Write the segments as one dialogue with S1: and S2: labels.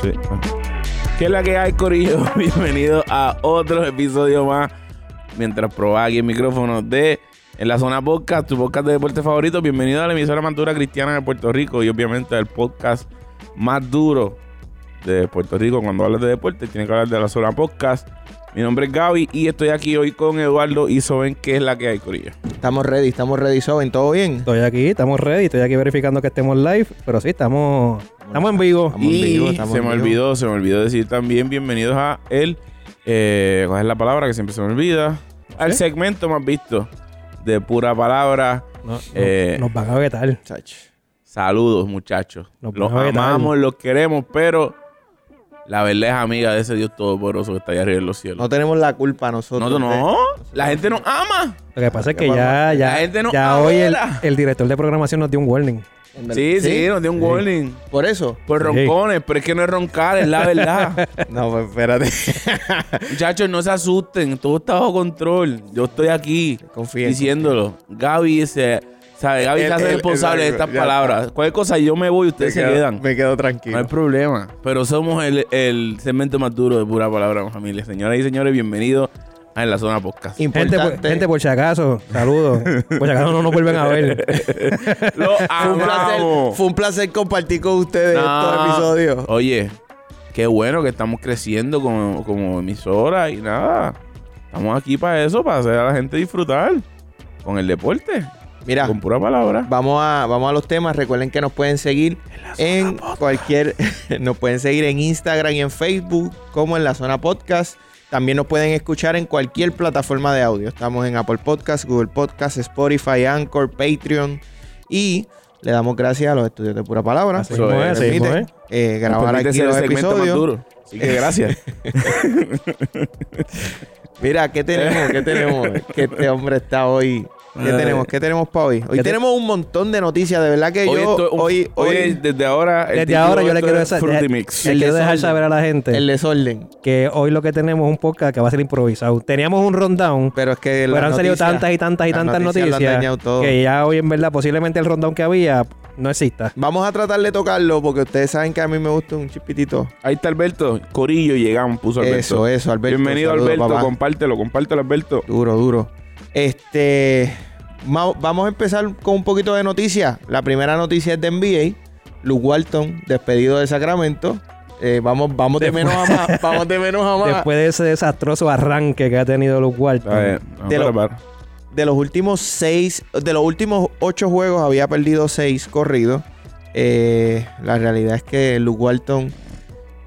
S1: Sí. ¿Qué es la que hay, Corillo? Bienvenido a otro episodio más. Mientras probaba aquí el micrófono de En la Zona Podcast, tu podcast de deporte favorito. Bienvenido a la emisora Mantura Cristiana de Puerto Rico y obviamente al podcast más duro de Puerto Rico. Cuando hablas de deporte, tienes que hablar de la Zona Podcast. Mi nombre es Gaby y estoy aquí hoy con Eduardo y Soben, ¿qué es la que hay, Corillo?
S2: Estamos ready, estamos ready, Soben, ¿todo bien?
S3: Estoy aquí, estamos ready, estoy aquí verificando que estemos live, pero sí, estamos, estamos en vivo.
S2: Estamos en vivo,
S1: Y
S2: estamos
S1: se
S2: en
S1: me
S2: vivo.
S1: olvidó, se me olvidó decir también bienvenidos a el, eh, ¿cuál es la palabra que siempre se me olvida? Al
S3: ¿Sí?
S1: segmento más visto de pura palabra.
S3: No, no,
S1: Eh.
S3: nos van a vetar.
S2: Chach.
S1: Saludos muchachos,
S3: Nos
S1: los
S3: vemos, ¿qué tal?
S1: amamos, los queremos, pero la verdad es amiga de ese Dios todopoderoso que está allá arriba en los cielos.
S2: No tenemos la culpa nosotros.
S1: No, no,
S2: de-
S1: no, la gente nos ama.
S3: Lo que pasa es que
S2: ¿Qué
S3: ya, ya,
S1: La gente no
S3: ya hoy el,
S1: habla.
S3: el director de programación nos dio un warning.
S2: en verdad.
S1: Sí, sí, nos dio un warning.
S2: Por eso.
S1: Por
S3: Sí.
S1: roncones, pero es que no es roncar, es la verdad.
S2: No, pues espérate.
S1: Muchachos, no se asusten, todo está bajo control. Yo estoy aquí
S2: Confía.
S1: diciéndolo. Gaby se, sabe, Gaby
S2: Él-
S1: se hace
S2: él-
S1: responsable de
S2: él-
S1: estas
S2: ya.
S1: palabras. Cualquier cosa, yo me voy, ustedes
S2: Me
S1: se
S2: quedo-
S1: quedan.
S2: Me quedo
S1: No
S2: tranquilo.
S1: hay problema. Pero somos el, el segmento más duro de pura palabra, familia. Señoras y señores, bienvenidos a En la Zona Podcast.
S3: Gente por,
S2: Importante.
S3: gente, por si acaso, saludos. Por si acaso no nos vuelven a ver.
S1: ¡Lo
S2: Fue un, placer,
S1: amamos!
S2: fue un placer compartir con ustedes
S1: Nah.
S2: estos episodios.
S1: Oye, qué bueno que estamos creciendo como, como emisora y nada. Estamos aquí para eso, para hacer a la gente disfrutar con el deporte,
S2: Mira,
S1: con pura palabra.
S2: vamos a, vamos a los temas. Recuerden que nos pueden seguir en cualquier. nos pueden seguir en Instagram y en Facebook, como en la zona podcast. También nos pueden escuchar en cualquier plataforma de audio. Estamos en Apple Podcast, Google Podcast, Spotify, Anchor, Patreon. Y le damos gracias a los estudios de pura palabra.
S3: Así
S2: que
S1: mismo
S2: nos
S1: es,
S3: así mismo
S2: permiten, eh, grabar
S1: Nos permite
S2: aquí
S1: ser
S2: los
S1: el segmento más
S2: episodios.
S1: duro. Así que gracias.
S2: Mira, ¿qué tenemos? ¿Qué tenemos? que este hombre está hoy. ¿Qué
S1: Ay.
S2: tenemos? ¿Qué tenemos para hoy? Hoy
S3: ¿Qué te-
S2: tenemos un montón de noticias. De verdad que
S1: Hoy,
S2: yo.
S1: esto-
S2: hoy, hoy,
S1: hoy es- desde ahora... el
S3: Desde
S1: título
S3: ahora
S1: de
S3: yo le
S1: esto
S3: quiero,
S1: es
S3: dejar-
S1: Fruity
S3: le-
S1: Mix.
S3: le
S2: El
S3: quiero dejar
S2: desorden.
S3: saber a la gente
S2: el desorden.
S3: que hoy lo que tenemos es un podcast que va a ser improvisado. Teníamos un rundown,
S2: Pero es que.
S3: pero
S2: las
S3: han salido
S2: noticias-
S3: tantas y tantas y
S2: las
S3: tantas
S2: noticias
S3: noticias,
S2: lo han dañado todo.
S3: que ya hoy en verdad posiblemente el rundown que había no exista.
S2: Vamos a tratar de tocarlo porque ustedes saben que a mí me gusta un chipitito.
S1: Ahí está Alberto. Corillo llegamos, puso Alberto.
S2: Eso, eso, Alberto.
S1: Bienvenido
S2: Saludos,
S1: Alberto,
S2: papá.
S1: compártelo, compártelo Alberto.
S2: Duro, duro. Este. ma- Vamos a empezar con un poquito de noticias. La primera noticia es de NBA. Luke Walton, despedido de Sacramento. Eh, vamos, vamos de menos a más. Vamos de menos a más.
S3: Después de ese desastroso arranque que ha tenido Luke Walton.
S1: A ver, no,
S2: Te lo-
S1: para, para.
S2: de los últimos seis, de los últimos ocho juegos había perdido seis corridos. Eh, la realidad es que Luke Walton,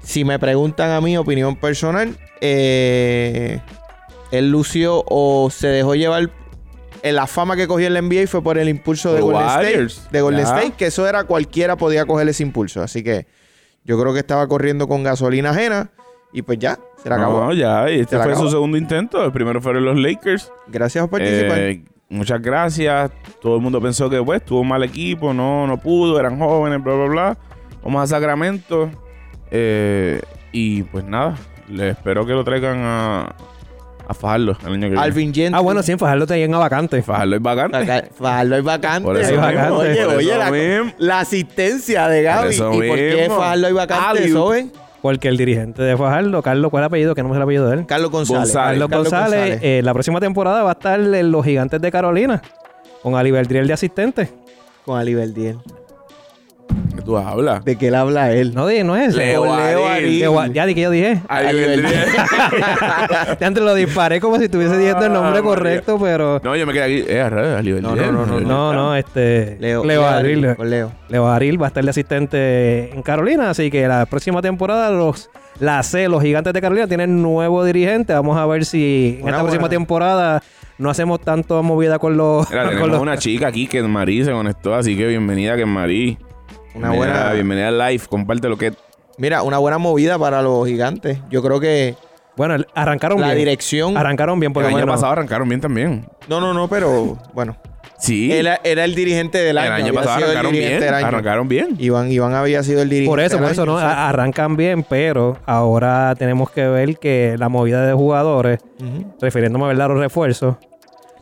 S2: si me preguntan a mi opinión personal, eh, él lució o se dejó llevar. eh, La fama que cogió el NBA fue por el impulso de
S1: Los
S2: Golden
S1: Warriors,
S2: State. De Golden
S1: ya.
S2: State, que eso era cualquiera podía coger ese impulso. Así que yo creo que estaba corriendo con gasolina ajena. Y pues ya, se la acabó.
S1: No, ya, y este
S2: Se la
S1: fue
S2: acabó.
S1: su segundo intento. El primero fueron los Lakers.
S2: Gracias por participar.
S1: Eh, muchas gracias. Todo el mundo pensó que pues tuvo un mal equipo, no, no pudo, eran jóvenes, bla, bla, bla. Vamos a Sacramento. Eh, y pues nada, les espero que lo traigan a, a Fajardo el año que viene.
S2: Alvin Gentry.
S3: Ah, bueno, sí, en Fajardo tenían a vacante.
S1: Fajardo es vacante.
S2: Faca- Fajardo es vacante.
S1: Por eso
S2: Oye,
S3: mismo,
S2: Oye,
S1: por
S2: oye,
S1: eso
S2: la,
S1: mismo.
S2: la asistencia de Gaby.
S1: Por eso
S2: ¿Y por qué
S1: mismo.
S2: Fajardo es vacante,
S1: Alley-oop.
S2: Soben?
S3: Porque el dirigente de Fajardo, Carlos, ¿cuál es el apellido? Que no me sé el apellido de él.
S2: Carlos González.
S1: González.
S3: Carlos, González, eh, la próxima temporada va a estar en los gigantes de Carolina. Con Ali Beltriel de asistente.
S2: Con Ali Verdiel.
S1: ¿Qué Tú hablas.
S2: ¿De qué él habla él?
S3: No dije, no es ese.
S1: Leo
S3: Con
S1: Ariel.
S3: Leo Ariel. Ya di que yo dije.
S1: Ahí
S2: Ali
S1: vendría.
S2: Verdiel.
S3: De antes lo disparé como si estuviese diciendo el nombre
S1: Ah, María.
S3: correcto, pero.
S1: No, yo me quedé aquí. Eh, a rayos, Ali
S2: No,
S1: Verdier.
S2: no, no,
S3: No, no, este.
S2: Leo.
S3: Leo Ariel.
S2: Con Leo.
S3: Leo Ariel va a estar de asistente en Carolina, así que la próxima temporada los la C, los gigantes de Carolina tienen nuevo dirigente. Vamos a ver si en
S2: Buena,
S3: esta próxima
S2: buena.
S3: temporada no hacemos tanto movida con los,
S1: Mira,
S3: con
S1: tenemos
S3: los-
S1: una chica aquí que Marí se conectó, así que bienvenida que Marí.
S2: Una
S1: Bienvenida-
S2: buena-
S1: Bienvenida al live, comparte lo que.
S2: Mira, una buena movida para los gigantes. Yo creo que
S3: Bueno, el- arrancaron
S2: la
S3: bien.
S2: dirección.
S3: Arrancaron bien por
S2: Pues
S1: El
S3: lo
S1: año
S3: menos.
S1: pasado arrancaron bien también.
S2: No, no, no, pero bueno.
S1: Sí.
S2: Él Era, era el dirigente
S1: el
S2: del año.
S1: año
S2: había
S1: pasado
S2: sido el
S1: arrancaron
S2: dirigente
S1: bien.
S2: del año.
S1: Arrancaron bien.
S2: Iván, Iván había sido el dirigente.
S3: Por eso,
S2: del
S3: por eso
S2: año,
S3: no,
S2: o
S3: Ah,
S2: sea.
S3: A- arrancan bien, pero ahora tenemos que ver que la movida de jugadores,
S2: Ujú.
S3: refiriéndome ¿verdad? a los refuerzos,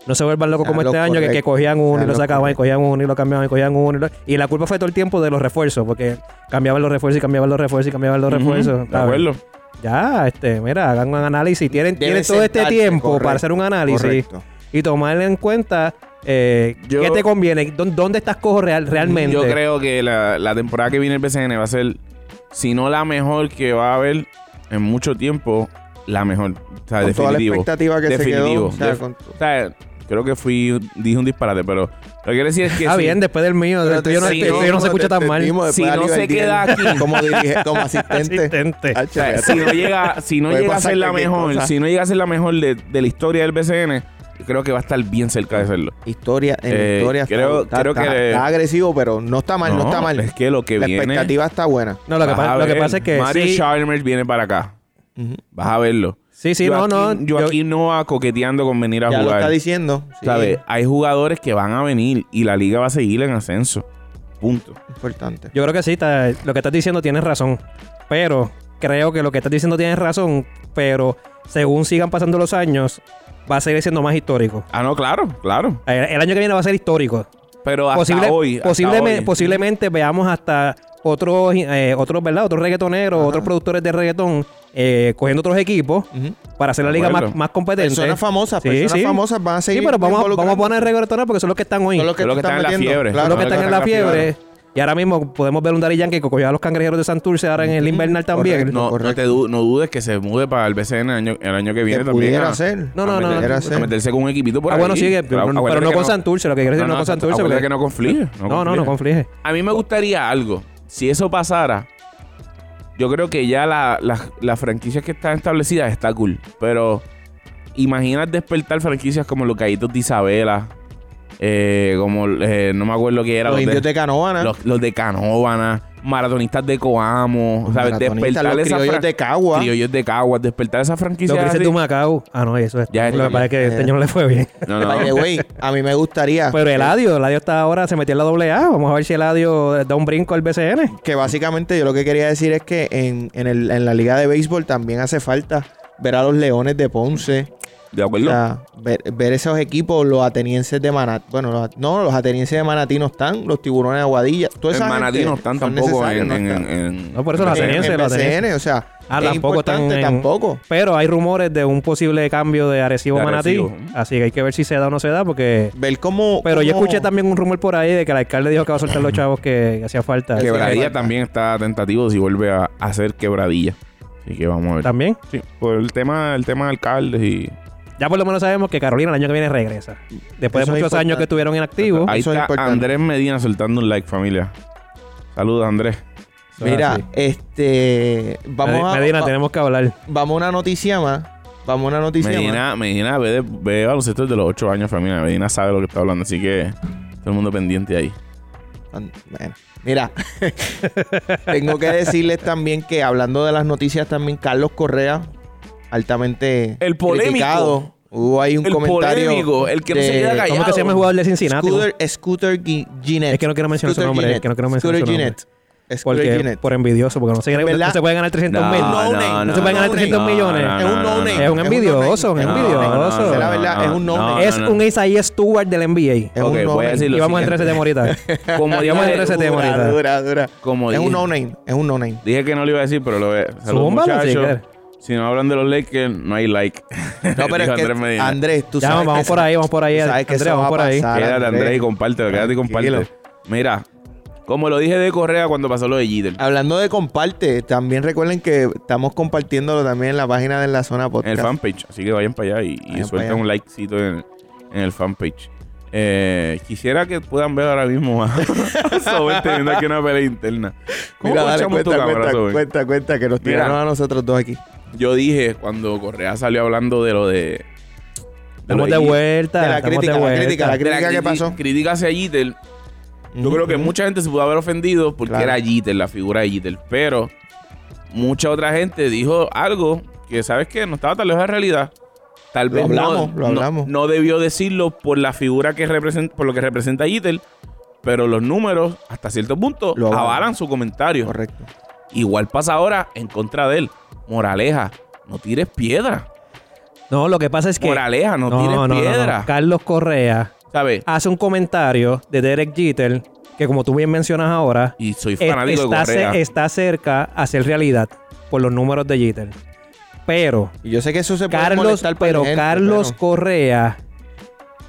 S3: No se vuelvan locos
S2: Ah,
S3: como
S2: lo
S3: este año que, que
S2: correcto.
S3: cogían uno
S2: Ah,
S3: y lo
S2: lo
S3: sacaban y cogían uno y lo cambiaban y cogían uno. Y, lo- y la culpa fue todo el tiempo de los refuerzos, porque cambiaban los refuerzos y cambiaban los refuerzos y cambiaban los
S1: Ujú,
S3: refuerzos.
S1: De
S3: ¿sabes?
S1: acuerdo.
S3: Ya, este, mira, hagan un análisis. Tienen,
S2: Debe
S3: tienen todo este
S2: sentarse,
S3: tiempo para
S2: correcto,
S3: hacer un análisis
S2: correcto.
S3: y tomar en cuenta eh,
S1: Yo-
S3: qué te conviene, dó- dónde estás cojo real, realmente.
S1: Yo creo que la, la temporada que viene el BCN va a ser, si no la mejor que va a haber en mucho tiempo, la mejor. O sea,
S2: Con toda la
S1: Ah, definitivo.
S2: expectativa que se quedó.
S1: Definitivo.
S2: o sea,
S1: Def-
S2: con-
S1: O sea, creo que fui, dije un disparate, pero lo que quiero decir es que
S3: Está
S1: si-
S3: Ah, bien, después del mío, el tuyo no,
S1: sí,
S3: el
S1: no,
S3: tuyo no Este se
S2: te
S3: escucha tan mal.
S2: entendimos,
S1: Si
S2: después
S1: no
S2: Aliber
S1: se queda
S2: Díaz,
S1: aquí.
S2: como, dirige- como asistente.
S3: Asistente.
S1: o sea,
S2: Hacha,
S1: si no llega, si no
S2: Puede
S1: llega a
S2: pasar
S1: ser la
S2: cualquier
S1: mejor,
S2: cosa.
S1: si no llega a ser la mejor de, de la historia del BCN, yo creo que va a estar bien cerca de serlo.
S2: Historia, en
S1: Eh,
S2: historia está-
S1: creo-
S2: está,
S1: creo
S2: está-
S1: que-
S2: está agresivo, pero no está mal, no, está mal.
S1: Es que lo que
S2: la
S1: viene.
S2: expectativa está buena.
S3: No, lo que,
S1: vas
S3: pasa,
S1: a
S3: lo que
S1: ver,
S3: pasa es que
S1: Mario
S3: sí,
S1: Chalmers viene para acá. Vas a verlo.
S3: sí, sí, no, no.
S1: Joaquín- Joaquín no va coqueteando con venir a
S2: Ya lo
S1: jugar.
S2: está diciendo. sí,
S1: ¿Sabes? Hay jugadores que van a venir y la liga va a seguir en ascenso. Punto.
S2: Importante.
S3: Yo creo que sí, está- lo que estás diciendo tienes razón. Pero creo que lo que estás diciendo tienes razón, pero según sigan pasando los años, va a seguir siendo más histórico.
S1: Ah, no, claro, claro.
S3: El, el año que viene va a ser histórico.
S1: Pero hasta
S3: Posible-
S1: hoy. hasta
S3: posibleme-
S1: hoy.
S3: Posiblemente veamos hasta otros, eh, otros, ¿verdad? Otros reggaetoneros, otros productores de reggaetón eh, cogiendo otros equipos
S2: Ujú.
S3: para hacer la liga
S1: Bueno.
S3: más, más competente.
S2: Personas famosas,
S3: Sí,
S2: personas
S3: sí.
S2: famosas van a
S3: Sí,
S2: seguir.
S3: pero vamos, a- vamos a
S2: involucrando.
S3: poner reggaetoneros porque son los que están hoy.
S2: Son
S1: Son los que están en la
S2: metiendo.
S1: fiebre.
S2: Claro,
S1: Son
S3: los que
S2: son
S3: están en la fiebre. Y ahora mismo podemos ver un Dari Yankee que cogió a los cangrejeros de Santurce ahora en el invernal también.
S1: No, no,
S2: Correcto.
S1: te du- no dudes que se mude para el BCN el año, el año que viene también.
S2: pudiera
S1: a-
S2: ser.
S3: No, no,
S1: a
S3: no.
S1: meter-
S2: Pudiera
S1: A
S2: ser.
S1: meterse con un equipito por
S3: Ah,
S1: ahí.
S3: bueno, sí, que- pero, pero
S1: acuérdate
S3: no
S1: que
S3: con Santurce. Lo que quiere decir no, con Santurce.
S1: acuérdate
S3: porque-
S1: que no conflige.
S3: No, no, no
S1: conflige.
S3: conflige.
S1: A mí me gustaría algo. Si eso pasara, yo creo que ya la- la- las franquicias que están establecidas está cool. Pero imagina despertar franquicias como los Gallitos de Isabela, eh, como eh, no me acuerdo qué era.
S2: Los
S1: de-
S2: indios de Canovana.
S1: los, los de Canóvana, maratonistas de Coamo, ¿sabes?
S2: maratonistas,
S1: Despertar
S2: los
S1: esa
S2: criollos
S1: fran-
S2: de Cagua.
S1: Criollos de Caguas, despertar esa
S3: Lo que
S1: franquicia.
S3: dice tu Macao. Ah, no, eso es.
S1: Ya,
S3: lo
S1: ya,
S3: que pasa es que
S2: ya.
S3: este año no le fue bien.
S1: No,
S2: Que,
S1: no.
S2: by the way, a mí me gustaría
S3: Pero Eladio, Eladio está ahora, se metió en la doble A. Vamos a ver si Eladio da un brinco al BCN.
S2: que básicamente yo lo que quería decir es que en, en, el- en la liga de béisbol también hace falta ver a los Leones de Ponce,
S1: De
S2: o
S1: acuerdo.
S2: sea, ver, ver esos equipos, los atenienses de Manatí, bueno, los at- no, los atenienses de Manatí no están, los tiburones de Aguadilla, toda
S1: En
S2: esa
S1: Manatí
S2: gente
S1: no están
S2: son
S1: tampoco
S2: necesarios,
S1: en,
S2: no
S1: en,
S2: están.
S1: en- en-
S3: No, por eso los
S2: En-
S3: atenienses,
S2: en
S3: los atenienses.
S2: BCN, o sea,
S3: Ah,
S2: es
S3: tampoco están
S2: importante,
S3: en-
S2: tampoco.
S3: Pero hay rumores de un posible cambio de Arecibo
S1: De
S3: a Manatí.
S1: Arecibo.
S3: Así que hay que ver si se da o no se da, porque.
S2: Ver cómo...
S3: Pero yo
S2: cómo-
S3: escuché también un rumor por ahí de que el alcalde dijo que va a soltar los chavos que, que hacía falta.
S1: Quebradilla
S2: Quebradilla.
S1: también está tentativo si vuelve a a hacer quebradilla. Así que vamos a ver.
S3: También.
S1: Sí, por el tema, el tema de alcaldes y.
S3: Ya por lo menos sabemos que Carolina el año que viene regresa. Después
S2: Eso
S3: de
S2: es
S3: muchos años
S2: importante.
S3: que estuvieron inactivos.
S1: Ahí
S2: Eso es
S1: está
S2: importante.
S1: Andrés Medina soltando un like, familia. Saludos, Andrés.
S2: Mira,
S3: Ah, sí.
S2: este... Vamos
S3: Medi-
S2: a...
S3: Medina,
S2: va-
S3: tenemos que hablar.
S2: Vamos a una noticia más. Vamos a una noticia más.
S1: Medina, Medina ve, de- ve baloncesto desde los 8 años, familia. Medina sabe lo que está hablando, así que todo el mundo pendiente ahí.
S2: An- bueno, mira, tengo que decirles también que hablando de las noticias también, Carlos Correa, altamente
S1: El polémico.
S2: criticado. Hubo ahí un
S1: El
S2: comentario.
S1: polémico, el que no se queda callado.
S3: ¿Cómo que se llama el jugador de Cincinnati?
S2: Scooter, Scooter Gui- Gennett.
S3: Es que no quiero mencionar su
S2: Scooter
S3: nombre, es
S2: Gennett.
S3: que no quiero mencionar
S2: Scooter
S3: su nombre.
S2: Gennett. Scooter
S3: Porque,
S2: Gennett.
S3: por envidioso, porque no se,
S2: ¿Verdad?
S3: no se puede ganar 300 mil.
S2: no, no,
S3: se pueden ganar 300 millones.
S2: Es un no-name.
S3: Es un
S2: Es un
S3: envidioso, un
S2: no-name.
S3: envidioso.
S2: no, Eh, Será verdad, es un no-name.
S3: es un Isaiah Stewart del NBA.
S2: Es
S1: Ok,
S2: un
S1: voy a
S2: no-name.
S1: decirlo.
S3: Y vamos a entrar a ese
S1: siguiente.
S3: tema ahorita.
S1: Como
S3: Vamos a entrar a ese tema
S2: Dura,
S3: ahorita.
S2: dura, dura.
S1: Como
S2: Es
S1: dije.
S2: un no-name. Es un no-name.
S1: Dije que no lo iba a decir, pero lo ve. Saludos,
S3: Zúmbalo, si
S1: muchachos.
S3: quieres.
S1: Si no hablan de los Lakers, no hay like.
S2: No, pero es que Andrés, tú
S3: Ya,
S2: sabes
S3: vamos
S2: que
S3: por
S2: eso-
S3: ahí, vamos por ahí,
S2: tú sabes que
S3: Andrés,
S2: eso
S3: vamos
S2: va a
S3: por ahí.
S2: pasar,
S1: Quédate, Andrés, y compártelo. Quédate y compártelo.
S2: Tranquilo.
S1: Mira, como lo dije de Correa cuando pasó lo de Jeter.
S2: Hablando de comparte, también recuerden que estamos compartiéndolo también en la página de la zona
S1: En
S2: podcast.
S1: el fanpage. Así que vayan para allá y, y
S2: Vayan para
S1: suelten
S2: allá.
S1: un likecito en, en el fanpage. Eh, quisiera que puedan ver ahora mismo a Soben teniendo aquí una pelea interna. ¿Cómo
S2: Mira, dale,
S1: ponchamos tu
S2: cuenta,
S1: cámara,
S2: cuenta,
S1: Soben?
S2: cuenta, cuenta, que nos
S1: Mira.
S2: tiraron a nosotros dos aquí.
S1: Yo dije cuando Correa salió hablando de lo de. de lo
S3: Estamos de
S1: Jeter,
S3: vuelta.
S2: De la
S3: estamos
S2: crítica,
S3: de
S2: la
S3: vuelta.
S2: crítica, la
S1: de la
S2: crítica que
S1: criti-
S2: pasó.
S1: Crítica hacia Jeter. Yo creo que mucha gente se pudo haber ofendido porque
S2: Claro.
S1: era Jeter, la figura de Jeter. Pero mucha otra gente dijo algo que, ¿sabes qué? No estaba tan lejos de la realidad. Tal
S2: Lo
S1: vez no-
S2: hablamos, lo
S1: no,
S2: hablamos.
S1: no debió decirlo por la figura que representa, por lo que representa a Jeter. Pero los números, hasta cierto punto,
S2: Lo avalan.
S1: avalan su comentario.
S2: Correcto.
S1: Igual pasa ahora en contra de él. Moraleja, no tires piedra.
S3: No, lo que pasa es que.
S1: Moraleja, no, tires piedra.
S3: Carlos Correa
S1: ¿Sabes?
S3: hace un comentario de Derek Jeter que, como tú bien mencionas ahora,
S1: Y soy
S3: es-
S1: fanático de
S3: está,
S1: Correa.
S3: ce- está cerca a ser realidad por los números de Jeter. Pero
S2: Y yo sé que eso se puede
S3: Carlos,
S2: molestar para
S3: pero
S2: gente,
S3: Carlos
S2: pero-
S3: Correa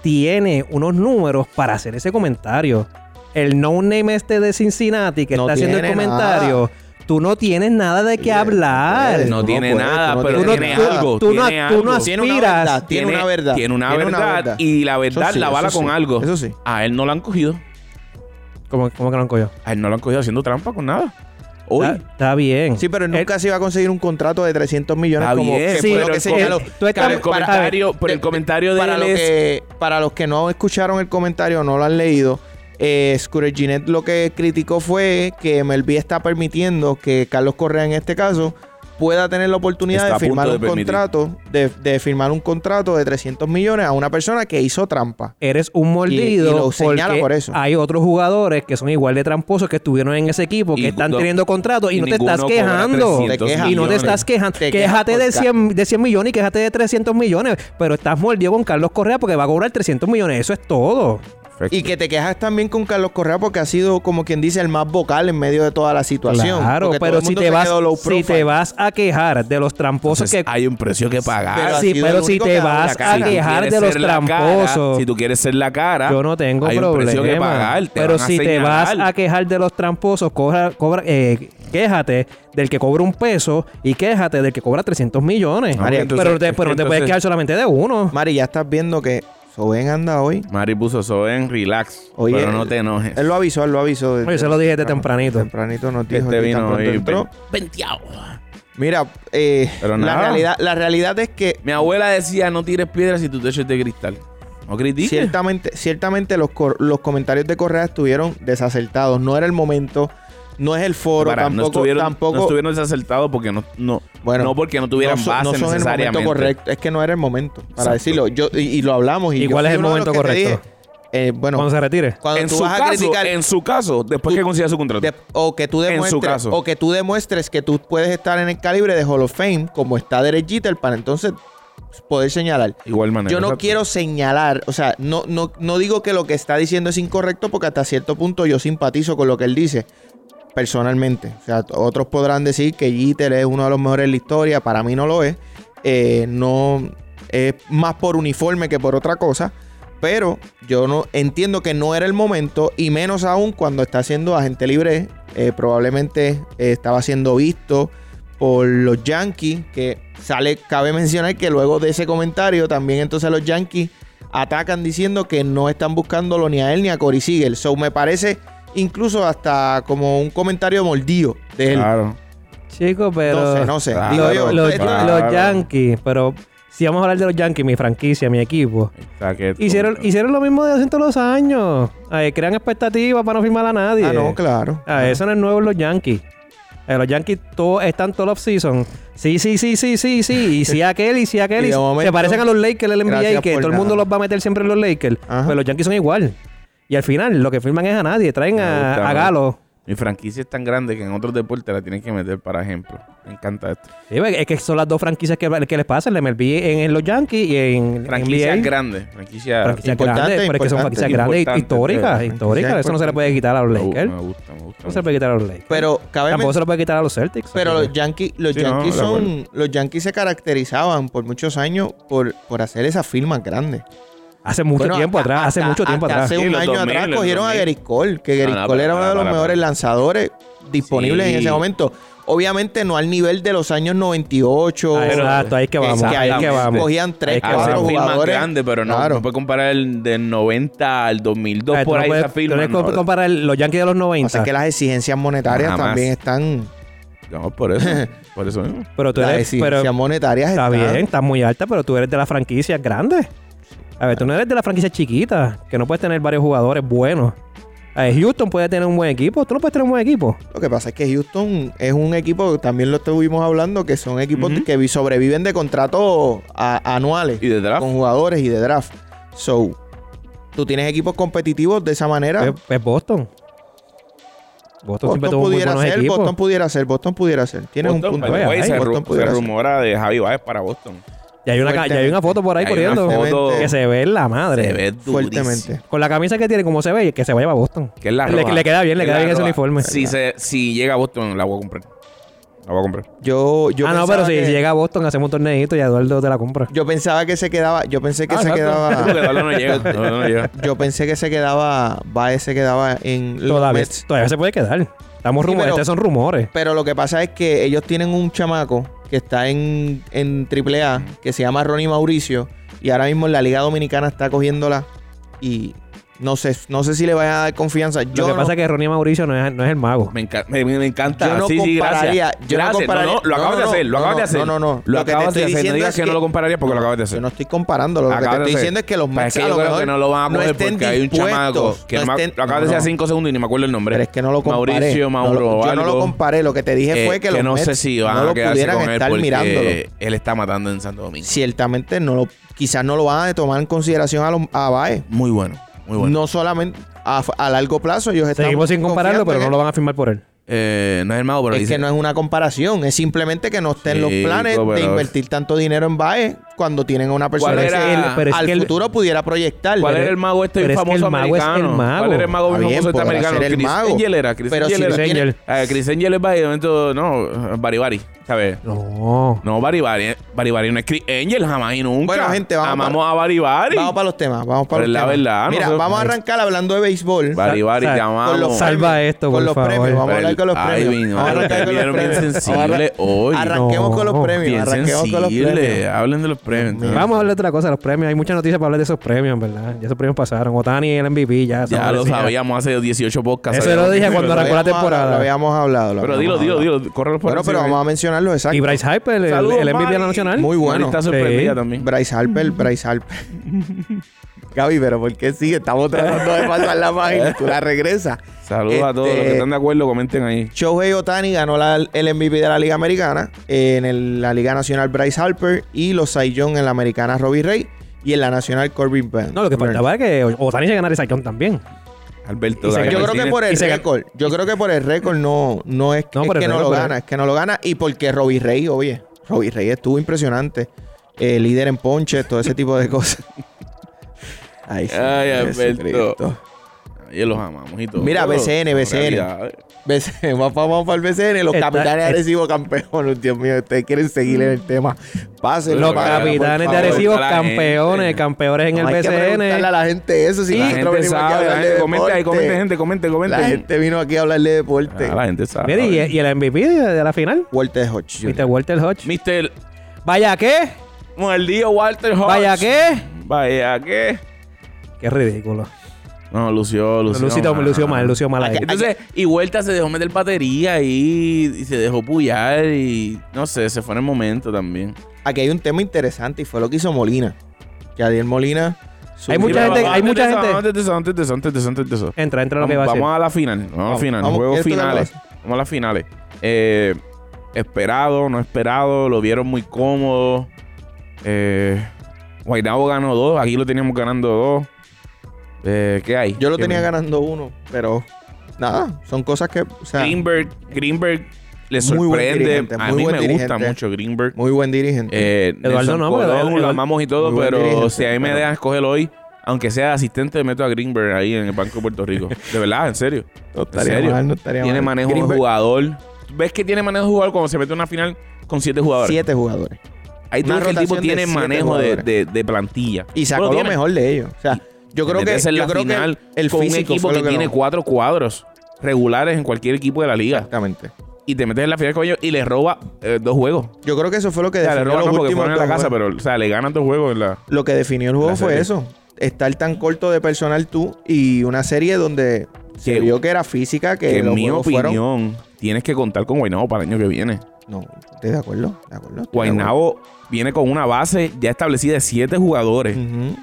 S3: tiene unos números para hacer ese comentario. El no name este de Cincinnati que
S2: No
S3: está haciendo el
S2: tiene
S3: comentario, tú no tienes nada de qué
S2: Sí,
S3: hablar.
S2: puede,
S1: No,
S2: no
S1: tiene
S2: puede,
S1: nada,
S2: no
S1: pero
S3: tiene.
S1: tiene
S3: Tú no-
S1: algo.
S3: tú no-
S1: tiene
S3: tú no
S1: algo.
S3: has-
S2: tiene una
S3: aspiras.
S2: verdad, tiene, una verdad.
S1: Tiene una verdad. Y la verdad
S2: sí,
S1: la
S2: eso
S1: bala con
S2: sí,
S1: algo.
S2: eso sí.
S1: A él no lo han cogido.
S3: ¿Cómo, cómo que no han cogido?
S1: A él no lo han cogido haciendo trampa con nada. Hoy.
S3: Está, está bien.
S2: Sí, pero él
S3: Él-
S2: nunca se iba a conseguir un contrato de 300 millones
S1: Está
S2: como
S1: bien,
S2: que
S1: sí,
S2: fue lo
S1: pero
S2: que
S1: el-
S2: señaló.
S1: el-
S3: tú estás-
S1: Pero el
S3: para-
S1: comentario, pero el
S2: de-
S1: comentario de
S2: para,
S1: él
S2: lo
S1: es-
S2: que- para los que no escucharon el comentario, no lo han leído, eh, Scooter Jeanette lo que criticó fue que MLB está permitiendo que Carlos Correa, en este caso, pueda tener la oportunidad
S1: Está a
S2: de firmar
S1: punto de
S2: un
S1: permitir.
S2: contrato de, de firmar un contrato de 300 millones a una persona que hizo trampa.
S3: Eres un mordido
S2: Y- y lo señala
S3: porque
S2: por eso.
S3: hay otros jugadores que son igual de tramposos que estuvieron en ese equipo, que
S1: Y
S3: están
S1: no-
S3: teniendo contratos y, no te
S1: ninguno
S3: estás
S1: cobra
S3: quejando.
S1: 300
S2: Te quejas.
S3: Y no te
S1: millones.
S3: estás quejando.
S2: Te quejas
S3: quéjate
S2: por
S3: de
S2: ca-
S3: 100, de 100 millones y quéjate de 300 millones. Pero estás mordido con Carlos Correa porque va a cobrar 300 millones. Eso es todo.
S1: Perfecto.
S2: Y que te quejas también con Carlos Correa porque ha sido, como quien dice, el más vocal en medio de toda la situación.
S3: Claro,
S2: Porque todo
S3: pero
S2: el
S3: si
S2: mundo
S3: te,
S2: se
S3: vas,
S2: quedó low
S3: si te
S2: profile.
S3: vas a quejar de los tramposos
S1: Entonces,
S3: que... ah,
S1: hay un precio que pagar.
S2: Pero
S3: sí,
S2: ha sido
S3: pero
S2: el
S3: si
S2: único
S3: te
S2: que ha dado la
S3: vas
S1: Si
S3: a
S2: cara.
S1: tú
S3: quejar
S1: quieres
S3: de los
S1: ser la cara,
S3: tramposos...
S1: si tú quieres ser la cara,
S3: Yo no tengo
S1: hay un
S3: problema.
S1: precio que pagar. te
S3: pero
S1: van a
S3: si te vas
S1: señalar.
S3: a quejar de los tramposos, cobra, cobra, eh, quéjate del que cobra un peso y quéjate del que cobra 300 millones.
S1: Ah, María, entonces-
S3: pero te, pero te puedes
S1: entonces-
S3: quejar solamente de uno.
S2: Mari, ya estás viendo que Soben anda hoy.
S1: Mari puso eso en relax,
S2: Oye,
S1: pero no te enojes.
S2: Él lo avisó, él lo avisó. desde-
S3: Yo se lo dije de tempranito.
S2: Tempranito nos
S1: Que
S2: dijo
S1: este
S2: y tan
S1: vino
S2: pronto
S1: hoy
S2: entró.
S1: ven- venteado.
S2: Mira, eh,
S1: Pero
S2: la,
S1: nada.
S2: realidad, la realidad es que
S1: Mi abuela decía, no tires piedras si tu techo es de cristal. No critiques.
S2: ciertamente, ciertamente los, cor- los comentarios de Correa estuvieron desacertados. No era el momento, no es el foro,
S1: Para,
S2: tampoco,
S1: no estuvieron,
S2: tampoco.
S1: no estuvieron desacertados porque no, no,
S2: Bueno,
S1: no porque no tuvieran
S2: no son-
S1: base
S2: no son el
S1: necesariamente.
S2: momento correcto. Es que no era el momento para
S1: Exacto.
S2: decirlo. Yo, y, y lo hablamos. Y
S3: ¿Y
S2: yo
S3: cuál es
S2: fui
S3: el
S2: uno de los
S3: momento
S2: que te
S3: correcto?
S2: dije, eh, bueno,
S3: Cuando se retire.
S2: cuando
S1: en
S2: tú
S1: su
S2: vas a
S1: caso,
S2: criticar.
S1: en su caso, después que consiga su contrato.
S2: de- o que tú
S1: En su
S2: demuestres
S1: caso.
S2: o que tú demuestres que tú puedes estar en el calibre de Hall of Fame como está Derek Jeter para entonces poder señalar.
S1: Igual manera.
S2: Yo no
S1: exacto.
S2: quiero señalar, o sea, no, no, no digo que lo que está diciendo es incorrecto porque hasta cierto punto yo simpatizo con lo que él dice personalmente. O sea, t- otros podrán decir que Jeter es uno de los mejores de la historia, para mí no lo es. Eh, no es más por uniforme que por otra cosa. Pero yo no entiendo que no era el momento, y menos aún cuando está siendo agente libre. Eh, probablemente eh, estaba siendo visto por los Yankees, que sale, cabe mencionar que luego de ese comentario también entonces los Yankees atacan diciendo que no están buscándolo ni a él ni a Corey Siegel. So me parece incluso hasta como un comentario mordido de él.
S1: Claro.
S3: Chico, pero...
S2: No sé, no sé.
S1: Claro,
S2: Digo yo,
S3: Los- los,
S2: esto-
S1: claro.
S3: los Yankees, pero... Si vamos a hablar de los Yankees, mi franquicia, mi equipo.
S1: Está que-
S3: Hicieron, hicieron lo mismo de hace todos los años. Ay, crean expectativas para no firmar a nadie.
S2: Ah, no, claro.
S3: Ah, eso no es nuevo en los Yankees. Eh, los Yankees todo, están todo el off-season. Sí, sí, sí, sí, sí, sí. Y sí aquel, y sí aquel.
S2: Y de
S3: y sí- se
S2: momento,
S3: parecen a los Lakers, el NBA,
S2: gracias
S3: que
S2: por
S3: todo el
S2: nada.
S3: mundo los va a meter siempre en los Lakers.
S2: Ajá.
S3: Pero los Yankees son igual. Y al final, lo que firman es a nadie. Traen
S1: Me
S3: a,
S1: gusta,
S3: a
S1: ¿no?
S3: Galo.
S1: Mi franquicia es tan grande que en otros deportes la tienen que meter, para ejemplo. Me encanta esto.
S3: Sí, ve, es que son las dos franquicias que, que les pasan. El MLB en, en los Yankees y en
S1: Franquicia
S3: NBA.
S1: grande. Franquicia.
S3: Franquicias
S2: Importante,
S3: grandes, pero es que son
S2: importante. eh,
S3: franquicias grandes,
S1: Importante,
S3: históricas,
S1: sí.
S3: históricas.
S2: Franquicias
S3: Eso no se le
S2: importantes.
S3: puede quitar a los
S1: me, gusta,
S3: Lakers.
S1: me gusta, me gusta.
S3: No se le puede quitar a los Lakers.
S2: Pero cabe
S3: Tampoco
S2: men-
S3: se le puede quitar a los Celtics.
S2: pero
S3: así que-
S2: los Yankees, los
S1: Sí, no,
S2: Yankees
S1: de
S2: son, los Yankees se caracterizaban por muchos años por, por hacer esas firmas grandes.
S3: Hace mucho
S2: Bueno,
S3: tiempo
S2: hasta-
S3: atrás, hace
S2: hasta-
S3: mucho tiempo
S2: hasta
S3: atrás.
S2: Hace
S1: Sí,
S2: un
S1: los
S2: año
S1: 2000,
S2: atrás
S1: los
S2: cogieron a
S1: 2000.
S2: Gerrit Cole, que Gerrit
S1: Ah, no,
S2: Cole
S1: para,
S2: era uno de
S1: para,
S2: los
S1: para,
S2: mejores lanzadores disponibles en
S1: Sí.
S2: ese momento. Obviamente no al nivel de los años 98.
S3: Ah,
S1: pero-
S3: Exacto, ahí es que vamos, ahí es que
S1: Exactamente.
S3: vamos.
S2: Cogían
S3: Ahí
S2: tres,
S3: es que
S1: Ah,
S2: cuatro
S1: esa
S3: vamos.
S1: firma
S2: jugadores.
S1: grande, pero no,
S2: ¿eh? Claro.
S1: no puede comparar el del 90 al 2002
S3: Ay, Ah, tú
S1: por
S3: no
S1: ahí
S3: puedes-
S1: esa firma.
S3: tú no puedes
S1: no,
S3: comparar los Yankees de los
S2: O
S3: 90.
S2: sea que las exigencias monetarias
S1: Jamás.
S2: también están.
S1: no, por eso. Por eso mismo.
S3: pero tú
S2: Las
S3: eres.
S2: exigencias
S3: Pero,
S2: monetarias
S3: está
S2: están.
S3: bien, estás muy alta, pero tú eres de las franquicias grandes. A ver, tú no eres de las franquicias chiquitas, que no puedes tener varios jugadores buenos. A ver, Houston puede tener un buen equipo, tú no puedes tener un buen equipo.
S2: Lo que pasa es que Houston es un equipo, también lo estuvimos hablando, que son equipos
S1: Ujú.
S2: que vi- sobreviven de contratos a- anuales
S1: Y de draft.
S2: con jugadores y de draft. So, tú tienes equipos competitivos de esa manera.
S3: Es, es Boston. Boston
S2: Ah. Boston
S3: siempre tuvo muy
S2: pudiera
S3: buenos
S2: ser,
S3: equipos.
S2: Boston pudiera ser, Boston pudiera ser. Tienes
S1: Boston,
S2: un punto.
S1: by the way,
S3: ahí,
S1: se,
S2: Boston
S1: ru- se
S2: pudiera ser.
S1: rumora de Javi Baez para Boston.
S3: Y hay una, ca- y hay una foto por ahí
S1: Hay una
S3: corriendo
S1: foto
S3: que se ve en la madre.
S1: se ve durísimo.
S2: Fuertemente.
S3: Con la camisa que tiene, como se ve, que se vaya para Boston.
S1: Que es la
S3: Le-
S1: roja.
S3: le queda bien, le
S1: Es
S3: queda
S1: la
S3: bien ese
S1: roja.
S3: uniforme.
S1: Si, se, si llega a Boston, la voy a comprar. La voy a comprar.
S2: Yo, yo
S3: ah, no,
S2: pensaba
S3: pero si
S2: que-
S3: llega a Boston, hacemos un torneito y Eduardo te la compra.
S2: Yo pensaba que se quedaba. Yo pensé que
S1: Ah,
S2: se
S1: exacto. Porque
S2: quedaba.
S1: Eduardo no llega. Eduardo no llega.
S2: Yo pensé que se quedaba. Baez se quedaba en los
S3: Todavía,
S2: Mets.
S3: todavía se puede quedar. Estamos
S2: Sí,
S3: rumores,
S2: pero-
S3: estos son rumores.
S2: Pero lo que pasa es que ellos tienen un chamaco que está en, en AAA que se llama Ronnie Mauricio y ahora mismo en la Liga Dominicana está cogiéndola y no sé, no sé si le vaya a dar confianza. Yo
S3: Lo que
S2: no-
S3: pasa es que Ronnie Mauricio no es, no es el mago.
S1: Me, enca- me, me encanta.
S2: Yo no
S1: sí, sí,
S2: compararía-
S1: gracias.
S2: yo no
S1: Gracias.
S2: compararía-
S1: lo
S2: no,
S1: acabas
S2: no,
S1: de
S2: no,
S1: hacer. Lo
S2: no,
S1: acabas de
S2: no,
S1: hacer.
S2: no, no.
S1: Lo,
S2: Lo que te
S1: acabas
S2: estoy
S1: de hacer. No
S2: diciendo
S1: digas
S2: es
S1: que,
S2: que-
S1: no lo compararías porque lo acabas de hacer.
S2: yo no estoy comparando. Lo que
S1: Acabas
S2: te
S1: de
S2: estoy
S1: hacer.
S2: diciendo es que los
S1: Pero
S2: Mets
S1: es que
S2: a
S1: yo
S2: lo
S1: creo
S2: mejor
S1: que no lo van a
S2: no
S1: poner
S2: estén
S1: porque hay un
S2: dispuestos,
S1: chamaco que
S2: no
S1: no me-
S2: estén-
S1: lo acabas de
S2: no,
S1: decir
S2: no.
S1: hace 5 segundos y ni me acuerdo el nombre.
S2: Pero es que no lo comparé.
S1: Mauricio
S2: No lo-
S1: Mauro o
S2: yo no lo
S1: algo.
S2: comparé. Lo que te dije
S1: Eh,
S2: fue que, los
S1: no
S2: Mets
S1: sé si van
S2: no
S1: a
S2: lo
S1: quedarse
S2: pudieran
S1: con él
S2: estar
S1: porque
S2: mirándolo.
S1: él está matando en Santo Domingo.
S2: Ciertamente no lo, quizás no lo van a tomar en consideración a, los a Baez.
S1: Muy bueno, muy bueno. No,
S2: No solamente a, a largo plazo ellos están
S3: Seguimos sin compararlo,
S2: confiando
S3: pero
S2: en
S3: no
S2: él.
S3: lo van a firmar por él.
S1: eh, no es el mago, pero
S2: es
S1: dice,
S2: que no es una comparación, es simplemente que no estén los
S1: Chico,
S2: planes de
S1: pero-
S2: invertir tanto dinero en Baez cuando tienen a una persona
S1: ¿Cuál
S2: que
S1: era-
S2: se-
S3: pero es
S2: al
S3: que el-
S2: futuro pudiera proyectar.
S1: ¿Cuál
S2: Pero-
S1: era el mago este
S3: pero es que
S1: famoso
S3: el mago es el
S1: americano?
S3: mago.
S1: ¿Cuál era el mago
S2: Está bien,
S1: famoso este
S2: podrá
S1: americano?
S2: ser el
S1: Chris
S2: mago.
S1: Angel era, Chris
S2: Pero si
S1: Angel
S2: lo
S1: era.
S3: Chris
S2: tiene-
S3: Angel.
S1: Eh, Chris Angel es Bari, de momento, no, Baribari, ¿sabes?
S3: No.
S1: No, Baribari, Baribari no es Chris Angel jamás y nunca.
S2: Bueno, gente, vamos
S1: Amamos a Baribari.
S2: Vamos para los temas, vamos para
S1: Pero es
S2: los
S1: la
S2: temas.
S1: verdad, no
S2: Mira,
S1: sé.
S2: vamos a arrancar hablando de béisbol.
S1: Baribari,
S3: Sal-
S1: te
S3: sal-
S2: Con los
S1: amamos.
S3: sal- Salva
S2: premios,
S3: esto,
S2: con
S3: por
S2: los
S3: favor.
S2: premios, vamos a hablar con los
S1: Ay,
S2: premios.
S1: mi, no,
S2: Vamos a arrancar con los
S1: vieron bien
S2: premios.
S1: sensible hoy.
S2: Arranquemos con los
S3: No,
S2: premios,
S1: Bien
S2: arranquemos con los
S1: sensible.
S2: premios.
S1: Hablen de los premios. entonces.
S3: Vamos a hablar de otra cosa, los premios. Hay muchas noticias para hablar de esos premios, en verdad. Ya esos premios pasaron. Otani, el MVP, ya.
S1: Ya
S3: sabes,
S1: lo
S3: sí,
S1: sabíamos hace 18 podcasts.
S3: Eso lo dije
S1: Pero-
S3: cuando
S2: Lo
S3: arrancó la
S2: habíamos hablado,
S3: temporada.
S2: Lo habíamos hablado. lo
S1: Pero
S2: habíamos
S1: dilo, dilo,
S2: hablado.
S1: dilo. Corre por
S2: Bueno, pero
S1: encima.
S2: vamos a mencionarlo, exacto.
S3: Y Bryce Hyper, el,
S1: Saludos,
S3: el MVP de la
S1: Mari.
S3: nacional.
S2: Muy
S1: Mari
S2: bueno.
S1: está sorprendida
S3: Sí.
S1: también.
S2: Bryce Harper, Bryce Harper. Gaby, pero ¿por qué sigue? Estamos tratando de pasar la página y tú la regresas.
S1: Saludos a todos
S2: Este,
S1: los que están de acuerdo, comenten ahí.
S2: Shohei Otani ganó la- el MVP de la Liga Americana. eh, En el- la Liga Nacional, Bryce Harper. Y los Cy Young en la Americana, Robbie Ray. Y en la Nacional, Corbin Burns.
S3: No, lo que faltaba es que Otani se ganara el Saquon también.
S1: Alberto,
S3: y se-
S1: Gabriel
S2: Yo creo que
S1: Martínez.
S2: por
S3: Y
S2: el
S3: se-
S2: récord. Yo creo que por el récord no, no es,
S3: No,
S2: es
S3: por el
S2: que no
S3: récord,
S2: lo
S3: por el-
S2: gana. Es que no lo gana. Y porque Robbie Rey, oye. Robbie Rey estuvo impresionante. Eh, líder en ponches, todo ese tipo de cosas. Ay,
S1: Ay,
S2: Jesucristo.
S1: Alberto. Ay, los amamos y todo.
S2: Mira,
S1: Pero,
S2: BCN,
S1: en
S2: BCN.
S1: realidad, eh,
S2: BCN, vamos, vamos para el BCN, los
S3: Está-
S2: capitanes de
S3: es-
S2: Arecibo campeones. Dios mío, ustedes quieren seguir en el tema. Pásenlo.
S3: Los
S1: Pero
S2: para acá, por
S3: capitanes de
S2: favor.
S3: Arecibo,
S1: la
S3: campeones,
S1: gente.
S3: campeones en
S2: No,
S3: el
S2: hay que preguntarle a
S3: BCN.
S2: la gente eso. Si
S1: La
S2: nosotros
S1: gente
S2: venimos aquí a
S1: sabe, la
S2: hablar de
S1: gente comenta ahí,
S2: deporte.
S1: comenta, gente, comenta, comenta.
S2: La gente vino aquí a hablarle de deporte.
S1: Ah, la gente sabe.
S3: Mira, y, y el MVP de, de la final.
S2: Walter Hodge. Jr.
S3: Mr. Walter Hodge.
S1: Mister
S3: Vaya qué,
S1: Mordido Walter Hodge.
S3: vaya qué.
S1: Vaya qué.
S3: Qué ridículo.
S1: No, lució, lució.
S3: Lució, lució mal, lució mal ahí.
S1: Entonces, y vuelta se dejó meter batería y, y se dejó pullar y no sé, se fue en el momento también.
S2: Aquí hay un tema interesante y fue lo que hizo Molina. Que Adiel Molina. su-
S3: Hay mucha
S1: Sí, pero
S3: gente-
S1: vamos,
S3: hay
S1: antes
S3: mucha
S1: de eso,
S3: gente-
S1: Antes de eso, antes de eso, antes de eso, antes de eso.
S3: Entra, entra lo
S1: Vamos,
S3: que va a ser.
S1: vamos a la final. Vamos, a la final.
S2: vamos,
S1: juegos
S2: ¿esto qué
S1: finales.
S2: tal
S1: Vamos a las finales. Eh, esperado, no esperado. Lo vieron muy cómodo. Eh, Guaynabo ganó dos. Aquí lo teníamos ganando dos. Eh, ¿Qué hay?
S2: Yo lo
S1: ¿Qué
S2: tenía
S1: hay?
S2: ganando uno, pero nada, son cosas que. O sea,
S1: Greenberg, Greenberg le
S2: Muy buen
S1: sorprende.
S2: dirigente,
S1: A
S2: muy
S1: mí
S2: buen
S1: me gusta
S2: dirigente.
S1: mucho Greenberg.
S2: muy buen dirigente.
S1: Eh,
S3: Eduardo
S1: Nelson
S3: no,
S1: Cordón,
S3: pero Eduardo-
S1: lo amamos y todo,
S2: muy buen
S1: pero
S2: dirigente,
S1: si a mí me
S2: pero-
S1: dejan escoger hoy, aunque sea asistente, meto a Greenberg ahí en el Banco de Puerto Rico. De verdad, en serio.
S2: no
S1: ¿en serio?
S2: no estaría
S1: Tiene manejo de
S2: Greenberg,
S1: jugador. ¿Tú ¿Ves que tiene manejo de jugador cuando se mete a una final con siete jugadores?
S2: Siete jugadores.
S1: Ahí tú
S2: Una
S1: ves que el tipo
S2: rotación de
S1: tiene
S2: siete
S1: manejo de,
S2: jugadores.
S1: de- de plantilla.
S2: Y sacó
S1: Bueno,
S2: lo
S1: tiene.
S2: mejor de ellos. O sea, yo creo que.
S1: Meterse en
S2: Yo
S1: la
S2: creo
S1: final
S2: que el
S1: con un
S2: físico
S1: equipo
S2: fue
S1: que,
S2: lo
S1: tiene
S2: lo-
S1: cuatro cuadros regulares en cualquier equipo de la liga.
S2: Exactamente.
S1: Y te metes en la final con ellos y les roba eh, dos juegos.
S2: Yo creo que eso fue lo que
S1: O sea, le
S2: definió
S1: roba
S2: los
S1: no porque
S2: últimos
S1: fueron en la
S2: dos
S1: casa,
S2: juegos.
S1: pero o sea, le ganan dos juegos en la...
S2: Lo que definió el
S1: La
S2: juego fue
S1: serie.
S2: eso. Estar tan corto de personal tú y una serie donde se
S1: Que-
S2: vio que era física, que,
S1: que en
S2: los
S1: mi
S2: juegos
S1: opinión,
S2: fueron
S1: tienes que contar con Guaynabo para el año que viene.
S2: No, estoy de acuerdo, de acuerdo. estoy de acuerdo.
S1: Guaynabo viene con una base ya establecida de siete jugadores,
S2: Ujú.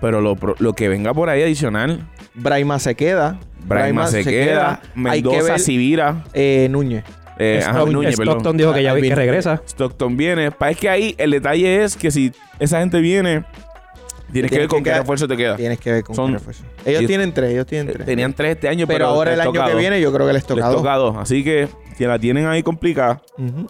S1: pero lo, pro- lo que venga por ahí adicional,
S2: Braima se queda.
S1: Braima se queda,
S2: Hay que
S1: Mendoza,
S2: ver,
S1: Sibira,
S2: eh, Núñez.
S1: eh, ajá,
S3: Stockton-
S1: Núñez, perdón.
S3: Stockton dijo que ya vi que
S2: Alvin-
S3: regresa.
S1: Stockton viene. Pa, Es que ahí el detalle es que si esa gente viene, tienes que ver
S2: Tienes
S1: con
S2: que
S1: qué
S2: quedar-
S1: refuerzo te queda.
S2: Tienes que ver con
S1: Son-
S2: qué refuerzo. Ellos
S1: ellos-
S2: tienen tres, ellos tienen
S1: Eh,
S2: tres.
S1: Tenían tres este año,
S2: pero,
S1: pero,
S2: ahora el
S1: les
S2: año
S1: toca
S2: que
S1: dos.
S2: viene yo creo que les
S1: les
S2: toca dos.
S1: toca dos. Así que si la tienen ahí complicada,
S2: Ujú.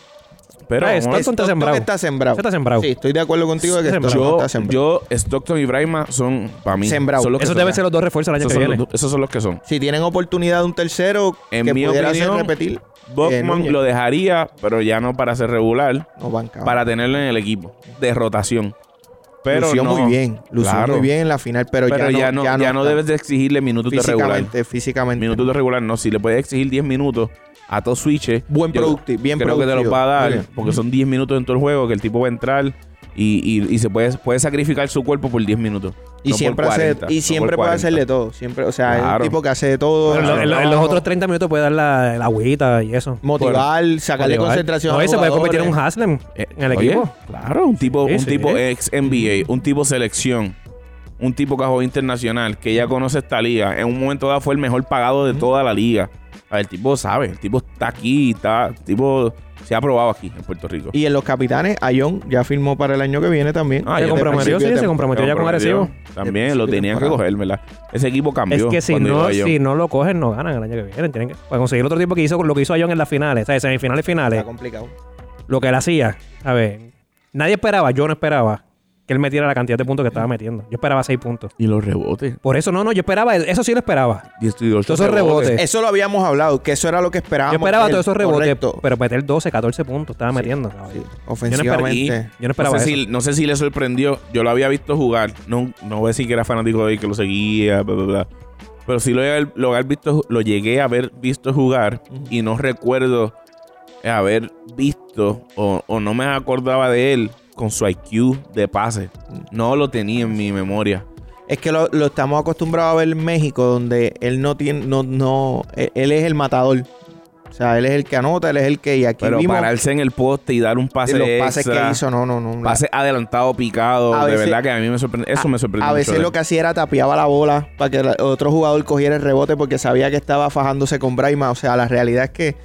S1: Pero
S3: Ah, es
S1: vamos a-
S3: Stockton está sembrado.
S2: está sembrado.
S3: Está sembrado.
S2: Sí, estoy de acuerdo contigo de que
S3: Está
S2: Stockton
S1: yo,
S2: está sembrado.
S1: yo, Stockton y Braima son para mí.
S2: Sembrado.
S1: Son los que
S3: Eso
S1: son.
S3: debe ser los dos refuerzos el año
S1: Esos
S3: que
S1: son
S3: viene.
S1: los- esos son los que son.
S2: Si tienen oportunidad de un tercero
S1: En
S2: que
S1: mi
S2: pudiera hacer
S1: opinión,
S2: repetir, eh,
S1: Bogman
S2: Núñez.
S1: lo dejaría, pero ya no para ser regular,
S2: no bancaba.
S1: para tenerlo en el equipo de rotación. Pero
S2: lució
S1: no,
S2: muy bien, lució
S1: claro.
S2: muy bien en la final, pero,
S1: Pero
S2: ya, no,
S1: ya no
S2: está.
S1: debes de exigirle minutos de regular.
S2: físicamente, físicamente.
S1: Minutos de regular, no. Si le puedes exigir 10 minutos a todos switches.
S2: Buen
S1: yo
S2: producti- bien
S1: creo que te los
S2: productivo.
S1: va a dar,
S2: Muy bien.
S1: porque son 10 minutos en todo el juego que el tipo va a entrar y, y- y se puede, puede sacrificar su cuerpo por 10 minutos.
S2: y
S1: no por
S2: siempre hace-
S1: 40, no
S2: y
S1: por
S2: siempre puede
S1: 40.
S2: hacerle todo, siempre, o sea, es un
S1: Claro.
S2: tipo que hace de todo,
S3: Pero en lo- en, lo- en los
S2: trabajo,
S3: otros 30 minutos puede dar la, la agüita y eso.
S2: motivar, sacarle
S1: motivar.
S2: concentración.
S3: No,
S2: a
S3: y se puede convertir en un
S2: jugadores.
S3: Haslem
S1: Eh,
S3: en el
S1: oye,
S3: equipo.
S1: Claro, un tipo,
S3: Sí,
S1: un
S3: sí.
S1: tipo ex NBA, un tipo selección, un tipo que jugó internacional, que ya conoce esta liga. En un momento dado fue el mejor pagado de toda la liga. A ver, el tipo sabe, el tipo está aquí, está, el tipo se ha probado aquí en Puerto Rico.
S2: Y en los capitanes, Ayón ya firmó para el año que viene también.
S1: Ah, ya
S3: se
S2: Desde
S3: comprometió,
S2: principio de
S3: sí, se
S2: temporada.
S3: comprometió ya con Arecibo.
S1: También lo tenían que coger, ¿verdad? Ese equipo
S3: Es
S1: cambió.
S3: que si
S1: cuando llegó
S3: no,
S1: Ayón.
S3: si no lo cogen, no ganan el año que viene. Tienen que, para conseguir otro tipo que hizo lo que hizo Ayon en las finales, o sea, semifinales finales,
S2: Está complicado.
S3: lo que él hacía. A ver, nadie esperaba, yo no esperaba que él metiera la cantidad de puntos que estaba metiendo. Yo esperaba 6 puntos.
S1: Y los rebotes.
S3: Por eso no, no, yo esperaba, eso sí lo esperaba.
S1: 18
S3: Todos esos rebotes.
S2: Eso lo habíamos hablado, que eso era lo que esperábamos.
S3: Yo esperaba
S2: de él,
S3: todos esos rebotes,
S2: correcto.
S3: pero meter 12, 14 puntos estaba metiendo.
S2: Sí,
S3: cabrón.
S2: ofensivamente.
S3: Yo no esperaba
S1: no sé,
S3: eso.
S1: Si, no sé si le sorprendió. Yo lo había visto jugar. No, no voy a decir que era fanático de él, que lo seguía, bla, bla, bla. Pero sí lo, llegué- lo, haber visto, lo llegué a haber visto jugar y no recuerdo haber visto o, o no me acordaba de él con su IQ de pase. No lo tenía en mi memoria.
S2: Es que lo, lo estamos acostumbrados a ver en México, donde él no tiene, no, no, él, él es el matador. O sea, él es el que anota, él es el que y aquí
S1: Pero
S2: vimos
S1: pararse en el poste y dar un pase
S2: los
S1: extra,
S2: pases que hizo, no, no, no.
S1: pase adelantado, picado.
S2: A
S1: de
S2: veces-
S1: verdad que a mí me sorprende. Eso me sorprendió.
S2: a veces lo que hacía era tapiaba la bola para que la- otro jugador cogiera el rebote porque sabía que estaba fajándose con Braima. O sea, la realidad es que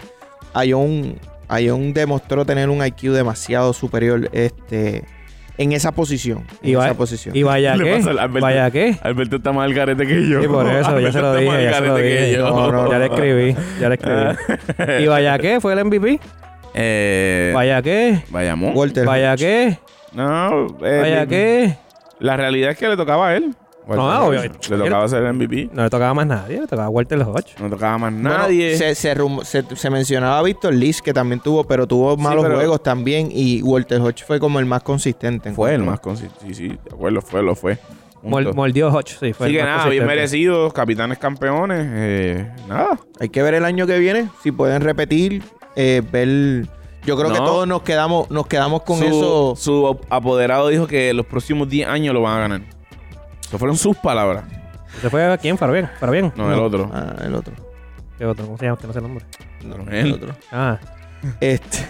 S2: Ayón, Ayón demostró tener un IQ demasiado superior este, en esa posición. En
S3: Y va-
S2: esa posición.
S3: Y vaya
S1: Le
S3: qué,
S1: pasa al Alberto.
S3: vaya qué.
S1: Alberto está más al garete que yo.
S3: Y por eso, ya
S1: Alberto
S3: se lo
S1: está más
S3: dije,
S1: al
S3: ya se lo
S1: garete que
S3: dije.
S1: yo.
S2: No, no,
S3: Ya le escribí, ya le escribí. ¿Y vaya qué? ¿Fue el MVP?
S1: Eh,
S3: ¿Vaya qué?
S1: Vayamos.
S2: Walter
S3: ¿Vaya qué?
S1: No, eh,
S3: ¿Vaya qué?
S1: La realidad es que le tocaba a él.
S3: No, obvio.
S1: Le tocaba ser el MVP.
S3: No le tocaba más nadie, le tocaba a Walter Hodge.
S1: No tocaba más
S2: Bueno,
S1: nadie.
S2: se, se, rum- se, se mencionaba a Víctor Liz, que también tuvo, pero tuvo malos
S1: pero-
S2: juegos también. Y Walter Hodge fue como el más consistente. en
S1: fue el
S2: cuanto-
S1: más consistente. Sí, sí, de acuerdo, fue, lo fue. Punto.
S3: Mol- Mordió Hodge, sí. Fue
S1: Así
S3: el
S1: que
S3: más
S1: nada, bien
S3: consistente.
S1: merecidos, capitanes campeones. eh, nada.
S2: Hay que ver el año que viene, si pueden repetir, eh, ver. Yo creo que
S1: No.
S2: todos nos quedamos, nos quedamos con
S1: su,
S2: eso.
S1: Su apoderado dijo que los próximos 10 años lo van a ganar. Esas fueron sus palabras.
S3: ¿Se fue a quién? ¿Para bien? ¿Para bien?
S1: No, el otro.
S2: Ah, el otro.
S3: ¿Qué otro? ¿Cómo se llama? Que no sé el nombre.
S2: No,
S1: Pero
S2: el
S1: él.
S2: otro.
S3: Ah,
S2: Este.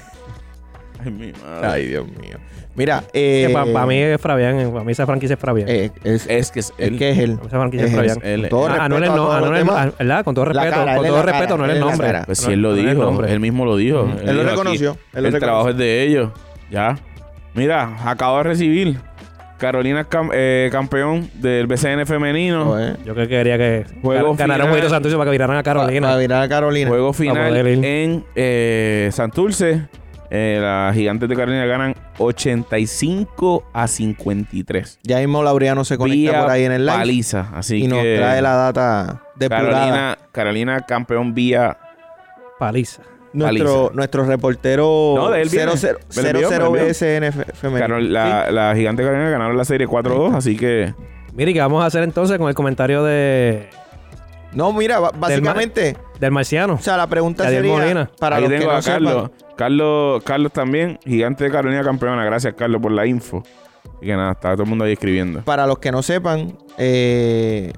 S1: Ay, mi madre.
S2: Ay, Dios mío. Mira, eh,
S3: para mí es Fabián, para mí esa franquicia es Fabián.
S2: eh, es,
S1: Es
S2: es
S1: que es él.
S2: que es él.
S3: Esa franquicia
S2: es
S3: es Fabián.
S1: él.
S2: Con todo
S3: Ah,
S2: respeto
S3: no
S2: a
S3: el
S2: todos
S3: nombre,
S2: los
S3: no
S2: demás.
S3: ¿verdad? Con todo
S2: La
S3: respeto,
S2: cara,
S3: con
S2: él
S3: todo
S2: es la
S3: respeto,
S2: cara,
S3: no
S2: él
S3: era el
S2: es la
S3: nombre.
S2: cara.
S1: Pues si él lo
S3: No era el
S1: dijo,
S3: nombre.
S1: él mismo lo dijo.
S2: Él lo
S1: dijo aquí,
S2: reconoció, él lo
S1: el
S2: reconoció.
S1: trabajo es de ellos. Ya. Mira, acabo de recibir Carolina cam- eh, campeón del BCN femenino.
S2: Joder.
S3: Yo que quería que
S1: Juego
S3: gan- ganara
S1: final.
S3: un jueguito Santos para que viraran a Carolina.
S2: Para virar a Carolina.
S1: Juego
S3: Vamos
S1: final
S3: a ver él.
S1: en eh, Santurce. Eh, las gigantes de Carolina ganan 85 a 53.
S2: Ya mismo Laureano se conecta
S1: Vía
S2: por ahí en el live
S1: paliza. Así
S2: y nos
S1: que
S2: trae la data depurada.
S1: Carolina, Carolina campeón vía
S3: Paliza.
S2: nuestro,
S1: paliza.
S2: nuestro reportero
S1: No, de él viene.
S2: 00
S1: Me lo envió, me lo
S2: 00
S1: envió.
S2: BSN fe- femenino.
S1: Carol- la, la gigante Carolina ganaron la serie 4-2, así que
S3: Mire, ¿qué vamos a hacer entonces con el comentario de,
S2: Sí. No, mira, ba- básicamente,
S3: del marciano?
S2: o sea, la pregunta
S3: Yadier
S2: sería
S3: Molina.
S2: para
S1: Ahí
S2: los
S1: tengo
S2: que no
S1: a Carlos.
S2: sepan,
S1: Carlos. Carlos también, gigante de Carolina campeona. Gracias, Carlos, por la info. Y que nada, está todo el mundo ahí escribiendo.
S2: para los que no sepan, eh,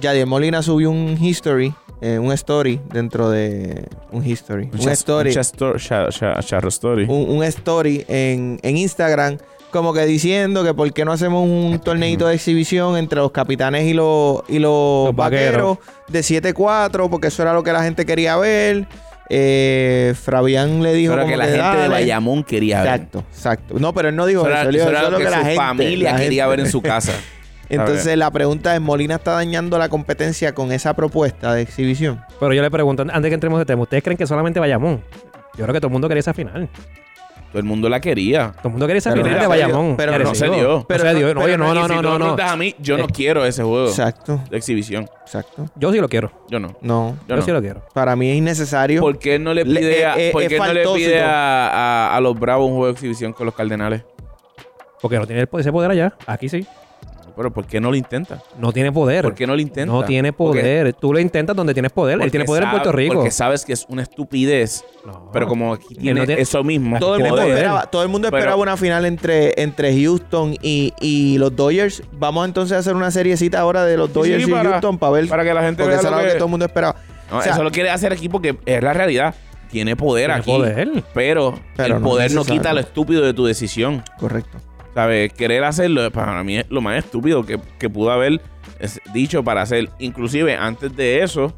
S2: Yadier Molina subió un history, eh, un story dentro de un history, un,
S1: cha-
S2: story,
S1: cha- stor- cha- cha- charro story.
S2: un, un story en, en Instagram, como que diciendo que por qué no hacemos un torneito de exhibición entre los capitanes y los, y los,
S3: Los
S2: vaqueros,
S3: vaqueros.
S2: de 7-4, porque eso era lo que la gente quería ver. Eh, Fabián le dijo
S1: Pero
S2: como
S1: que la
S2: que
S1: gente de
S2: dale.
S1: Bayamón quería ver.
S2: Exacto, exacto. No, pero él no dijo
S1: Eso
S2: eso.
S1: era,
S2: él dijo
S1: eso era
S2: eso
S1: lo que,
S2: la
S1: su
S2: gente-
S1: familia
S2: la
S1: quería
S2: gente.
S1: ver en su casa. A
S2: Entonces
S1: ver.
S2: la pregunta es, ¿Molina está dañando la competencia con esa propuesta de exhibición?
S3: este Pero yo le pregunto, antes que entremos de tema, ¿ustedes creen que solamente Bayamón? Yo creo que todo el mundo quería esa final.
S1: Todo el mundo la quería.
S3: Todo el mundo quiere esa
S2: Pero
S3: final
S1: no
S3: de
S1: se dio,
S3: Bayamón.
S2: pero
S3: y
S1: no se
S3: Arecibo.
S1: dio.
S3: No se dio. No, oye, no,
S1: y
S3: no,
S1: si tú me
S3: no, no, no.
S1: preguntas a mí, yo no
S3: Eh.
S1: quiero ese
S2: Oh.
S1: juego
S2: Exacto,
S1: de exhibición.
S2: exacto.
S3: Yo sí lo quiero.
S1: Yo no.
S2: No,
S1: Yo
S3: Yo,
S1: no.
S3: sí lo quiero.
S2: para mí es innecesario.
S1: ¿Por qué no le
S2: Le-
S1: pide, a,
S2: eh, eh,
S1: por
S2: es
S1: qué no le pide
S2: faltóxico.
S1: a, a- a los Bravos un juego de exhibición con los Cardenales?
S3: Porque no tiene el- ese poder allá. Aquí sí.
S1: Pero ¿por qué no lo intenta?
S3: No tiene poder.
S1: ¿Por qué no lo intenta?
S3: No tiene
S1: Porque-
S3: poder. Tú lo intentas donde tienes poder.
S1: porque
S3: Él tiene poder en
S1: sabe-
S3: Puerto Rico.
S1: Porque sabes que es una estupidez.
S3: No.
S1: Pero como aquí tiene,
S3: no tiene-
S1: eso mismo.
S3: Todo
S2: Todo
S3: el
S2: el
S3: mundo
S2: mundo
S1: poder.
S3: espera-
S2: esperaba- todo el mundo
S1: Pero-
S2: esperaba una final entre, entre Houston y, y los Dodgers. Vamos entonces a hacer una seriecita ahora de los
S1: Sí,
S2: Dodgers
S1: sí,
S2: y
S1: para-
S2: Houston para ver.
S1: para que la gente
S2: porque
S1: vea lo
S2: eso era lo
S1: que-
S2: que todo el mundo esperaba.
S1: No,
S2: O sea,
S1: eso lo quiere hacer aquí porque es la realidad. Tiene poder
S3: Tiene
S1: aquí.
S3: poder.
S1: Pero,
S2: Pero
S1: el
S2: no
S1: poder
S2: es
S1: no
S2: necesario.
S1: quita lo estúpido de tu decisión.
S2: Correcto.
S1: ¿Sabes? Querer hacerlo para mí es lo más estúpido que, que pudo haber es, dicho para hacer. Inclusive antes de eso,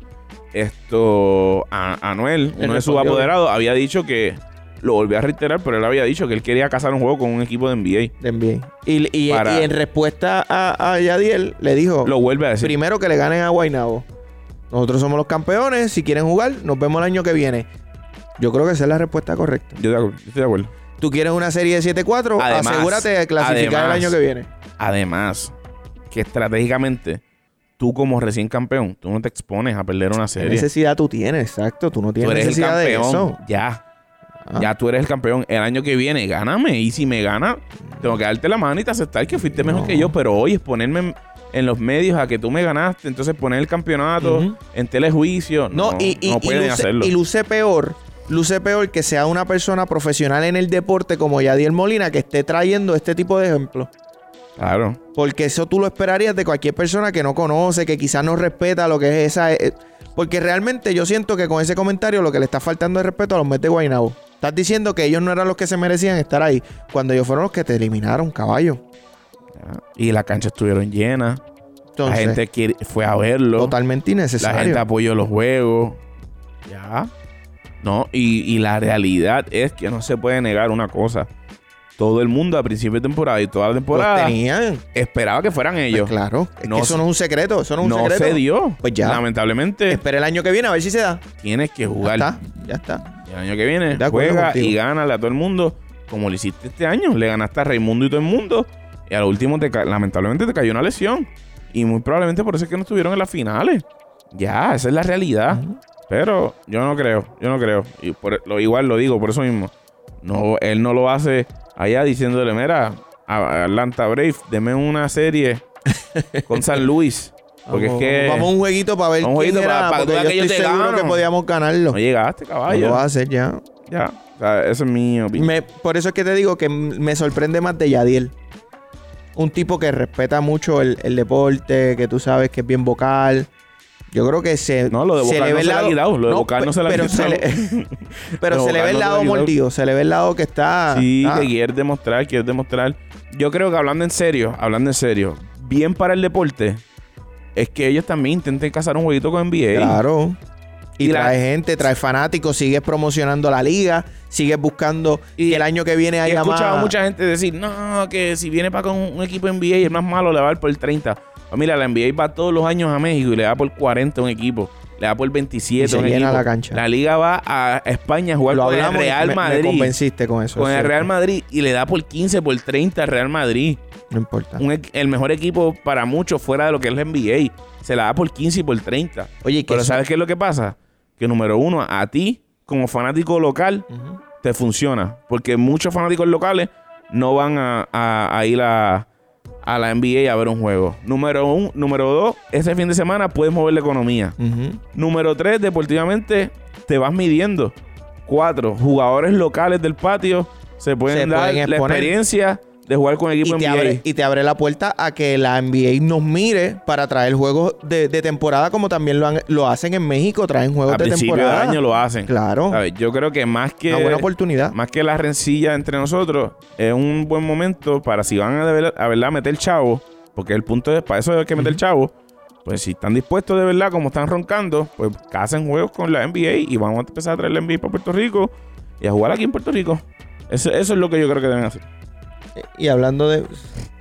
S1: esto, a- Anuel,
S2: Él
S1: uno de sus
S2: respondió.
S1: apoderados, había dicho que, lo volvió a reiterar, pero él había dicho que él quería cazar un juego con un equipo de NBA.
S2: De NBA. Y, y-
S1: Para-
S2: y en respuesta a, a Yadiel le dijo:
S1: Lo vuelve a decir.
S2: primero que le ganen a Guaynabo. Nosotros somos los campeones. Si quieren jugar, nos vemos el año que viene. Yo creo que esa es la respuesta correcta.
S1: Yo de acuerdo, yo estoy de acuerdo.
S2: Tú quieres una serie de 7-4,
S1: Además,
S2: asegúrate de clasificar
S1: además.
S2: el año que viene.
S1: Además, que estratégicamente, tú como recién campeón, tú no te expones a perder una
S2: ¿Qué
S1: serie.
S2: necesidad tú tienes? Exacto, tú no
S1: Tú
S2: tienes
S1: eres el
S2: necesidad de
S1: campeón.
S2: eso.
S1: Ya.
S2: Ah.
S1: Ya tú eres el campeón. El año que viene, gáname. Y si me gana, tengo que darte la mano y te aceptar que fuiste mejor
S2: No.
S1: que yo. Pero hoy es ponerme en, en los medios a que tú me ganaste. Entonces poner el campeonato
S2: Ujú.
S1: en telejuicio. No,
S2: No, y, y-
S1: no
S2: y
S1: pueden
S2: luce,
S1: hacerlo.
S2: y luce peor, luce peor que sea una persona profesional en el deporte como Yadiel Molina que esté trayendo este tipo de ejemplos.
S1: Claro.
S2: Porque eso tú lo esperarías de cualquier persona que no conoce, que quizás no respeta lo que es esa. eh, Porque realmente yo siento que con ese comentario lo que le está faltando es respeto a los Mets de Guaynabo. Estás diciendo que ellos no eran los que se merecían estar ahí, cuando ellos fueron los que te eliminaron, caballo.
S1: Ya. Y las canchas estuvieron llenas. la
S2: Entonces,
S1: gente quiere- fue a verlo.
S2: totalmente
S1: la
S2: innecesario.
S1: gente apoyó los juegos. Ya. No, y, y la realidad es que no se puede negar una cosa. Todo el mundo a principio de temporada y toda la
S2: Los
S1: temporada
S2: tenían.
S1: esperaba que fueran
S2: Pues
S1: ellos.
S2: claro. Es
S1: No
S2: que eso
S1: se-
S2: no es un secreto. Eso no es un
S1: no
S2: secreto.
S1: se dio.
S2: Pues ya.
S1: Lamentablemente,
S2: Espera el año que viene a ver si se da.
S1: tienes que
S2: Ya
S1: jugar.
S2: está, ya está.
S1: Y El año que viene,
S2: De acuerdo
S1: juega
S2: contigo.
S1: y gánale a todo el mundo como lo hiciste este año. Le ganaste a Raimundo y todo el mundo. Y al último, te ca- lamentablemente, te cayó una lesión. Y muy probablemente por eso es que no estuvieron en las finales. Ya, esa es la realidad. Pero yo no creo, yo no creo. Y por, e, lo, igual lo digo, por eso mismo. No, él no lo hace allá diciéndole, mira, a- Atlanta Brave, deme una serie con San Luis. Porque
S2: vamos,
S1: es que
S2: vamos a un jueguito para ver
S1: Vamos a un
S2: quién
S1: jueguito
S2: era,
S1: para- para
S2: porque
S1: dudar
S2: yo
S1: que yo
S2: estoy
S1: te
S2: seguro
S1: gano.
S2: que podíamos ganarlo.
S1: no llegaste,
S2: No lo
S1: caballo.
S2: va a hacer ya.
S1: Ya, o sea, esa es mi opinión.
S2: Me- por eso es que te digo que m- me sorprende más de Yadiel. Un tipo que respeta mucho el, el deporte, que tú sabes que es bien vocal. Yo creo que se,
S1: No, lo de vocal no
S2: el
S1: se le ha
S2: lado-
S1: quitado, lo de vocal
S2: pe-
S1: no se le ha
S2: pero
S1: quitado.
S2: le- pero
S1: Lo de vocal no se
S2: se le ve el
S1: le ha
S2: lado
S1: quitado.
S2: mordido, se le ve el lado que está...
S1: sí,
S2: está-
S1: que quieres demostrar, quieres demostrar. Yo creo que hablando en serio, hablando en serio, bien para el deporte, es que ellos también intenten cazar un jueguito con NBA.
S2: Claro. Y,
S1: Y la-
S2: trae gente, trae fanáticos, sigues promocionando la liga, sigues buscando
S1: Y-
S2: que el año que viene
S1: He
S2: haya más.
S1: escuchado a mucha gente decir, no, que si viene para con un equipo NBA y es más malo, le va a dar por 30. Pues mira, la NBA va todos los años a México y le da por 40 a un equipo. Le da por 27
S2: Y se
S1: a un
S2: llena
S1: equipo.
S2: la cancha.
S1: La liga va a España a jugar
S2: Lo
S1: con el
S2: hablamos y
S1: Real
S2: me- me
S1: Madrid.
S2: convenciste con eso.
S1: con
S2: es
S1: el
S2: cierto.
S1: Real Madrid y le da por 15, por 30 al Real Madrid.
S2: No importa.
S1: un equ- el mejor equipo para muchos fuera de lo que es la NBA. Se la da por 15 y por 30.
S2: Oye, ¿y qué
S1: Pero
S2: es-
S1: ¿sabes qué es lo que pasa? Que número uno, a ti, como fanático local,
S2: Ujú.
S1: te funciona. Porque muchos fanáticos locales no van a, a- a ir a, a la NBA a ver un juego. Número uno, número dos, ese fin de semana puedes mover la economía.
S2: Ujú.
S1: Número 3, deportivamente te vas midiendo. 4, jugadores locales del patio se pueden
S2: Se
S1: dar
S2: pueden
S1: la
S2: exponer.
S1: experiencia de jugar con equipo
S2: Y, te
S1: NBA.
S2: abre, y te abre la puerta a que la NBA nos mire para traer juegos de, de temporada, como también lo, han- lo hacen en México, traen juegos
S1: a
S2: de
S1: principio
S2: temporada.
S1: de año lo hacen.
S2: Claro.
S1: ¿Sabes? Yo creo que más que
S2: Una buena oportunidad.
S1: más que la rencilla entre nosotros, es un buen momento para si van a, de ver- a verdad meter chavo, porque el punto es para eso hay que meter chavo. Pues si están dispuestos de verdad, como están roncando, pues hacen juegos con la NBA y vamos a empezar a traer la NBA para Puerto Rico y a jugar aquí en Puerto Rico. Eso, eso es lo que yo creo que deben hacer.
S2: Y hablando de.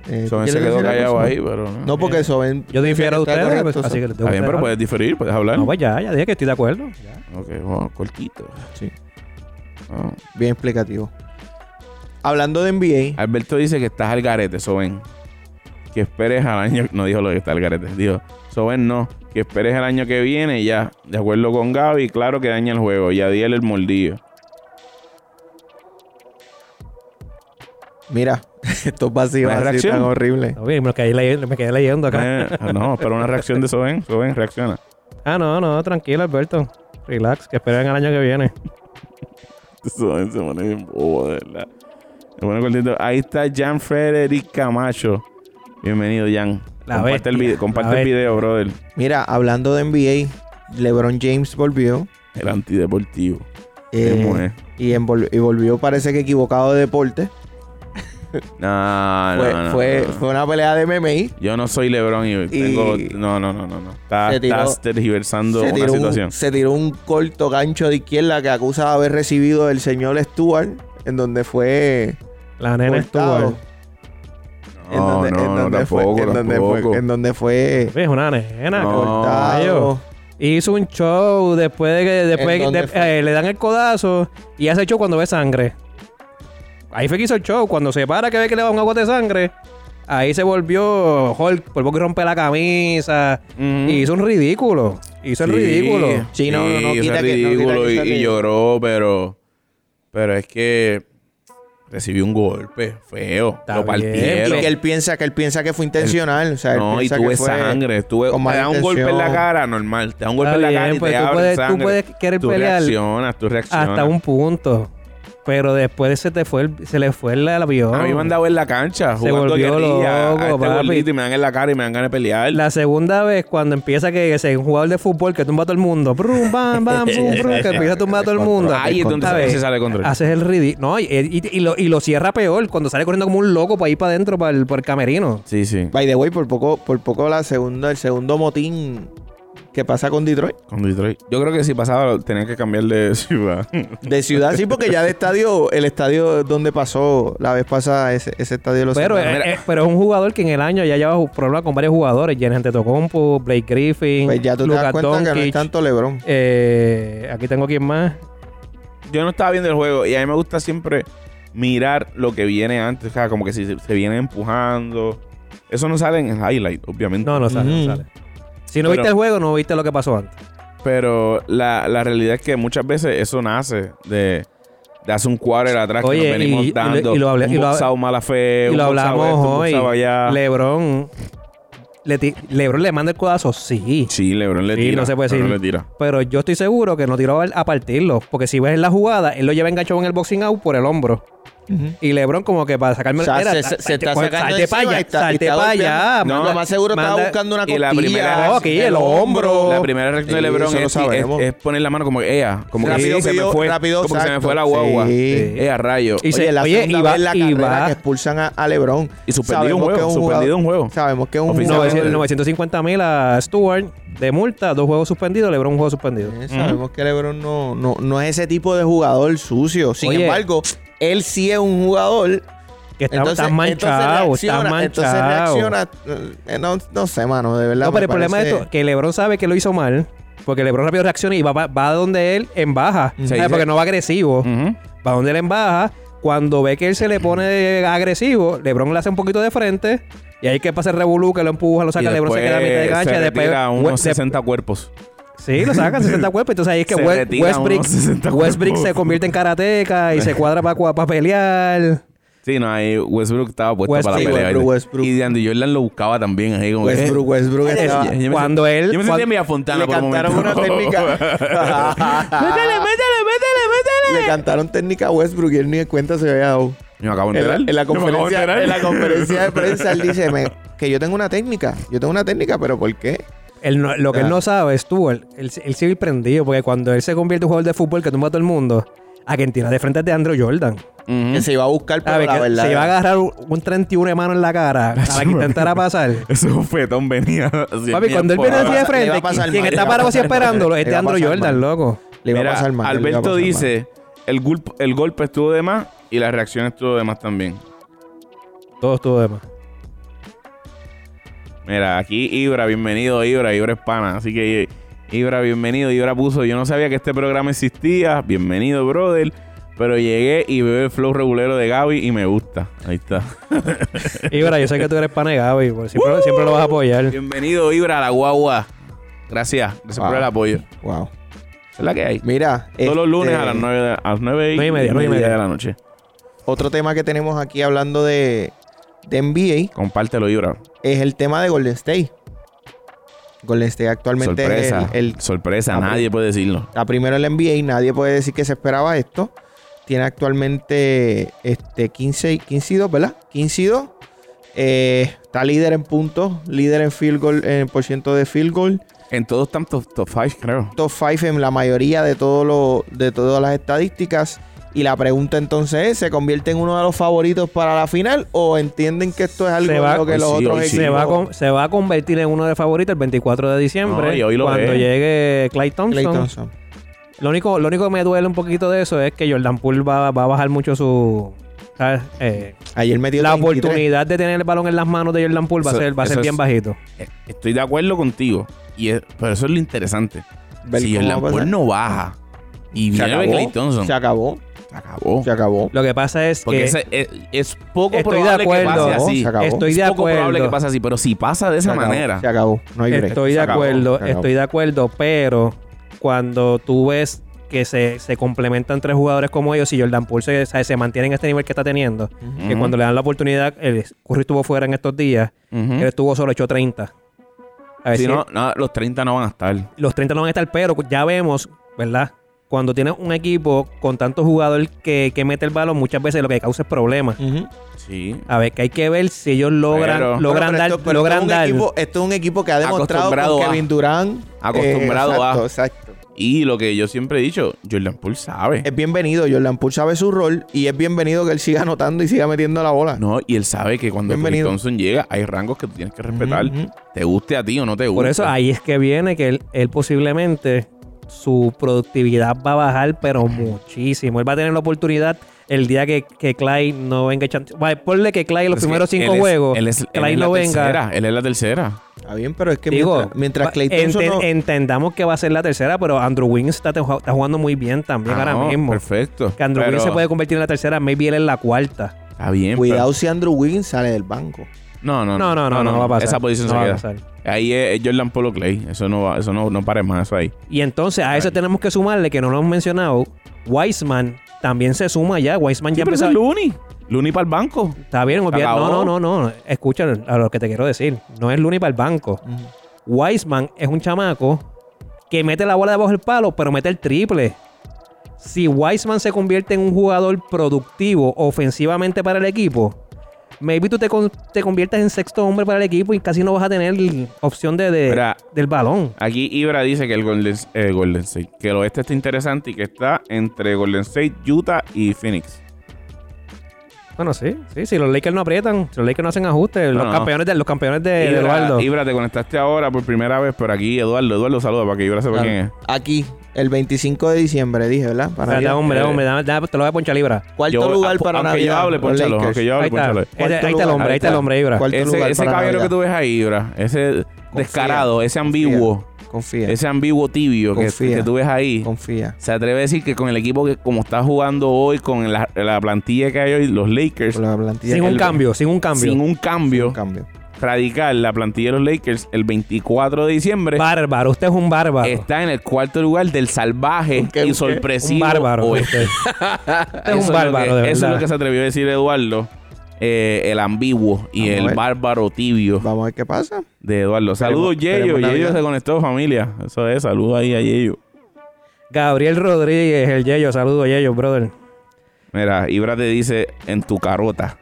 S2: eh,
S1: Soben
S2: ¿tú
S1: se quedó
S2: quieres decir algo,
S1: callado
S2: Soben?
S1: ahí, pero.
S2: No, porque Soben.
S3: Yo difiero de
S2: Está
S3: ustedes. pues,
S2: correcto,
S3: así que les
S1: Está
S3: debo
S1: bien, pero
S3: dejar.
S1: puedes diferir, puedes hablar.
S3: No, pues ya, ya dije que estoy de acuerdo. Ya.
S1: Ok, wow, cortito.
S2: Sí,
S1: Ah,
S2: bien explicativo. Hablando de NBA,
S1: Alberto dice que estás al garete, Soben. Que esperes al año. No dijo lo que está al garete, dijo. Soben no. Que esperes el año que viene y ya. De acuerdo con Gaby, claro que daña el juego. Y a Diel el mordido.
S2: mira, estos vacíos
S1: ¿Una
S2: así
S1: reacción?
S2: tan horribles.
S3: No, bien, me, lo quedé leyendo, me quedé leyendo acá.
S1: Eh, no, pero una reacción de Soben. Soben, reacciona.
S3: Ah, no, no, tranquilo, Alberto. Relax, que esperen al año que viene.
S1: Soben se pone bien bobo, de verdad. Se pone contento. Ahí está Jan Frederick Camacho. Bienvenido, Jan.
S3: La
S1: comparte el
S3: bestia,
S1: video, comparte
S3: la
S1: el video, brother.
S2: Mira, hablando de NBA, LeBron James volvió.
S1: El antideportivo.
S2: eh,
S1: Emo, eh.
S2: y, envol- y volvió, parece que equivocado de deporte.
S1: No, no,
S2: fue,
S1: Ah, no,
S2: fue,
S1: no.
S2: fue una pelea de MMI.
S1: Yo no soy LeBron y tengo. No, no, no, no. no. Está-
S2: Se tiró-
S1: Estás tergiversando
S2: Se
S1: una
S2: tiró,
S1: situación.
S2: un, se tiró un corto gancho de izquierda que acusa de haber recibido el señor Stewart, en donde fue
S3: La nena
S2: cortado.
S3: estuvo.
S2: en donde, en donde fue, en donde fue- en donde fue
S3: Es una nena.
S1: No.
S2: cortado.
S3: caballo. Hizo un show después de que después
S2: ¿En dónde
S3: de-
S2: fue?
S3: eh, le dan el codazo y hace el show cuando ve sangre. Ahí fue que hizo el show. Cuando se para que ve que le va un agua de sangre, ahí se volvió Hulk, por poco rompe la camisa.
S1: Ujú.
S3: Y hizo un ridículo. Hizo el
S1: Sí,
S3: ridículo.
S2: Sí, no, no, no,
S1: hizo
S2: quita
S1: el
S2: que- no, quita
S1: ridículo
S2: que
S1: y-
S2: sea
S1: y,
S2: ridículo.
S1: lloró, pero. Pero es que. Recibió un golpe feo.
S3: Está
S1: lo
S3: bien.
S1: partieron.
S2: Y que él piensa que él piensa que fue intencional, o sea, él
S1: no, y
S2: piensa
S1: tuve
S2: que fue-
S1: sangre. Tuve,
S2: con
S1: te
S2: mala
S1: da un golpe en la
S2: intención.
S1: cara, normal. Te da un golpe
S3: Está
S1: en la cara
S3: bien,
S1: y
S3: pues
S1: te
S3: tú
S1: abre
S3: puedes- tú
S1: sangre.
S3: puedes querer
S1: tú
S3: pelear
S1: reaccionas, tú reaccionas.
S3: Hasta un punto. Pero después se te fue el- se le fue el avión.
S1: A mí me han dado en la cancha.
S3: Se
S1: jugando
S3: volvió
S1: guerrilla,
S3: loco,
S1: a este
S3: papi.
S1: gordito y me dan en la cara y me dan ganas de pelear.
S3: La segunda vez, cuando empieza que sea un jugador de fútbol que tumba a todo el mundo, brum, bam, bam, brum, brum, que empieza a tumbar a todo el mundo.
S1: Ahí es donde
S3: ¿Sabes?
S1: se sale de control.
S3: Haces el ridículo. No, y, y- y lo, y lo cierra peor cuando sale corriendo como un loco para ir para adentro, para el, para el camerino.
S1: Sí, sí.
S2: By the way, por poco, por poco la segunda, el segundo motín que pasa con Detroit.
S1: Con Detroit. Yo creo que si pasaba tenía que cambiar de ciudad.
S2: De ciudad, sí, porque ya de estadio, el estadio donde pasó la vez pasada, ese, ese estadio lo
S3: Pero,
S2: cerraron.
S3: es- es- pero es un jugador que en el año ya lleva ju- problemas con varios jugadores. Jenny Antetokounmpo, Blake Griffin,
S2: Pues ya tú te
S3: Luka
S2: das cuenta que no es
S3: Doncic.
S2: tanto Lebron.
S3: Eh, aquí tengo quien más.
S1: Yo no estaba viendo el juego y a mí me gusta siempre mirar lo que viene antes. O sea, como que si se, se viene empujando. Eso no sale en el highlight, obviamente.
S3: No, no sale,
S2: Mm.
S3: no sale. Si no
S1: Pero-
S3: viste el juego, no viste lo que pasó antes.
S1: Pero la, la realidad es que muchas veces eso nace de, de hace un quarter atrás que
S3: Oye,
S1: nos venimos
S3: y- y lo-
S1: dando.
S3: y lo hablé-
S1: un
S3: y lo hab-
S1: boxado mala fe,
S3: Y
S1: un
S3: lo
S1: boxeo
S3: hablamos
S1: esto, un
S3: hoy.
S1: boxeo allá.
S3: Lebron. Le ti- Lebron le manda el codazo, sí.
S1: Sí, Lebron le
S3: Sí,
S1: tira.
S3: no se puede
S1: Lebron
S3: decir.
S1: le tira.
S3: Pero yo estoy seguro que no tiró a partirlo. Porque si ves en la jugada, él lo lleva enganchado en el boxing out por el hombro. Y Lebron, como que para sacarme
S2: O sea,
S3: Era,
S2: se,
S3: sa-
S2: se- se está
S3: pues,
S2: sacando
S3: salte
S2: encima
S3: para allá,
S2: y está- y
S3: salte
S2: está
S3: para allá.
S2: golpeando.
S1: manda-
S2: lo más seguro
S3: manda-
S2: estaba buscando una
S1: y
S2: costilla.
S1: la primera-
S3: No, aquí, el hombro.
S1: La primera reacción de
S2: Sí,
S1: LeBron
S2: eso lo
S1: es,
S2: sabemos.
S1: es- es poner la mano como que, ea, como
S2: Rápido
S1: que se me
S2: pidió-
S1: fue,
S2: rápido
S1: como que se me
S2: salto.
S1: fue la guagua.
S2: Sí.
S1: Ea, rayo.
S3: Y
S2: Oye,
S3: se-
S2: la
S3: oye,
S2: segunda
S3: y va-
S2: vez la
S3: y
S2: carrera
S3: va-
S2: que expulsan a, a LeBron.
S1: Y suspendido un
S2: Sabemos que
S1: juego,
S2: es
S1: suspendido un juego.
S2: Sabemos que es un
S1: Oficial.
S2: jugador.
S3: 900- 950 mil a Stewart de multa, dos juegos suspendidos, Lebron un juego suspendido.
S2: Eh, Sabemos que LeBron no, no, no es ese tipo de jugador sucio. Sin
S3: Oye.
S2: embargo, él sí es un jugador.
S3: Que está,
S2: Entonces,
S3: estás manchado,
S2: entonces
S3: estás
S2: reacciona,
S3: manchado.
S2: Entonces reacciona. eh, No, no sé, mano, de verdad.
S3: No,
S2: me
S3: pero el problema de
S2: parece-
S3: esto es que Lebron sabe que lo hizo mal. Porque Lebron rápido reacciona y va, va, va donde él en baja.
S1: Sí,
S3: ¿sabes?
S1: sí.
S3: Porque no va agresivo.
S1: Ujú.
S3: Va donde él en baja. Cuando ve que él se le pone agresivo, Lebron le hace un poquito de frente. Y ahí que pasa el revolú, que lo empuja, lo saca,
S1: Y
S3: Lebron se queda a mitad de
S1: después
S3: cancha.
S1: se
S3: y después,
S1: retira
S3: we-
S1: unos
S3: de-
S1: 60 cuerpos.
S3: sí, lo sacan 60 cuerpos. Entonces ahí es que
S1: Se
S3: West-
S1: retira
S3: Westbrook,
S1: unos 60
S3: Westbrook
S1: cuerpos.
S3: se convierte en karateca y se cuadra para para pelear.
S1: Sí, no, ahí Westbrook estaba puesto
S3: Westbrook,
S1: para la pelea.
S2: Westbrook,
S1: ¿viste?
S2: Westbrook.
S1: Y DeAndre Jordan lo buscaba también ahí como que,
S2: Westbrook, Westbrook
S1: eh,
S2: estaba-
S1: yo me
S3: Cuando
S1: sentí-
S3: él-
S1: Yo me sentía
S3: cuando-
S1: en Villa Fontana
S2: Le
S1: por un
S2: cantaron una
S1: momento.
S2: técnica.
S3: ¡Métele, métele,
S2: Le cantaron técnica a Westbrook y él ni de cuenta se había dado.
S1: Yo me acabo de
S2: En la,
S1: enterar.
S2: en la
S1: Yo me acabo de enterar.
S2: conferencia, en la conferencia de prensa él dice me- que yo tengo una técnica. Yo tengo una técnica, pero ¿por qué?
S3: Él no- lo que él
S2: Ah.
S3: no sabe es tú, él, él, él sigue prendido, porque cuando él se convierte en un jugador de fútbol que tumba a todo el mundo, a quien tira de frente es de Andrew Jordan.
S1: Ujú.
S2: Que se iba a buscar, pero
S3: ¿Sabe?
S2: la
S3: Ah, Que
S2: verdad.
S3: se va a agarrar un- un 31 de mano en la cara para que intentara pasar.
S1: Ese bofetón venía. así,
S3: Papi, cuando él viene
S1: por-
S3: así de
S2: Le va a
S3: frente,
S2: pasar
S3: quien
S2: mal, le
S3: está
S2: va a
S3: parado así
S2: pasar mal.
S3: esperándolo
S2: Le
S3: es de
S2: va a
S3: Andrew
S2: pasar mal.
S3: Jordan, loco.
S2: le iba
S1: Mira,
S2: a pasar mal. le iba a
S1: Alberto
S2: pasar mal.
S1: dice, el, gulp- el golpe estuvo de más y la reacción estuvo de más también.
S3: Todo estuvo de más.
S1: Mira, aquí Ibra, bienvenido Ibra, Ibra es pana. Así que Ibra, bienvenido. Ibra puso, yo no sabía que este programa existía. Bienvenido, brother. Pero llegué y veo el flow regulero de Gaby y me gusta. Ahí está.
S3: Ibra, yo sé que tú eres pana de Gaby, porque siempre, siempre lo vas a apoyar.
S1: Bienvenido, Ibra, a la guagua. Gracias. Gracias por
S2: Wow.
S1: el apoyo.
S2: Wow.
S1: Es la que hay.
S2: Mira,
S1: Todos los
S2: este,
S1: lunes a las 9, de- a las nueve y,
S3: Nueve y media,
S1: nueve y
S3: nueve y
S1: media de
S3: media.
S1: la noche.
S2: Otro tema que tenemos aquí hablando de, de NBA
S1: Compártelo, Ibra.
S2: es el tema de Golden State. Golden State actualmente es
S1: Sorpresa.
S2: el- el
S1: Sorpresa,
S2: Ah,
S1: nadie puede decirlo.
S2: La primera en la NBA y nadie puede decir que se esperaba esto. Tiene actualmente este, 15, y- 15 y 2, ¿verdad? 15 y 2. Eh, está líder en puntos, líder en field goal, en por ciento de field goal.
S1: En todos están top 5, creo.
S2: Top 5 en la mayoría de, todo lo- de todas las estadísticas. Y la pregunta entonces es, ¿se convierte en uno de los favoritos para la final o entienden que esto es algo
S3: Se
S2: en
S3: va-
S2: lo que
S1: Hoy
S2: los
S1: sí,
S2: otros
S1: hoy sí.
S2: equipos-
S3: Se, va a con- se va a convertir en uno de los favoritos el 24 de diciembre.
S1: No, y hoy lo
S3: cuando
S1: es.
S3: llegue Clay Thompson.
S2: Klay Thompson.
S3: Lo, único, lo único que me duele un poquito de eso es que Jordan Poole va, va a bajar mucho su. ¿sabes? Eh,
S2: Ayer metió
S3: la
S2: 33.
S3: oportunidad de tener el balón en las manos de Jordan Poole va a
S1: Eso-
S3: ser, va a ser
S1: eso
S3: bien
S1: es-
S3: bajito.
S1: Eh, Estoy de acuerdo contigo. Y es- pero eso es lo interesante.
S2: Ver
S1: si
S2: cómo
S1: el
S2: va a pasar.
S1: Lampard no baja y
S2: Se
S1: viene
S2: acabó,
S1: Clay Thompson,
S2: Se acabó.
S1: se acabó.
S2: Se acabó.
S3: Lo que pasa es
S1: Porque
S3: que
S1: ese- es, es poco
S3: Eh, Estoy de
S1: probable que
S3: acuerdo.
S1: pase así.
S2: Se acabó.
S3: estoy
S1: Es
S3: de
S1: poco probable que
S3: acuerdo.
S1: pase así, pero si pasa de esa
S2: Se acabó,
S1: manera,
S2: Se acabó. No hay break.
S3: Estoy
S2: Se
S3: de
S2: acabó,
S3: acuerdo,
S2: se acabó.
S3: estoy de acuerdo, pero cuando tú ves que se, se complementan tres jugadores como ellos y Jordan Poole se, se- se mantiene en este nivel que está teniendo, que
S1: Ujú.
S3: cuando le dan la oportunidad, el Curry estuvo fuera en estos días,
S1: Ujú.
S3: él estuvo solo hecho 30. A ver
S1: si
S3: si
S1: no, no, los 30 no van a estar.
S3: los 30 no van a estar, pero ya vemos, ¿verdad? Cuando tienes un equipo con tantos jugadores que, que mete el balón, muchas veces lo que causa es problemas.
S2: Ujú.
S1: Sí.
S3: A ver, que hay que ver si ellos logran,
S1: Pero-
S2: Pero,
S3: logran
S2: pero
S3: dar,
S2: esto- pero esto es
S3: logran
S2: un
S3: dar.
S2: equipo- esto es un equipo que ha demostrado
S1: Acostumbrado
S2: con
S1: a.
S2: Kevin Durant.
S1: Acostumbrado
S2: eh,
S1: a.
S2: Exacto, exacto.
S1: Y lo que yo siempre he dicho, Jordan Poole sabe.
S2: Es bienvenido. Jordan Poole sabe su rol y es bienvenido que él siga anotando y siga metiendo la
S3: Ah.
S2: bola.
S1: No, y él sabe que cuando Clay
S2: Bienvenido.
S1: Thompson llega, hay rangos que tú tienes que respetar.
S2: Ujú.
S1: Te guste a ti o no te guste.
S3: Por eso ahí es que viene que él, él posiblemente su productividad va a bajar, pero muchísimo. Él va a tener la oportunidad el día que, que Clay no venga echando. Vale, ponle que Clay en los
S1: Es Pues que
S3: primeros
S1: él
S3: cinco
S1: es-
S3: juegos,
S1: él es, él
S3: Clay
S1: es
S3: no
S1: la
S3: venga.
S1: tercera, él es la tercera.
S2: Está bien, pero es que
S3: Digo,
S2: mientras, mientras
S3: va-
S2: Klay Thompson
S3: enten-
S2: no-
S3: entendamos que va a ser la tercera, pero Andrew Wiggins está, te- está jugando muy bien también
S1: Ah,
S3: ahora
S1: no,
S3: mismo.
S1: Perfecto.
S3: Que Andrew
S1: Pero-
S3: Wiggins se puede convertir en la tercera, maybe él en la cuarta.
S1: Está bien.
S2: Cuidado si Andrew Wiggins sale del banco.
S1: pero- No, no,
S3: No, no, no, no, no va a pasar.
S1: Esa posición
S3: No
S1: se
S3: va a
S1: queda.
S3: pasar.
S1: Ahí es, es Jordan Polo Clay. Eso no va, eso no, no pares más, eso ahí.
S3: Y entonces a eso tenemos que sumarle, que no lo hemos mencionado, Wiseman también se suma ya. Wiseman ya empezó.
S1: Looney. Looney para el banco.
S3: Está bien, olvida-
S1: acabó.
S3: No, no, no, no. Escucha a lo que te quiero decir. No es Looney para el banco. Wiseman es un chamaco que mete la bola debajo del palo, pero mete el triple. Si Wiseman se convierte en un jugador productivo ofensivamente para el equipo, maybe tú te, con- te conviertas en sexto hombre para el equipo y casi no vas a tener opción de, de-
S1: Mira.
S3: del balón.
S1: Aquí Ibra dice que el Golden, eh, Golden State, que el oeste está interesante y que está entre Golden State, Utah y Phoenix.
S3: Bueno, sí, sí, si los Lakers no aprietan, si los Lakers no hacen ajustes,
S1: No,
S3: los,
S1: no.
S3: Campeones de, los campeones de, de
S1: Ibra,
S3: Eduardo.
S1: Ibra, te conectaste ahora por primera vez, pero aquí Eduardo, Eduardo saluda para que Ibra sepa quién es.
S2: Aquí, el 25 de diciembre, dije, ¿verdad? Para
S3: Espérate,
S2: Navidad.
S3: hombre, hombre, dame- dame- te lo voy a ponchar Libra.
S2: Cuarto
S1: Yo-
S2: lugar
S1: apo-
S2: para
S1: aunque
S2: Navidad.
S1: yo hable,
S2: los
S1: ponchalo,
S2: Lakers.
S1: aunque yo hable,
S3: Ahí está,
S1: ponchalo.
S3: Ese- ahí está el hombre, ahí está el hombre, Ibra.
S2: Cuarto
S1: Ese,
S2: lugar
S1: ese
S2: para
S1: caballero que
S2: Navidad.
S1: tú ves ahí, Ibra, ese descarado, ese ambiguo,
S2: Confía,
S1: ese ambiguo tibio que,
S2: Confía.
S1: que tú ves ahí,
S2: confía.
S1: se atreve a decir que con el equipo que como está jugando hoy, con la, la plantilla que hay hoy, los Lakers,
S2: Por la plantilla
S3: Sin
S2: que-
S3: un cambio, sin un cambio.
S1: sin un cambio
S2: Un cambio.
S1: radical, la plantilla de los Lakers el 24 de diciembre
S3: Bárbaro, usted es un bárbaro.
S1: está en el cuarto lugar del salvaje
S2: qué?
S1: y sorpresivo
S3: un bárbaro.
S1: oeste.
S3: usted. Usted es
S1: Eso
S3: un
S1: lo
S3: bárbaro,
S1: que-
S3: de
S1: Eso es lo
S3: verdad.
S1: que se atrevió a decir Eduardo. eh, el ambiguo y
S2: Vamos a
S1: el
S2: ver.
S1: bárbaro tibio
S2: Vamos a ver qué pasa.
S1: de Eduardo. Saludos, Yeyo.
S2: esperemos
S1: Yeyo
S2: Navidad.
S1: se conectó, familia. Eso es, saludos ahí a Yeyo.
S3: Gabriel Rodríguez, el Yeyo, saludos Yeyo, brother.
S1: Mira, Ibra te dice en tu carota.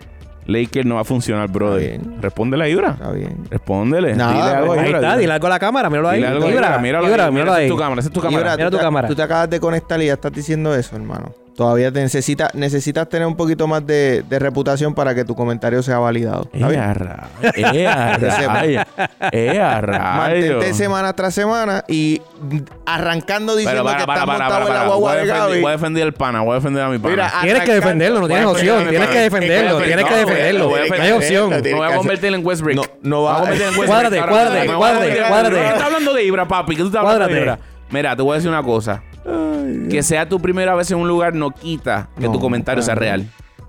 S1: Laker no va a funcionar, brother.
S2: bien.
S1: Respóndele a Ibra.
S2: Está bien.
S1: Respóndele.
S2: Nada,
S1: Dile algo a
S3: ahí
S1: Ibra,
S3: está,
S1: dile-
S3: dile algo a la cámara, míralo ahí.
S1: dile algo a Ibra,
S3: Ibra,
S1: míralo ahí,
S3: Ibra,
S1: mira,
S3: míralo
S1: esa es tu
S3: ahí.
S1: cámara, esa es tu cámara.
S2: Ibra,
S3: Mira
S2: tú
S3: tu
S2: te-
S3: cámara.
S2: Tú te acabas de conectar y ya estás diciendo eso, hermano. Todavía te necesita, necesitas tener un poquito más de, de reputación para que tu comentario sea validado. ¿Está bien?
S1: Ea, ra- ea,
S2: Que sepa.
S1: raya. Ea, rayo.
S2: Mantente semana tras semana y mm, arrancando
S1: Pero
S2: diciendo
S1: para,
S2: que
S1: para,
S2: estás
S1: para, para,
S2: montado en la
S1: para. Voy
S2: guagua
S1: a
S2: de
S1: defender-
S2: Gaby.
S1: voy a defender al pana, voy a defender a mi pana.
S2: Mira,
S3: Tienes que
S2: arrancando-
S3: defenderlo, no tienes
S2: Voy a
S3: opción,
S2: defenderlo,
S3: tienes que
S2: hermano.
S3: defenderlo, tienes que
S1: No,
S3: defenderlo,
S1: voy a
S3: no hay
S1: defenderlo,
S3: opción.
S2: tienes
S1: Me
S2: que
S1: voy a
S2: hacer-
S1: convertir en Westbrook.
S2: No, no va
S1: Me voy a convertir en Westbrook.
S3: Cuádrate,
S1: Ahora,
S3: cuádrate,
S1: me voy a convertir en
S3: cuádrate,
S1: Westbrook.
S3: cuádrate.
S1: ¿Qué estás hablando de Ibra, papi? ¿Qué tú estás hablando de
S3: Cuádrate.
S1: Ibra? Mira, te voy a decir una cosa. Que sea tu primera vez en un lugar no quita que
S2: No,
S1: tu comentario sea
S2: claro.
S1: real.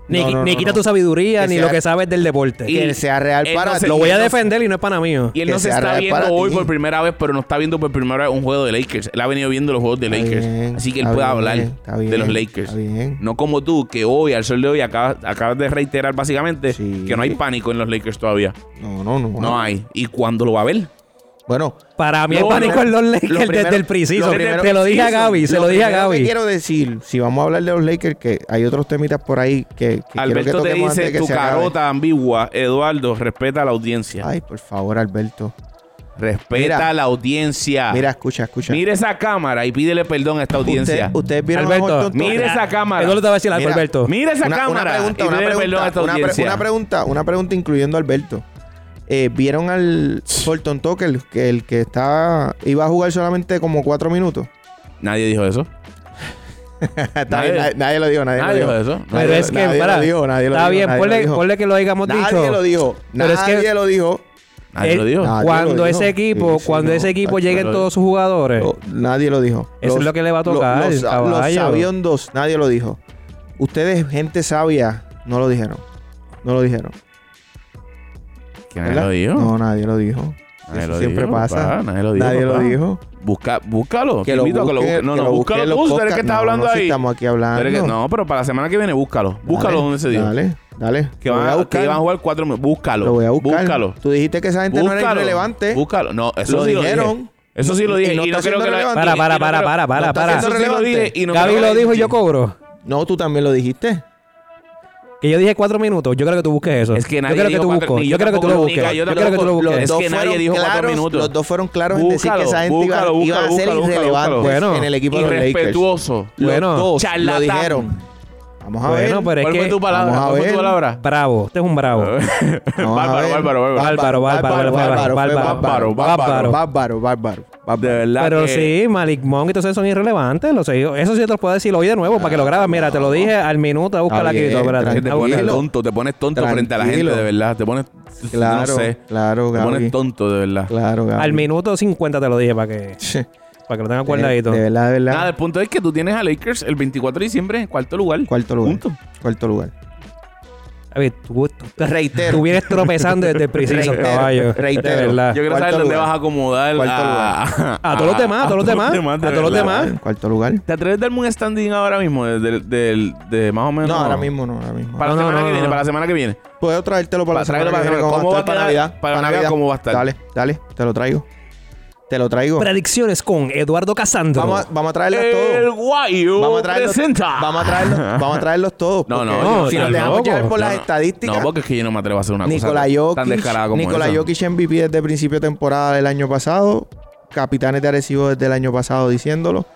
S3: Ni,
S2: No, no,
S3: ni
S2: no,
S3: quita
S2: no.
S3: tu sabiduría,
S2: Que
S3: ni
S2: sea-
S3: lo que sabes del deporte.
S1: Y-
S2: que sea real
S1: él
S2: para
S1: no se-
S2: ti.
S3: lo voy a
S2: Él no-
S3: defender y no es pana mío.
S1: Y él
S2: Que
S1: no se
S2: sea
S1: está
S2: real
S1: viendo
S2: para
S1: hoy
S2: ti.
S1: por primera vez, pero no está viendo por primera vez un juego de Lakers. Él ha venido viendo los juegos de
S2: Está
S1: Lakers.
S2: bien,
S1: así que él
S2: está
S1: puede
S2: bien,
S1: hablar
S2: está bien,
S1: de los Lakers.
S2: Está bien.
S1: No como tú, que hoy, al sol de hoy, acabas, acabas de reiterar básicamente
S2: Sí.
S1: que no hay pánico en los Lakers todavía.
S2: No, no, no.
S1: No hay. ¿Y cuándo lo va a ver?
S2: Bueno,
S3: Para mí
S1: Lo
S3: el pánico es
S1: primero-
S3: los
S2: lo
S3: Lakers
S2: primero-
S3: desde el preciso.
S2: lo
S3: Te
S2: primero-
S3: te lo dije a Gaby, se lo dije a
S2: primero que
S3: Gaby.
S2: quiero decir, si vamos a hablar de los Lakers, que hay otros temitas por ahí que, que quiero que
S1: Alberto te
S2: toquemos antes
S1: dice
S2: de que
S1: tu
S2: se acabe".
S1: carota ambigua, Eduardo, respeta a la audiencia.
S2: Ay, por favor, Alberto.
S1: respeta
S2: mira.
S1: a la audiencia.
S2: Mira, escucha, escucha.
S1: Ah. Mira esa cámara y pídele perdón a esta audiencia.
S2: Usted- ustedes vieron
S3: Alberto,
S2: a Horton Tucker?
S1: mire esa cámara.
S3: Eduardo te va a decir algo,
S2: Mira,
S3: Alberto.
S1: Mira esa
S2: Una-
S1: cámara
S2: Una pregunta,
S1: y pídele
S2: una
S1: perdón a
S2: pregunta,
S1: esta
S2: una, pre-
S1: audiencia.
S2: una pregunta, una pregunta incluyendo a Alberto. Eh, ¿Vieron al Horton Tucker, que el que está iba a jugar solamente como cuatro minutos?
S1: Nadie dijo eso.
S2: nadie, nadie- nadie lo dijo, nadie,
S1: Nadie
S2: lo
S1: dijo
S2: dijo.
S1: eso.
S2: Nadie
S3: Pero
S2: lo-
S3: es que,
S2: nadie
S3: para,
S2: lo dijo, nadie lo
S3: está
S2: dijo,
S3: bien,
S2: nadie
S3: ponle,
S2: lo dijo.
S3: ponle que lo hayamos
S2: Nadie
S3: dicho.
S2: lo dijo.
S3: Pero es que-
S2: Nadie lo dijo.
S1: Nadie
S2: Eh,
S3: Él-
S1: Ah, lo dijo.
S2: Nadie
S3: Cuando
S2: ah, lo dijo.
S3: ese equipo,
S2: Sí, sí,
S3: cuando
S2: no, ah,
S3: ese equipo
S2: tacho,
S3: lleguen
S1: lo-
S3: todos sus jugadores.
S2: Lo- nadie lo dijo.
S3: Eso es lo que le va a tocar,
S2: Los,
S3: caballo.
S2: los sabiondos, nadie lo dijo. Ustedes, gente sabia, no lo dijeron. No lo dijeron.
S1: Que nadie
S2: ¿verdad?
S1: lo dijo.
S2: No, nadie lo dijo.
S1: Nadie
S2: Eso
S1: lo
S2: siempre
S1: dijo,
S2: pasa.
S1: papá. Nadie lo dijo.
S2: nadie
S1: papá.
S2: lo dijo.
S1: Busca, búscalo.
S2: Que
S1: Te
S2: lo
S1: invito a que lo
S2: busque-
S1: busque. No,
S2: que
S1: no,
S2: lo
S1: búscalo
S2: busque en
S1: tú.
S2: los
S1: tú eres que
S2: podcasts.
S1: estás
S2: No,
S1: hablando
S2: no, si
S1: ahí.
S2: estamos aquí
S1: Tú
S2: hablando.
S1: eres que- no, pero para la semana que viene, búscalo. Búscalo
S2: Dale,
S1: donde se dio.
S2: Dale, dale.
S1: Que
S2: Lo
S1: van
S2: voy
S1: a,
S2: a
S1: que
S2: buscar.
S1: van a jugar cuatro minutos. Búscalo.
S2: Lo voy a buscar.
S1: Búscalo.
S2: Tú dijiste que esa gente no era
S1: Búscalo.
S2: irrelevante.
S1: Búscalo. No, eso
S2: Lo
S1: sí lo
S2: dijeron.
S1: dije. Eso sí lo dije.
S2: Y no
S1: Y no
S2: está
S1: creo
S2: siendo
S1: que lo
S2: relevante.
S3: Para,
S1: y- y
S3: para,
S1: no
S3: para,
S1: creo-
S3: para, para,
S2: está
S3: para.
S1: Eso sí lo dije. Y no
S3: Gaby
S1: creo-
S3: lo dijo y yo cobro.
S2: No, tú también lo dijiste.
S3: Que yo dije cuatro minutos. Yo creo que tú busques eso.
S1: Es que
S3: yo
S1: nadie
S3: creo que
S1: dijo
S3: tú
S1: cuatro-
S3: busques.
S1: ni
S3: Yo
S1: yo
S3: creo que tú lo
S1: tampoco,
S3: busques.
S1: ni yo
S3: Yo creo que tú lo
S1: tampoco,
S3: busques.
S1: los dos. que nadie
S2: fueron
S1: dijo cuatro
S2: claros-
S1: minutos.
S2: Los dos fueron claros en decir que
S1: Búscalo,
S2: esa gente iba-
S1: búscalo,
S2: iba, a
S1: búscalo,
S2: ser
S1: búscalo,
S2: irrelevante
S3: búscalo.
S2: en el equipo de los Lakers.
S1: Irrespetuoso.
S2: Los
S3: Bueno,
S2: dos lo
S1: charlatán.
S2: dijeron. Vamos a
S3: Bueno,
S2: ver.
S3: pero es
S1: ¿Cuál fue
S3: que.
S1: tu palabra?
S2: Vamos a
S1: ¿Cuál fue tu
S2: ver.
S1: palabra?
S3: Bravo. Este es un bravo.
S2: Vamos a
S1: Bárbaro,
S2: ver.
S1: bárbaro, bárbaro.
S3: Bárbaro, bárbaro, bárbaro,
S2: Bárbaro, fue
S1: bárbaro,
S2: Bárbaro,
S3: bárbaro, bárbaro.
S2: bárbaro,
S1: De
S2: bárbaro.
S1: verdad.
S3: Pero
S1: que-
S3: sí, Malik Monk, entonces son irrelevantes. Lo sé. Eso sí te lo puedo decir hoy de nuevo para que lo grabes. Mira, te lo dije al minuto. Búscala aquí.
S2: bien,
S3: todo, espérate.
S1: Que te
S2: Tranquilo.
S1: pones tonto, te pones tonto frente a la gente, de
S2: Tranquilo.
S1: verdad. Te pones.
S2: Claro,
S1: no sé.
S2: claro,
S1: Te
S2: Gaby.
S1: pones tonto, de verdad.
S2: Claro, Gaby.
S3: Al minuto 50 te lo dije para que, para que lo tengas guardadito.
S2: De, de verdad, de verdad.
S1: Nada, el punto es que tú tienes a Lakers el 24 de diciembre en cuarto lugar.
S2: Cuarto lugar.
S1: Punto.
S2: Cuarto lugar.
S3: A ver, tú, tú-
S2: Reitero.
S3: tú vienes tropezando desde el preciso,
S2: Reitero,
S3: caballo.
S2: reitero.
S3: De verdad.
S1: Yo quiero
S2: Cuarto
S1: saber dónde
S2: lugar.
S1: vas a acomodar
S2: Cuarto
S1: a,
S3: A todos los demás, a todos los demás,
S1: de
S3: a todos los
S1: verdad.
S3: demás.
S2: Cuarto lugar.
S1: ¿Te atreves a darme un standing ahora mismo? De, de- de- de más o menos.
S2: No, ahora mismo no, ahora mismo.
S1: Para
S3: No,
S1: la
S3: no,
S1: semana
S3: no,
S1: que
S3: no.
S1: viene, para la semana que viene.
S2: Puedo traértelo para,
S1: Para
S2: la semana
S1: traerlo para la
S2: que viene,
S1: semana.
S2: ¿cómo
S1: ¿Cómo
S2: va a estar
S1: va a
S2: para
S1: quedar?
S2: Navidad?
S1: Para Navidad,
S2: Navidad.
S1: ¿cómo va a estar?
S2: Dale, dale, te lo traigo. Te lo traigo.
S3: Predicciones con Eduardo Casandro.
S2: Vamos a, vamos a traerlos
S1: El
S2: todos.
S1: guayo
S2: Vamos a traerlos.
S1: presenta.
S2: Vamos a traerlos, vamos a traerlos todos.
S1: No,
S2: porque
S1: no,
S2: si
S1: yo-
S2: nos
S1: yo
S2: dejamos
S3: loco.
S2: llevar por
S1: No,
S2: las
S1: no.
S2: estadísticas,
S1: No, porque es que yo no me atrevo a hacer una cosa
S2: Nikola
S1: tan
S2: Jokic,
S1: descarada como
S2: Nikola
S1: esa.
S2: Jokic MVP desde principio de temporada del año pasado, capitanes de Arecibo desde el año pasado diciéndolo.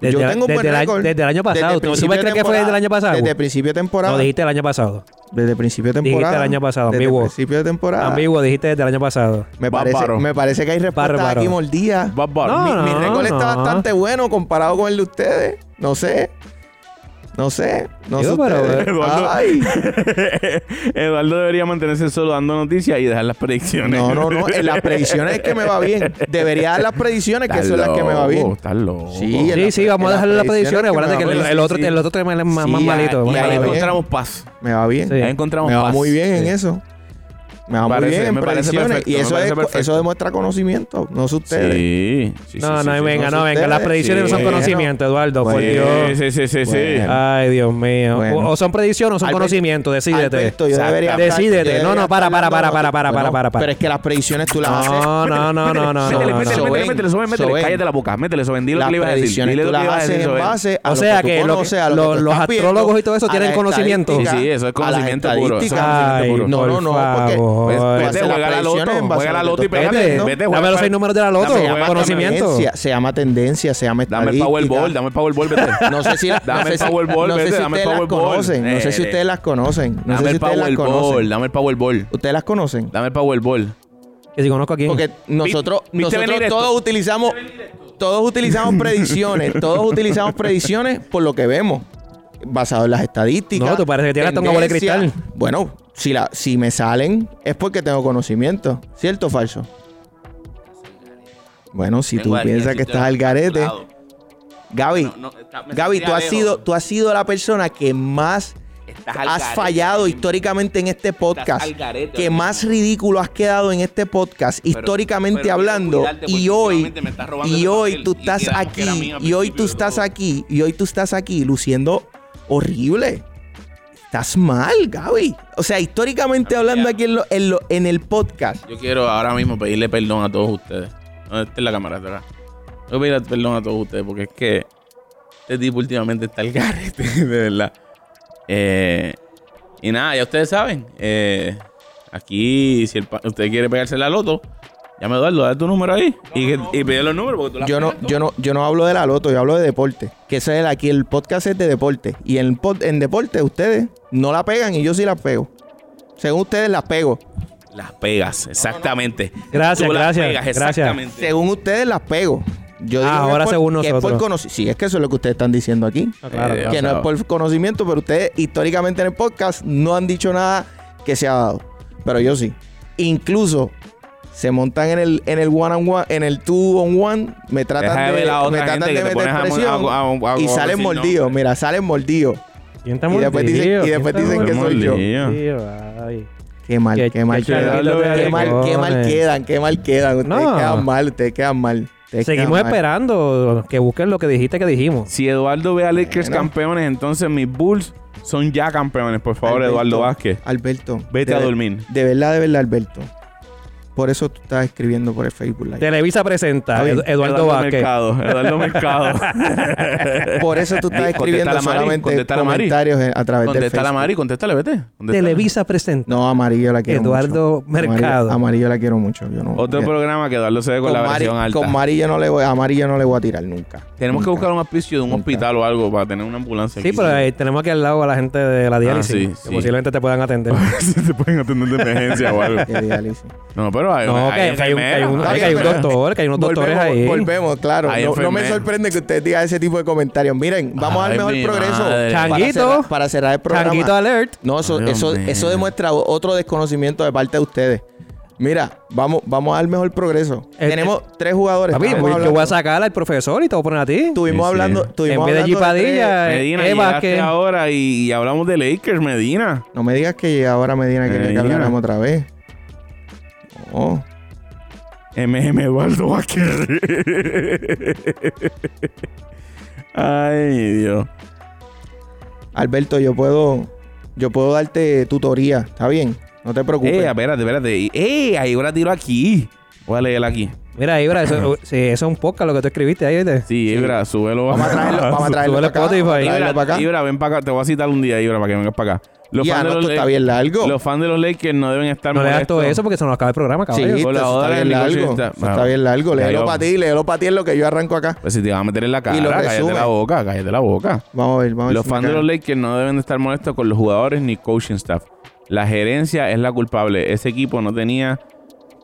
S3: Desde
S2: Yo
S3: la-
S2: tengo un buen
S3: desde el año-
S2: récord.
S3: desde el año pasado. ¿Tú- tú
S2: principio
S3: me
S2: de
S3: crees que fue desde el año
S2: temporada,
S3: pasado?
S2: Desde principio de temporada.
S3: No dijiste el año pasado.
S2: Desde principio de
S3: Dijiste
S2: temporada.
S3: el año pasado,
S2: Desde
S3: ambiguo.
S2: principio de temporada.
S3: Ambiguo, dijiste desde el año pasado.
S2: Me parece,
S1: Bárbaro.
S2: me parece que hay respuestas
S3: Bárbaro.
S2: aquí mordidas.
S1: Bárbaro.
S3: No,
S1: Mi-
S2: Mi récord
S3: no.
S2: está bastante bueno comparado con el de ustedes. No sé. No sé. No
S3: Digo,
S2: sé
S3: pero, eh,
S2: ustedes.
S1: Eduardo-
S2: Ay.
S1: Eduardo debería mantenerse solo dando noticias y dejar las predicciones.
S2: No, no, no. En las predicciones es que me va bien. Debería dar las predicciones que son las que me va bien.
S1: Estás loco.
S2: Sí, en
S3: sí,
S2: la-
S3: sí, vamos a
S2: en
S3: dejar las predicciones. Acuérdate que
S2: me
S3: el,
S2: va
S3: el
S2: bien.
S3: otro,
S2: Sí,
S3: el otro tema es más,
S2: Sí,
S3: más
S2: ahí-
S3: malito.
S1: Y
S3: más
S1: ahí
S2: bien.
S3: malito.
S1: encontramos paz.
S2: sí, Me va bien.
S3: Sí.
S1: Ahí encontramos
S2: Me va
S1: paz.
S2: muy bien eh, en
S1: Sí.
S2: eso. Me va muy
S1: Parece-
S2: bien en
S1: me parece
S2: predicciones.
S1: perfecto,
S2: y
S1: me
S2: eso,
S1: parece
S2: es-
S1: perfecto.
S2: eso demuestra conocimiento, no es ustedes.
S1: Sí. sí,
S3: No,
S1: sí,
S3: no,
S1: sí, sí,
S3: venga,
S1: sí.
S3: no, venga. Las
S2: ustedes.
S3: predicciones no son
S2: Bueno.
S3: conocimiento, Eduardo. Por
S1: Sí,
S3: Dios.
S1: Sí, sí, sí, sí.
S2: Bueno.
S3: Ay, Dios mío.
S2: Bueno.
S3: O, o son predicciones o son
S2: Alberto-
S3: conocimiento, decídete.
S2: Alberto, yo
S1: Exacto.
S2: debería estar-
S3: Decídete.
S2: yo debería
S3: No, no, para,
S2: estar dando-
S3: para, para, para, para,
S2: Bueno,
S3: para, Ah. para.
S2: Pero es que las predicciones tú las haces.
S3: No, no, no, no, no, no,
S1: métele, métele,
S3: no, no.
S1: métele,
S2: Soben,
S1: métele, soben, métele.
S2: soben.
S1: Cállate la boca, métele, soben. Dile lo
S2: las
S1: que le ibas a decir.
S2: predicciones
S1: Dile
S2: tú
S1: lo que
S2: las
S1: ibas a
S2: haces
S1: decir,
S2: en
S1: soben.
S2: base a
S3: O
S2: lo
S3: sea
S2: tú
S3: que lo-
S2: conoces, a lo que
S3: lo-
S2: tú
S3: los
S2: estás viendo,
S3: astrólogos y todo eso
S2: a
S3: tienen
S2: las
S3: conocimiento.
S2: estadísticas,
S1: Sí, sí, eso es
S2: a las
S1: conocimiento puro, eso es
S2: estadísticas.
S1: conocimiento puro.
S2: No, no, no, porque pues, tú
S3: Por favor. Vete,
S2: haces
S1: Vete,
S2: las
S1: juega la loto.
S2: predicciones en base
S1: Juega
S2: a
S1: la
S2: lo
S1: loto
S2: que
S1: y
S2: tú estás
S1: pégate.
S3: Vete,
S2: viendo.
S1: Vete,
S3: dame
S1: juega
S3: los seis
S1: para-
S3: números de la loto.
S2: Se llama
S3: Conocimiento.
S2: tendencia, se llama tendencia, se llama
S1: Dame el
S2: estadística.
S1: Powerball, dame el Powerball, vete.
S2: No sé si, no
S1: Dame
S2: sé
S1: el
S2: si-
S1: Powerball,
S2: no sé
S1: vete,
S2: si
S1: dame el
S2: ustedes las
S1: Powerball.
S2: conocen. No sé si
S1: Eh,
S2: ustedes las conocen. No sé
S1: Dame
S2: si
S1: el
S2: ustedes las
S1: Powerball,
S2: conocen.
S1: dame el Powerball.
S2: Ustedes las conocen.
S1: Dame el Powerball.
S3: Que si conozco a quién.
S2: Porque nosotros,
S1: ¿viste
S2: nosotros
S1: venir esto?
S2: todos utilizamos, todos utilizamos predicciones, todos utilizamos predicciones por lo que vemos, basado en las estadísticas.
S3: No, tú parece que tienes hasta una bola de
S2: tendencias.
S3: cristal.
S2: Bueno, si la, si me salen es porque tengo conocimiento, cierto o falso. Bueno, si tú
S1: Tengo ahí,
S2: piensas
S1: aquí
S2: que
S1: tengo
S2: estás al garete,
S1: lado.
S2: Gaby,
S1: No, no, está- me
S2: Gaby,
S1: sentía
S2: tú has,
S1: lejos.
S2: sido, tú has sido la persona que más
S1: Estás al
S2: has
S1: garete,
S2: fallado
S1: Gaby.
S2: históricamente en este podcast.
S1: al garete,
S2: Que
S1: Gaby.
S2: más ridículo has quedado en este podcast,
S1: Pero- pero
S2: históricamente
S1: quiero
S2: hablando.
S1: cuidarte porque
S2: Y hoy,
S1: últimamente me estás robando
S2: y
S1: ese
S2: hoy
S1: papel
S2: tú
S1: y
S2: estás
S1: quedamos que era
S2: aquí,
S1: mío al
S2: y hoy
S1: principio
S2: tú
S1: de
S2: estás
S1: todo.
S2: aquí, y hoy tú estás aquí luciendo horrible. Estás mal, Gaby. O sea, históricamente hablando aquí en, lo- en lo- en el podcast.
S1: Yo quiero ahora mismo pedirle perdón a todos ustedes. No, esta es la cámara, esta acá. Yo Quiero pedirle perdón a todos ustedes porque es que este tipo últimamente está al garete, de verdad. Eh, y nada, ya ustedes saben. eh, aquí, si el pa- usted quiere pegarse la loto, llame a Eduardo, da tu número ahí. y, que- y pide los números porque tú la
S2: Yo no, yo no, yo no hablo de la loto, yo hablo de deporte. Que eso es el, aquí el podcast es de deporte. Y en, pod- en deporte ustedes no la pegan y yo sí la pego. Según ustedes la pego.
S1: las pegas, exactamente.
S3: Gracias,
S1: Tú las
S3: gracias,
S1: pegas,
S3: gracias.
S1: exactamente.
S2: Según ustedes las pego. Yo digo
S3: Ah,
S2: que es
S3: ahora
S2: por-
S3: según
S2: que es por
S3: nosotros.
S2: conoci- sí, es que eso es lo que ustedes están diciendo aquí.
S3: Ah, claro,
S1: Eh,
S3: claro.
S2: que no es por conocimiento, pero ustedes históricamente en el podcast no han dicho nada que se ha dado. Pero yo sí. Incluso se montan en el en el one on one, en el two on one, me tratan
S1: Deja de
S2: de,
S1: ver a otra
S2: me tratan
S1: gente que
S2: de
S1: te
S2: meter
S1: pones a mon-
S2: presión
S1: a- a- a-
S2: y
S1: a
S2: salen
S1: decir
S2: mordidos,
S1: nombres.
S2: mira, salen mordidos.
S3: ¿Quién está
S2: Y después dicen-
S3: mordido?
S2: y
S3: ¿Quién
S2: después
S3: está
S2: dicen que
S1: Qué
S2: soy yo.
S1: mordida.
S3: mordido? Ay.
S2: Qué mal,
S3: Qué-
S2: qué, mal
S3: qué
S2: quedan.
S1: charlatán de
S2: Qué mal, qué mal
S3: cojones.
S2: quedan, qué mal quedan. Ustedes
S3: No.
S2: quedan mal, ustedes quedan mal. ustedes quedan
S3: Seguimos
S2: mal.
S3: esperando que busquen lo que dijiste que dijimos.
S1: Si Eduardo ve a Lakers
S2: Bueno.
S1: campeones, entonces mis Bulls son ya campeones. Por favor,
S2: Alberto,
S1: Eduardo Vázquez.
S2: Alberto.
S1: Vete
S2: de
S1: a
S2: ver-
S1: dormir.
S2: De verdad, de verdad, Alberto. Por eso tú estás escribiendo por el Facebook Live.
S3: Televisa presenta
S2: Está bien.
S3: Edu- Eduardo Vázquez.
S1: Mercado. Eduardo Mercado.
S2: Por eso tú estás
S1: Contesta
S2: escribiendo
S1: la Mari,
S2: solamente
S1: contesta la Mari.
S2: comentarios en- a través de
S1: Contéstala,
S2: Facebook.
S1: Mari. Contéstale, vete. Contéstala.
S3: Televisa presenta.
S2: No, amarillo la quiero
S3: Eduardo
S2: mucho. Amarillo-
S3: Mercado.
S2: Amarillo, la quiero mucho. Yo no,
S1: Otro
S2: yo-
S1: programa que Eduardo se ve con,
S2: con,
S1: la
S2: Mari,
S1: versión alta.
S2: con Mari yo no le voy, a Mari yo no le voy a tirar nunca.
S1: Tenemos que
S2: Nunca.
S1: buscar un auspicio de un
S2: Nunca.
S1: hospital o algo para tener una ambulancia.
S3: Sí,
S1: aquí.
S3: pero ahí tenemos aquí al lado a la gente de la diálisis.
S1: sí,
S3: que
S1: sí.
S3: posiblemente te puedan atender.
S1: Si te pueden atender de emergencia o algo.
S2: Que diálisis.
S1: No, pero hay,
S3: no, que hay, que hay un, que hay un-
S1: enfermeras.
S3: que hay un doctor, que hay unos doctores
S2: volvemos,
S3: ahí.
S2: volvemos, claro.
S1: Hay
S2: No, no me
S1: enfermeras.
S2: sorprende que usted diga ese tipo de comentarios. Miren, vamos
S1: Ay,
S2: al mejor
S1: mi
S2: progreso.
S1: madre.
S2: Para
S3: Changuito.
S2: cerrar- Para cerrar el programa.
S3: Changuito alert.
S2: No, eso,
S1: Dios
S2: eso,
S1: mío.
S2: eso demuestra o- otro desconocimiento de parte de ustedes. Mira, vamos, vamos al mejor progreso.
S3: El-
S2: Tenemos tres jugadores.
S3: Este, Papi,
S2: Estamos
S3: yo voy a
S2: hablando-
S3: sacar al profesor y te voy a poner a ti.
S1: Sí,
S2: Estuvimos
S1: sí.
S2: hablando.
S3: en
S2: Estuvimos
S3: vez de eh,
S2: hablando de tres-
S3: Gipadilla,
S1: Medina,
S3: Eva,
S1: llegaste
S3: que-
S1: ahora y, y hablamos de Lakers, Medina.
S2: No me digas que ahora Medina quería que
S1: Medina.
S2: habláramos otra vez. Oh.
S1: MM Eduardo Vázquez. Ay, Dios.
S2: Alberto, yo puedo. Yo puedo darte tutoría. ¿Está bien? No te preocupes.
S1: Eh, espérate, espérate. Eh, ahí ahora tiro aquí. Voy a leer aquí.
S3: Mira, Ibra, eso, sí, eso es un podcast lo que tú escribiste ahí, ¿viste?
S1: Sí, Ibra, súbelo.
S2: vamos a traerlo, vamos a traerlo
S3: Súbele
S2: para acá.
S3: Spotify.
S2: vamos a traerlo
S1: Ibra,
S2: para acá.
S1: Ibra, ven para acá. Te voy a citar un día, Ibra, para que vengas para acá. Los
S2: Ya,
S1: fans,
S2: no,
S1: de
S2: esto
S1: los,
S2: está
S1: Lake-
S2: bien largo.
S1: los fans de los Lakers no deben estar
S3: No le das todo
S1: molestos.
S3: eso porque se nos acaba el programa,
S2: Sí,
S3: cabrón.
S2: esto
S1: la
S2: está
S1: hora
S2: bien
S1: del
S2: largo.
S1: negocio está-
S2: Esto Está
S1: Bueno,
S2: bien largo.
S1: ya
S2: Léelo
S1: yo-
S2: para ti, léelo para ti en lo que yo arranco acá.
S1: Pues si te van a meter en la cara,
S2: lo
S1: cállate
S2: resume.
S1: la boca, cállate la boca.
S2: Vamos a ver, vamos a ver.
S1: Los
S2: si me
S1: fans de
S2: cae.
S1: los Lakers no deben de estar molestos con los jugadores ni coaching staff. La gerencia es la culpable. Ese equipo no tenía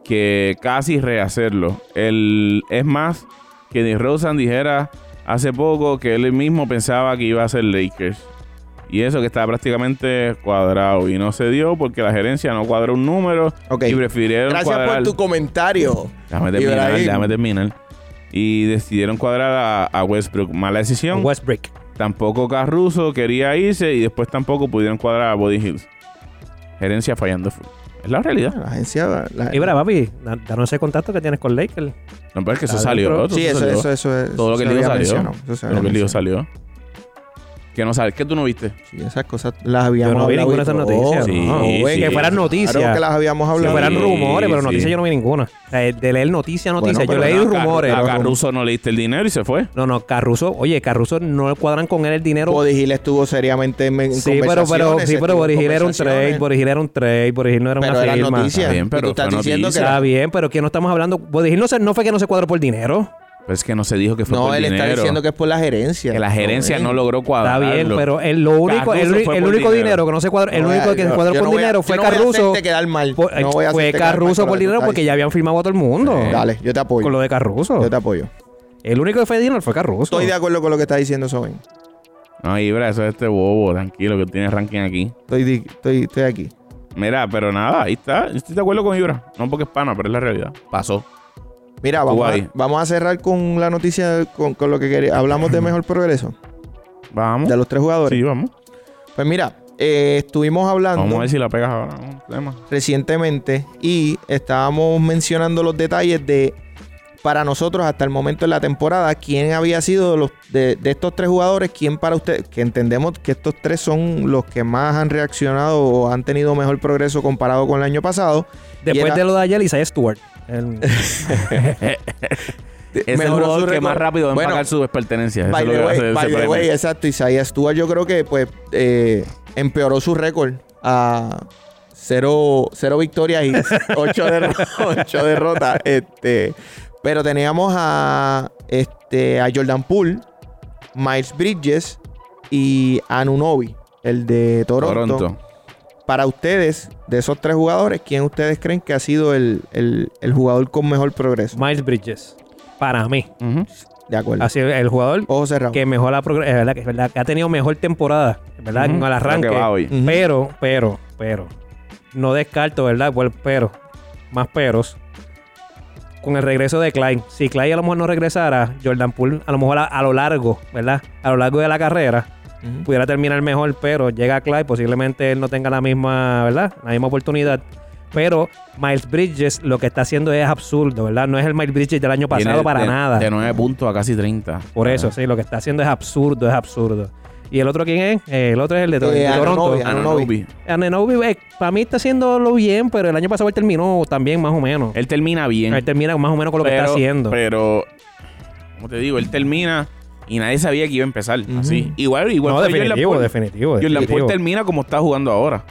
S1: que casi rehacerlo. El, es más, que Nick Rosen dijera hace poco que él mismo pensaba que iba a ser Lakers. Y eso que estaba prácticamente cuadrado. Y no se dio porque la gerencia no cuadró un número.
S2: Ok.
S1: Y prefirieron
S2: Gracias
S1: cuadrar-
S2: por tu comentario.
S1: Déjame terminar,
S2: Ibrahim.
S1: déjame terminar. Y decidieron cuadrar a, a Westbrook. Mala decisión.
S3: Westbrook.
S1: Tampoco Carruso quería irse y después tampoco pudieron cuadrar a Body Hills. Gerencia fallando. full. Es la realidad.
S2: La agencia. la-
S3: Ibra, papi, da- danos ese contacto que tienes con Laker.
S1: No, pero es que eso
S3: Está
S1: salió.
S3: dentro.
S1: otro,
S2: sí, eso,
S1: salió.
S2: eso, eso, es.
S1: Todo lo que el lío salió.
S2: Eso
S1: Todo lo que el lío salió. Que no sabes, que tú no viste.
S2: Sí, esas cosas las habíamos
S3: Yo no vi
S2: hablado.
S3: ninguna de esas
S2: y todo.
S3: noticias,
S1: Sí, no. sí.
S3: que fueran
S2: Oh, Claro
S3: noticias.
S2: que las habíamos
S3: Que
S2: hablado.
S3: fueran
S1: Sí,
S3: rumores, pero
S1: sí.
S3: noticias yo no vi ninguna. O sea, de leer noticias, noticias.
S2: Bueno, pero
S3: yo leí
S1: No, a Car-
S3: rumores.
S1: A Carruso no le diste el dinero y se fue.
S3: No, no, Carruso. Oye, Carruso no cuadran con él el dinero.
S2: Bodegil estuvo seriamente en, en
S3: sí, pero, pero,
S2: conversaciones,
S3: sí, pero
S2: estuvo en
S3: Boris Hill era un trade,
S2: conversaciones.
S3: Boris Hill era un trade, Boris Hill no era
S2: Pero
S3: una
S2: eran
S3: firma.
S2: noticias.
S1: Está bien, pero
S2: tú estás
S1: fue
S2: diciendo que
S1: noticia.
S3: Está bien, pero que no estamos hablando. Boris Hill no, se- no fue que no se cuadró por dinero.
S1: Pero es que no se dijo que fue
S2: No,
S1: por
S2: él
S1: dinero.
S2: está diciendo que es por la gerencia. eh.
S1: Que la gerencia no logró
S3: Está
S1: cuadrar.
S3: bien, pero el, lo único, el,
S1: Caruso fue
S3: el
S1: por
S3: único
S1: dinero.
S3: dinero. que no se cuadró, el
S2: No voy
S3: único
S2: a-
S3: que se
S2: yo-
S3: cuadró
S2: yo
S3: por
S2: no voy a-
S3: dinero
S2: yo
S3: fue
S2: no voy a
S3: Carruso.
S2: hacerte quedar mal.
S3: Por-
S2: No voy a
S3: fue
S2: hacerte quedar mal con
S3: Carruso
S2: lo
S3: por
S2: que tú
S3: dinero
S2: estás
S3: porque ya habían firmado a todo el mundo.
S1: Eh,
S2: Dale, yo te apoyo.
S3: Con lo de Carruso.
S2: Yo te apoyo.
S3: El único que fue dinero fue Carruso.
S2: Estoy de acuerdo con lo que está diciendo Soben.
S1: No, Ibra, eso es este bobo, tranquilo, que tiene ranking aquí.
S2: Estoy, di- estoy, estoy aquí.
S1: Mira, pero nada, ahí está. Yo estoy de acuerdo con Ibra. No porque es pana, pero es la realidad. Pasó.
S2: Mira,
S1: Tú
S2: vamos
S1: ahí.
S2: a, vamos a cerrar con la noticia, con, con lo que quería- hablamos de mejor progreso
S1: Vamos.
S2: de los tres jugadores.
S1: Sí, vamos.
S2: Pues mira, eh, estuvimos hablando
S1: Vamos a ver si la pegas ahora. no, problema.
S2: recientemente y estábamos mencionando los detalles de, para nosotros hasta el momento en la temporada, quién había sido de, los, de, de estos tres jugadores, quién para usted, que entendemos que estos tres son los que más han reaccionado o han tenido mejor progreso comparado con el año pasado.
S3: Después
S2: Y era-
S3: de lo de ayer, Isaiah Stewart. El-
S1: Es el
S2: Mejoró su
S1: jugador que
S2: récord.
S1: más rápido va a
S2: Bueno,
S1: empacar sus pertenencias. Eso
S2: By
S1: es lo
S2: the
S1: que
S2: way,
S1: hace ese
S2: by the
S1: premio.
S2: way, exacto. Isaías Stewart yo creo que pues eh, empeoró su récord a cero, cero victorias y ocho, derro- ocho derrotas. Este, pero teníamos a, este, a Jordan Poole, Miles Bridges y Anunobi, el de Toronto
S1: Toronto.
S2: para ustedes, de esos tres jugadores, ¿quién ustedes creen que ha sido el, el- el jugador con mejor progreso?
S3: Miles Bridges. Para mí.
S1: Ujú.
S2: De acuerdo.
S3: Ha sido el jugador
S2: Ojo cerrado.
S3: que mejor ha progre- es verdad que- es verdad que ha tenido mejor temporada, ¿verdad?
S1: Ujú.
S3: Con el
S1: La que
S3: arranque.
S1: va hoy.
S2: Ujú.
S3: Pero, pero, pero. No descarto, ¿verdad? Pues, pero. Más peros. Con el regreso de Klein. Si Klein a lo mejor no regresara, Jordan Poole a lo mejor a, a lo largo, ¿verdad? A lo largo de la carrera
S2: Ujú.
S3: pudiera terminar mejor, pero llega Klein, posiblemente él no tenga la misma, ¿verdad? La misma oportunidad. Pero Miles Bridges lo que está haciendo es absurdo, ¿verdad? No es el Miles Bridges del año pasado
S1: Viene
S3: para
S1: de-
S3: nada.
S1: De 9 puntos a casi 30.
S3: Por eso, sí, lo que está haciendo es absurdo, es absurdo. ¿Y el otro quién es? Eh, el otro es el de, Tor-
S2: Eh,
S3: de Toronto.
S2: Anunoby.
S1: Ah, Anunoby.
S3: Ananobi, para mí está haciéndolo bien, pero el año pasado él terminó también más o menos.
S1: Él termina Eh, bien.
S3: Él termina más o menos con lo que
S1: pero-
S3: está haciendo.
S1: Pero, como te digo, él termina y nadie sabía que iba a empezar.
S2: Ujú.
S1: Así. Igual, igual
S3: no,
S1: fue Jordan
S3: definitivo,
S1: Poole.
S3: definitivo,
S1: Jordan
S3: definitivo.
S1: Poole termina como está jugando ahora.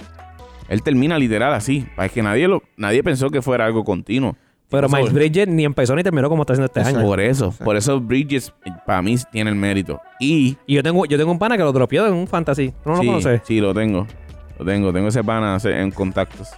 S1: Él termina literal así. Es que nadie lo, nadie pensó que fuera algo continuo.
S3: Pero
S1: Eso-
S3: Miles Bridges ni empezó ni terminó como está haciendo este
S2: Exacto.
S3: año.
S1: Por eso. Por eso Bridges, eh, para mí, tiene el mérito. Y...
S3: Y yo tengo, yo tengo un pana que lo dropeó en un fantasy. ¿Tú no
S1: sí,
S3: lo conoces?
S1: Sí, lo tengo. Lo tengo. Tengo ese pana se- en contactos.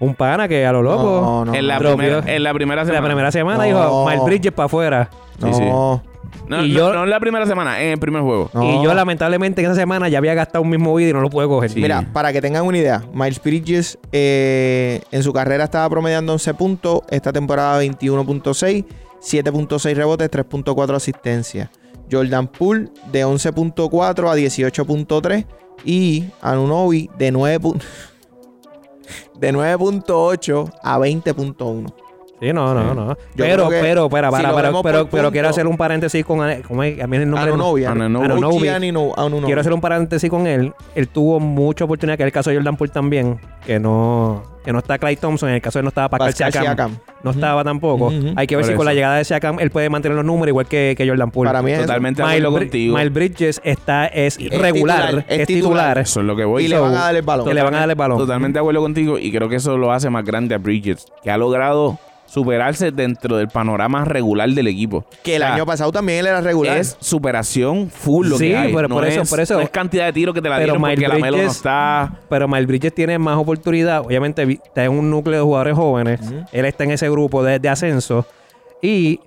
S3: Un pana que a lo loco.
S2: No, no,
S1: en, la
S3: dropeó.
S1: primera, en la primera
S3: La
S1: semana.
S3: primera semana
S2: No.
S3: dijo Miles Bridges para afuera.
S1: Sí, sí.
S2: No.
S1: No,
S3: Y
S1: no,
S3: yo-
S1: no en la primera semana, en el primer juego.
S2: No.
S3: Y yo lamentablemente en esa semana ya había gastado un mismo vídeo y no lo pude coger.
S1: Sí.
S2: Mira, para que tengan una idea, Miles Bridges eh, en su carrera estaba promediando 11 puntos, esta temporada 21.6, 7.6 rebotes, 3.4 asistencias. Jordan Poole de 11.4 a 18.3 y Anunobi de 9 pu- de 9.8 a 20.1.
S3: Sí, no, no,
S2: creo
S3: no. Pero,
S2: que
S3: pero, espera,
S2: si
S3: para,
S2: lo
S3: para,
S2: vemos
S3: pero,
S2: por
S3: pero quiero
S2: punto-
S3: hacer un paréntesis con. ¿Cómo es? A mí el nombre.
S2: Anunobi.
S1: Anunobi.
S3: Anunobi.
S2: Anunobi. Anunobi.
S3: Quiero hacer un paréntesis con él. Él tuvo mucha oportunidad, que es el caso de Jordan Poole también, que no, que no está Clay Thompson, en el caso de él no estaba Pascal,
S2: Pascal
S3: Siakam.
S2: Siakam.
S3: No estaba tampoco.
S2: Ujú.
S3: Hay que ver
S1: Por
S3: si con la
S1: eso.
S3: llegada de Siakam él puede mantener los números igual que, que Jordan Poole.
S2: Para mí es
S1: Totalmente de
S3: Miles,
S1: acuerdo
S3: Bri-
S1: contigo.
S3: Miles Bridges está, es,
S2: Es
S3: regular,
S2: titular, es
S3: es titular.
S2: titular.
S1: Eso es lo que voy.
S2: y le
S1: So,
S2: van a dar el balón.
S3: que le van a dar el balón.
S1: Totalmente de acuerdo contigo y creo que eso lo hace más grande a Bridges, que ha logrado superarse dentro del panorama regular del equipo.
S2: Que el
S1: O sea,
S2: año pasado también él era regular.
S1: es superación full lo
S3: Sí,
S1: que hay.
S3: pero por
S1: No
S3: eso-
S1: es,
S3: por eso-
S1: no es cantidad de tiros que te la
S3: Pero
S1: dieron porque
S3: Miles
S1: la Melo no
S3: Bridges-
S1: está.
S3: Pero Miles Bridges tiene más oportunidad. Obviamente vi- está en un núcleo de jugadores jóvenes. Él está en ese grupo de, de ascenso. Y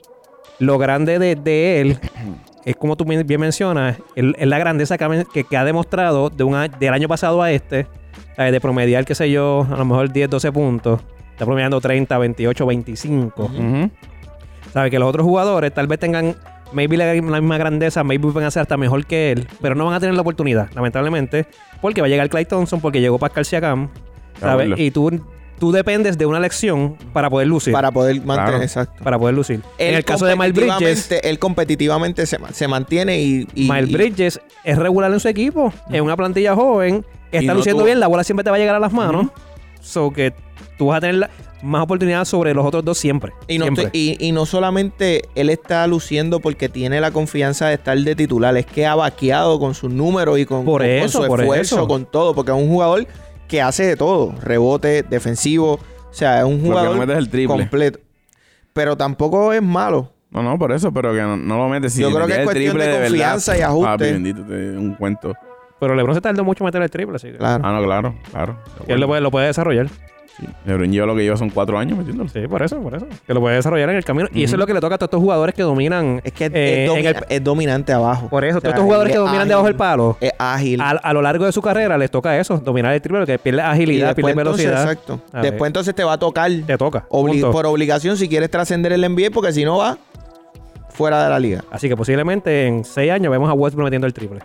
S3: lo grande de, de él es como tú bien bien mencionas, el- es la grandeza que ha, men- que- que ha demostrado de un, a- del año pasado a este, eh, de promediar, qué sé yo, a lo mejor 10, 12 puntos. Está promediando 30, 28, 25.
S1: Ujú.
S3: ¿Sabes? Que los otros jugadores tal vez tengan maybe la, la misma grandeza, maybe van a ser hasta mejor que él, pero no van a tener la oportunidad, lamentablemente, porque va a llegar Clay Thompson, porque llegó Pascal Siakam, ¿sabes?
S1: Cabrón.
S3: Y tú, tú dependes de una lección para poder lucir. Para,
S2: Para poder mantener.
S1: Claro.
S2: Exacto.
S3: poder lucir. En
S2: Él
S3: el caso de Miles Bridges,
S2: competitivamente- Él competitivamente se, ma- se mantiene y. y-
S3: Miles
S2: y-
S3: Bridges es regular en su equipo, es una plantilla joven, que
S1: Y
S3: está
S1: no
S3: luciendo
S1: tuvo-
S3: bien, la bola siempre te va a llegar a las manos, so que tú vas a tener la- más oportunidades sobre los otros dos siempre.
S2: y no,
S3: siempre.
S2: estoy- y- y no solamente él está luciendo porque tiene la confianza de estar de titular, es que ha vaqueado con sus números y con,
S3: Por
S2: con- con
S3: eso,
S2: su
S3: por
S2: esfuerzo,
S3: eso.
S2: con todo, porque es un jugador que hace de todo: rebote, defensivo, o sea, es un
S1: Lo que no
S2: jugador
S1: metes es el triple.
S2: completo. Pero tampoco es malo.
S1: No, no, por eso, pero que no, no lo metes. Si
S2: Yo creo
S1: metía
S2: que es
S1: el
S2: cuestión
S1: triple
S2: de
S1: verdad,
S2: confianza y ajuste.
S1: papi, bendito, te- un cuento.
S3: Pero LeBron se tardó mucho en meter el triple, así que
S2: Claro.
S1: Ah, no, claro, claro. De
S3: él
S1: acuerdo.
S3: lo puede, lo puede desarrollar.
S1: LeBron lleva lo que lleva son cuatro años metiéndolo.
S3: Sí, por eso, por eso. Que lo puede desarrollar en el camino. Y eso es lo que le toca a todos estos jugadores que dominan.
S2: Es que es,
S3: eh,
S2: es
S3: en
S2: domi-
S3: el-
S2: es dominante abajo.
S3: Por eso,
S2: O sea,
S3: todos estos jugadores
S2: es
S3: que dominan
S2: ágil,
S3: debajo del palo,
S2: Es eh, ágil.
S3: a, a lo largo de su carrera les toca eso, dominar el triple, que pierde agilidad, pierde
S2: entonces,
S3: velocidad.
S2: exacto.
S3: A ver.
S2: Después entonces te va a tocar
S3: Te toca.
S2: obli-
S3: punto.
S2: por obligación si quieres trascender el NBA porque si no va fuera de la liga.
S3: Así que posiblemente en seis años vemos a Westbrook metiendo el triple.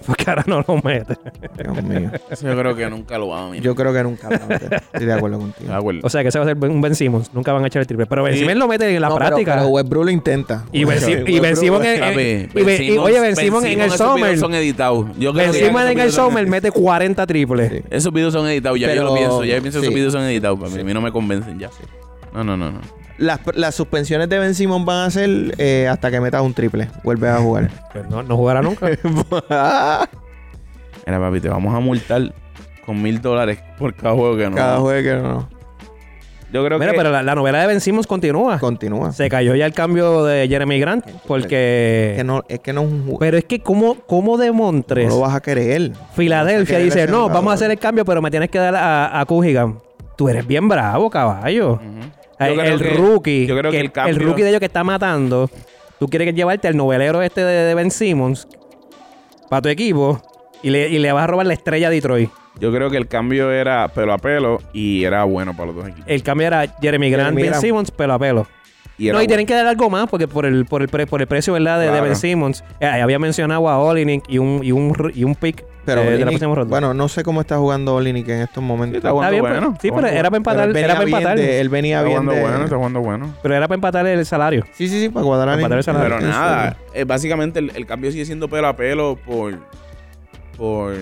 S3: Porque ahora no lo mete.
S2: Dios mío.
S1: Eso yo creo que nunca lo va a mirar.
S2: Yo creo que nunca. lo va a hacer. Estoy de acuerdo contigo.
S1: De acuerdo.
S3: O sea que ese va a ser un Ben Simmons. Nunca van a echar el triple. Pero Ben
S1: Sí.
S3: Simmons lo mete en la
S2: No, pero-
S3: práctica.
S2: Pero Westbrook lo intenta.
S3: y Ben, Sim- y Ben Simmons
S1: eh,
S3: en, en-
S1: Papi,
S3: y Ben- y-
S1: Simmons-
S3: Oye, Ben Simmons en el
S1: esos videos
S3: Summer.
S1: son editados. Yo creo
S3: Ben
S1: que ya
S3: Simmons
S1: esos
S3: en el
S1: videos son-
S3: Summer mete 40 triples.
S2: Sí.
S1: Esos videos son editados, ya yo
S2: Pero-
S1: lo pienso. Ya yo pienso que
S2: sí.
S1: esos videos son editados. Para mí, a mí no me convencen ya. No, no, no, no.
S2: Las, las suspensiones de Ben Simmons van a ser eh, hasta que metas un triple. Vuelve a jugar.
S3: Pues no, no jugará nunca.
S1: Mira, papi, te vamos a multar con mil dólares por cada juego que no.
S2: Cada juego que no.
S1: Yo creo
S3: Mira,
S1: que.
S3: pero la, la novela de Ben Simmons continúa.
S2: Continúa.
S3: Se cayó ya el cambio de Jeremy Grant porque...
S2: Es que no, es que no es un juego.
S3: Pero es que cómo, cómo de
S2: No
S3: Montres,
S2: lo vas a querer.
S3: Filadelfia
S2: Querer
S3: dice,
S2: ese
S3: no,
S2: jugador".
S3: vamos a hacer el cambio, pero me tienes que dar a, a Kujigan. Tú eres bien bravo, caballo.
S1: Ujú.
S3: Eh,
S1: Yo creo
S3: el
S1: que-
S3: rookie,
S1: yo creo que
S3: que
S1: el
S3: el,
S1: cambio-
S3: rookie de ellos que está matando, tú quieres que llevarte al novelero este de, de Ben Simmons para tu equipo y le, y le vas a robar la estrella a Detroit.
S1: Yo creo que el cambio era pelo a pelo y era bueno para los dos equipos.
S3: El cambio era Jeremy Grant,
S2: Jeremy
S3: Ben
S2: Grant.
S3: Simmons, pelo a pelo.
S1: Y era
S3: no, y
S1: bueno.
S3: tienen que dar algo más porque por el, por el, pre- por el precio, ¿verdad? De, de
S1: Claro.
S3: Ben Simmons. Eh, había mencionado a Olinick y un, y un, r- y un pick
S2: Pero
S3: eh, de la
S2: Olynyk-
S3: próxima ronda.
S2: bueno, no sé cómo está jugando Olinic en estos
S1: Sí,
S2: momentos.
S1: está jugando
S3: Está bien,
S1: bueno.
S3: pero- sí,
S1: Está
S3: pero
S1: jugando
S3: era
S2: Pero él
S3: para empatar,
S2: venía
S3: era para
S2: bien
S3: empatar,
S2: de- él venía
S1: Está
S2: bien
S1: jugando
S2: de-
S1: bueno, está jugando bueno.
S3: pero era para empatar el salario.
S2: Sí, sí, sí, para cuadrar.
S3: Para cuadrar
S2: el-
S3: esa la-
S1: Pero
S2: el- el
S1: nada,
S2: sueldo.
S1: eh, básicamente el, el cambio sigue siendo pelo a pelo por por,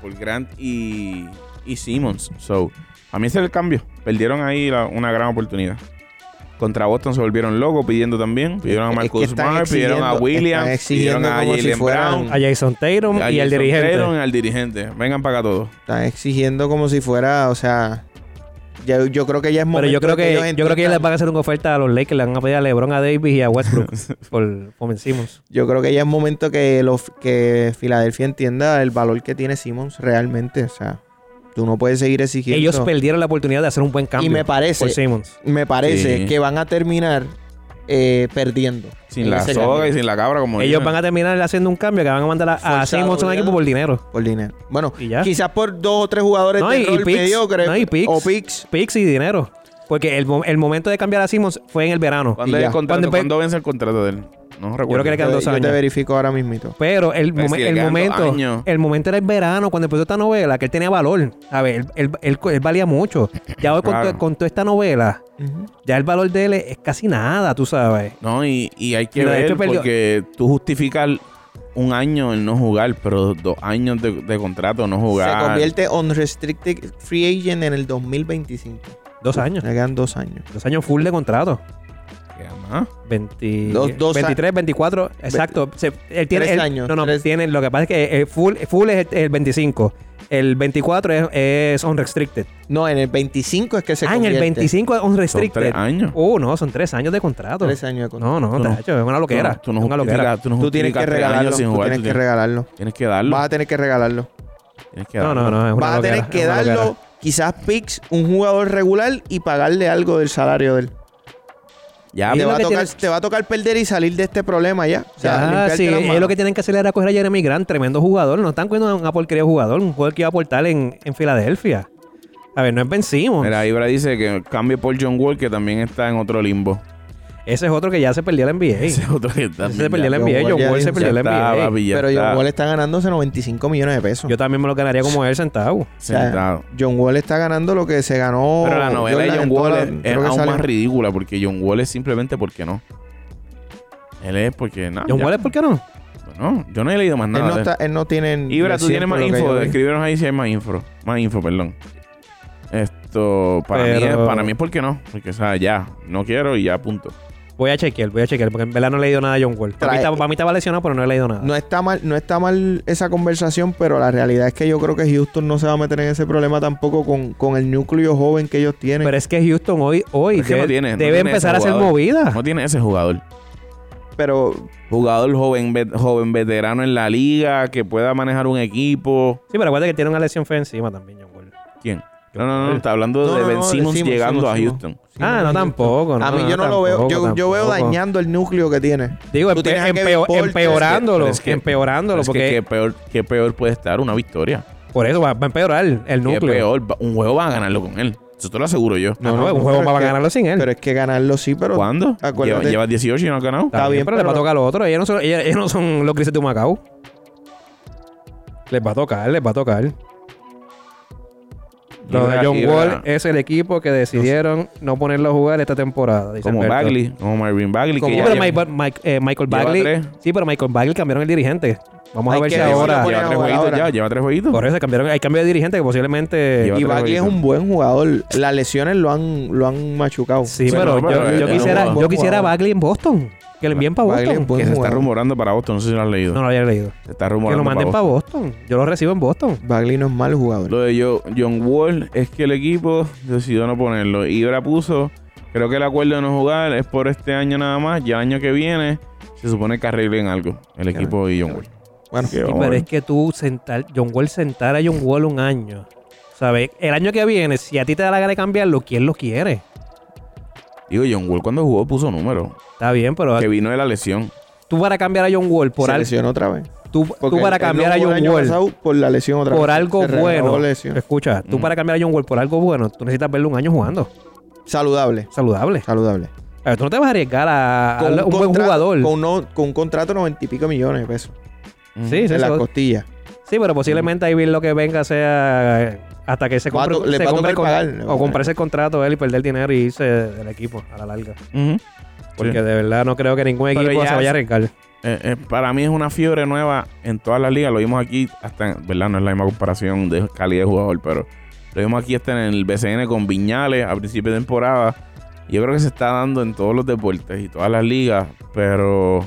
S1: por Grant y, y Simmons. So, a mí ese es el cambio. Perdieron ahí la- una gran oportunidad. Contra Boston se volvieron locos pidiendo también. Pidieron a
S2: Es que
S1: Marcus
S2: están
S1: Smart, pidieron a
S2: exigiendo-
S1: Williams,
S2: están exigiendo
S1: pidieron a
S2: como si
S1: Jalen
S2: fueran-
S1: Brown,
S3: A Jason Tatum
S1: a
S3: y al
S1: Jason
S3: dirigente.
S1: Tatum y al dirigente. Vengan para acá todos.
S2: Están exigiendo como si fuera, o sea. ya- yo creo que ya es
S3: Pero yo
S2: momento
S3: creo
S2: de
S3: que,
S2: ellos
S3: yo creo que
S2: entiendan-
S3: ellos les van a hacer una oferta a los Lakers, le van a pedir a LeBron, a Davis y a Westbrook por, por Ben Simmons.
S2: Yo creo que ya es momento que, los, que Filadelfia entienda el valor que tiene Simmons realmente. O sea, tú no puedes seguir exigiendo.
S3: Ellos perdieron la oportunidad de hacer un buen cambio
S2: Y me
S3: por
S2: parece,
S3: Simmons.
S2: me parece
S1: Sí.
S2: que van a terminar eh, perdiendo.
S1: Sin
S2: en
S1: la
S2: ese
S1: soga
S2: cambio,
S1: y sin la cabra, como
S3: Ellos
S1: dicen.
S3: van a terminar haciendo un cambio que van a mandar a, a
S2: Forzado,
S3: Simmons a un
S2: obligado.
S3: equipo por dinero.
S2: Por dinero. Bueno,
S3: Y ya.
S2: quizás por dos o tres jugadores
S3: No,
S2: de
S3: y- y
S2: rol
S3: picks.
S2: mediocre,
S3: No, y picks.
S2: O picks.
S3: Picks y dinero. Porque el, mo- el momento de cambiar a Simmons fue en el verano.
S1: ¿Cuándo,
S2: Y
S1: es el
S2: ya.
S1: contrato?
S3: Cuando empe-
S1: ¿Cuándo vence el contrato de él? No recuerdo.
S3: creo que le quedan
S2: Yo-
S3: dos
S2: yo te
S3: años.
S2: verifico ahora mismito.
S3: Pero el,
S2: Pues
S1: Pero
S3: momen-
S1: si le
S3: el
S1: quedan dos
S3: momento
S1: años.
S3: el momento era el verano, cuando empezó esta novela, que él tenía valor. A ver, él, él- él- él valía mucho. Ya hoy con
S1: Claro.
S3: to- con toda esta novela, ya el valor de él es es casi nada, tú sabes.
S1: No, y, y hay que
S3: Mira,
S1: ver
S3: es que perdió-
S1: porque tú justificas un año en no jugar, pero dos años de, de contrato no jugar.
S2: Se convierte on restricted free agent en el 2025.
S3: Dos años.
S2: Le quedan dos años.
S3: Dos años full de contrato.
S1: ¿Qué más?
S3: 20,
S2: Dos- dos a-
S3: 23, 24, exacto. Se- él tiene,
S2: Tres
S3: él-
S2: años,
S3: No, no,
S2: tres.
S3: tiene, lo que pasa es que eh, full, full es el, el 25. El 24 es, es unrestricted.
S2: No, en el 25 es que se
S3: ah, en
S2: convierte.
S3: el 25 es
S1: Son
S3: unrestricted.
S1: tres años.
S3: Uh, no, son tres años de contrato.
S2: Tres años de contrato.
S3: No, no,
S1: Tú no-
S3: tacho, es una loquera.
S1: Tú no, tú no
S3: una loquera.
S1: justificas- tú no
S2: Tú tienes
S1: justificas
S2: que
S1: tres
S2: regalarlo.
S1: años sin
S2: tú
S1: jugar.
S2: tienes
S1: tú
S2: que regalarlo.
S1: tienes que darlo.
S2: Vas a tener que regalarlo.
S1: Tienes que
S3: No,
S1: darlo.
S3: no, no, es una
S2: Vas a tener
S3: loquera,
S2: que
S3: es una
S2: darlo,
S3: loquera.
S2: quizás picks, un jugador regular y pagarle algo del salario de él.
S1: Ya,
S2: te,
S1: pero-
S2: va a
S3: que
S2: tocar,
S3: tiene-
S2: te va a tocar perder y salir de este problema ya. O sea,
S3: Ya,
S2: limpiarte
S3: Ah, sí,
S2: las
S3: es
S2: manos.
S3: lo que tienen que hacer era coger a Jeremy Grant, tremendo jugador. No están cogiendo a una porquería de jugador, un jugador que iba a aportar en, en Filadelfia. A ver, no es Ben Simmons.
S1: Mira, Ibra dice que cambie por John Wall, que también está en otro limbo.
S3: Ese es otro que ya se perdió la NBA.
S1: Ese es otro que
S3: Ese se
S1: también.
S3: perdió em-
S1: ya-
S3: la
S2: John
S3: NBA.
S2: Wall
S3: John
S2: ya
S3: Wall se
S2: dijo,
S3: perdió
S1: ya
S3: la
S1: está,
S3: NBA.
S1: papi, ya
S2: Pero
S1: está
S2: John Wall está ganándose 95 millones de pesos.
S3: Yo también me lo ganaría como él centavo.
S2: O sea,
S1: sentado.
S2: John Wall está ganando lo que se ganó.
S1: Pero la novela de
S2: Jordan
S1: John
S2: en
S1: Wall
S2: toda la-
S1: es- es,
S2: creo que
S1: aún
S2: sale-
S1: más ridícula porque John Wall es simplemente porque no. Él es porque nada. Ah,
S3: John
S1: ya.
S3: Wall es por qué no.
S1: No, yo no he leído más
S2: Él
S1: nada.
S2: no,
S1: de él.
S2: está, él no tiene.
S1: Ibra, tú
S2: lesión,
S1: tienes más
S2: por lo que yo
S1: info.
S2: vi.
S1: Escríbenos ahí si hay más info. Más info, perdón. Esto, para, mí, es,
S3: Pero-
S1: para mí es porque no. Porque, o sea, ya, no quiero y ya, punto.
S3: Voy a chequear, voy a chequear, porque en verdad no he leído nada a John Wall. Para mí,
S2: Trae-
S3: estaba, para mí estaba lesionado, pero no he leído nada.
S2: No está, mal, no está mal esa conversación, pero la realidad es que yo creo que Houston no se va a meter en ese problema tampoco con, con el núcleo joven que ellos tienen.
S3: pero
S2: Pero,
S3: es que Houston hoy, hoy
S1: Es que
S3: debe,
S1: no tiene, no
S3: debe
S1: tiene
S3: empezar a
S1: ese
S3: hacer
S1: jugador.
S2: Ah.
S3: movida.
S1: No tiene ese jugador. Jugador joven, ve- joven veterano en la liga, que pueda manejar un equipo.
S3: Sí, pero acuérdate que tiene una lesión fea encima también, John Wall.
S1: ¿Quién? No, no, no. Está hablando
S2: No,
S1: de
S2: no,
S1: Ben
S2: no, de
S1: Simmons
S2: Simmons,
S1: llegando a
S2: Simmons,
S1: Houston.
S3: ah, no, Ah, tampoco.
S2: a mí yo no lo veo. Yo, yo veo
S3: dañando
S2: dañando el núcleo que tiene.
S3: Digo,
S2: Tú
S3: empe-
S2: tienes a Kevin
S3: empeo-
S2: Porter,
S3: empeorándolo.
S1: Pero es que- Pero
S3: empeorándolo.
S1: es que
S3: Porque
S1: qué peor, qué peor puede estar una victoria.
S3: por eso va, va a empeorar el
S1: Qué
S3: núcleo.
S1: peor. va- Un juego va a ganarlo con él. Eso te lo aseguro yo.
S3: No, no, un
S2: pero
S3: juego
S2: es
S3: va a
S2: que-
S3: ganarlo sin él.
S2: Pero es que ganarlo sí, pero.
S1: ¿Cuándo?
S2: Acuérdate.
S1: Lleva, lleva 18 y no ha ganado.
S2: Está bien,
S3: pero,
S2: pero
S3: les va a
S2: no-
S3: tocar lo otro. Ellos no son, ellos- ellos no son los grises de Macao. Les va a tocar, les va a tocar. Lo de
S1: Ibra-
S3: John
S1: Ibra-
S3: Wall es el equipo que decidieron no ponerlo a jugar esta temporada. dice
S1: Como
S3: Alberto.
S1: Bagley. Como Marvin Bagley.
S2: Como
S1: Que
S3: Sí,
S1: ya
S3: pero
S1: lleva-
S3: Mike- Mike- eh, Michael
S1: lleva
S3: Bagley.
S1: tres.
S3: Sí, pero Michael Bagley cambiaron el dirigente. Vamos
S2: Hay
S3: a ver
S2: que
S3: si
S2: decirlo
S3: ahora.
S1: Lleva
S2: por
S1: tres
S2: Ahora, ahora,
S1: jueguitos
S2: ahora.
S1: ya. Lleva tres jueguitos.
S3: Por eso cambiaron, hay cambio de dirigente que posiblemente.
S1: Lleva
S2: Y
S1: otro
S2: Bagley es
S1: jueguito.
S2: un buen jugador. Las lesiones lo han, lo han machucado.
S3: Sí,
S1: Bueno,
S3: pero,
S1: pero
S3: yo,
S1: él-
S3: yo
S1: él no
S3: quisiera,
S1: jugó.
S3: yo quisiera a Bagley en Boston. Que lo envíen para
S2: Bagley es
S3: Boston.
S2: buen
S1: Que se está
S2: jugador.
S1: rumorando para Boston. No sé si lo has leído.
S3: No lo había leído.
S1: Se está
S3: Que
S1: rumorando
S3: lo manden
S1: para
S3: para Boston. Yo lo recibo en Boston.
S2: Bagley no es mal jugador.
S1: Lo de Jo- John Wall es que el equipo decidió no ponerlo. Ibra puso, creo que el acuerdo de no jugar es por este año nada más. Ya el año que viene se supone que arreglen algo el equipo y John Wall.
S2: Bueno,
S1: Sí, vamos a
S3: pero
S1: ver.
S3: es que tú sentar, John Wall sentar a John Wall un año. ¿Sabes? El año que viene, si a ti te da la gana de cambiarlo, ¿quién lo quiere?
S1: Digo, John Wall cuando jugó puso número.
S3: Está bien, pero
S1: Que vino de la lesión.
S3: tú para cambiar a John Wall por
S2: se
S3: algo.
S2: lesionó otra vez.
S3: Tú,
S2: Porque
S3: tú para
S2: él no
S3: cambiar a
S2: jugó el
S3: John
S2: año
S3: Wall
S2: pasado por la lesión otra
S3: por
S2: vez.
S3: algo
S2: Se renovó
S3: bueno.
S2: la lesión.
S3: Escucha, tú
S1: Mm.
S3: para cambiar a John Wall por algo bueno, tú necesitas verlo un año jugando.
S2: Saludable.
S3: Saludable.
S2: Saludable.
S3: A ver, tú no te vas a arriesgar a, a
S2: Con
S3: un, buen
S2: contrato-
S3: jugador.
S2: Con, no- con un contrato de noventa y pico millones de pesos.
S1: Mm.
S3: Sí, sí,
S2: en las
S3: eso-
S2: costillas.
S3: Sí, pero posiblemente ahí bien lo que venga sea eh, hasta que se
S2: Va a
S3: compre,
S2: to- les
S3: se
S2: va a
S3: compre
S2: tocar pagar, les va a
S3: o
S2: tocar.
S3: comprarse el contrato él y perder dinero y irse del equipo a la larga.
S1: Ujú.
S3: Porque
S1: Sí.
S3: de verdad no creo que ningún
S1: Pero
S3: equipo
S1: ya
S3: se vaya a arriesgar.
S1: Eh, eh, para mí es una fiebre nueva en todas las ligas. Lo vimos aquí hasta, en- ¿verdad? No es la misma comparación de calidad de jugador, pero lo vimos aquí hasta en el BCN con Viñales a principio de temporada. Yo creo que se está dando en todos los deportes y todas las ligas, pero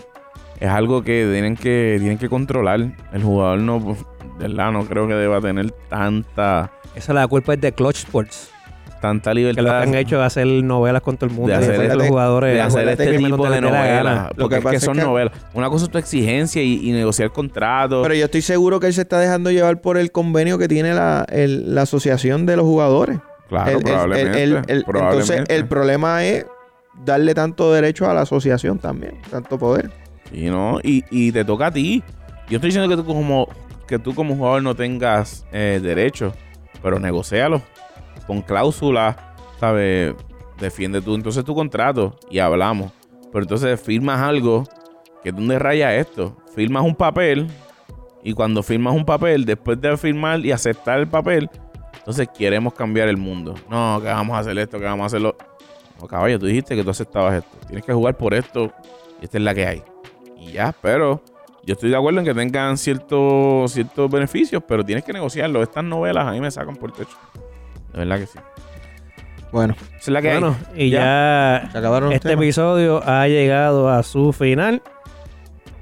S1: es algo que tienen que, tienen que controlar. El jugador no, pues, ¿verdad? No creo que deba tener tanta,
S3: Esa la culpa es de Clutch Sports,
S1: tanta
S3: que lo que
S1: libertad.
S3: han hecho es hacer novelas con todo el
S1: De
S3: mundo, de
S1: hacer este-
S3: hacer
S2: eso.
S3: los jugadores
S1: de hacer
S2: acuérdate
S1: este
S3: que
S1: tipo
S3: cuando
S1: de
S3: te dé la
S1: novelas.
S3: gana.
S2: Lo que
S1: Porque es
S2: pasa
S1: que
S2: es
S1: son
S2: que-
S1: novelas. Una cosa es tu exigencia y, y negociar contratos.
S2: Pero yo estoy seguro que él se está dejando llevar por el convenio que tiene la, el- la asociación de los jugadores.
S1: claro,
S2: El- el-
S1: probablemente,
S2: el- el- el- Entonces,
S1: probablemente.
S2: el problema es darle tanto derecho a la asociación también, tanto poder.
S1: Y no, y, y te toca a ti. Yo estoy diciendo que tú como, que tú como jugador no tengas eh, derecho, pero negocialo con cláusulas, ¿sabes? Defiende tú entonces tu contrato y hablamos. Pero entonces firmas algo que tú raya esto. Firmas un papel y cuando firmas un papel, después de firmar y aceptar el papel, entonces queremos cambiar el mundo. No, que vamos a hacer esto, que vamos a hacerlo. No, caballo, tú dijiste que tú aceptabas esto. Tienes que jugar por esto y esta es la que hay. Y ya, pero yo estoy de acuerdo en que tengan ciertos ciertos beneficios, pero tienes que negociarlo. Estas novelas a mí me sacan por el techo. De verdad que sí.
S2: Bueno,
S1: Esa es la que hay.
S3: Bueno, y ya
S2: se acabaron los
S3: Este
S2: temas.
S3: episodio ha llegado a su final.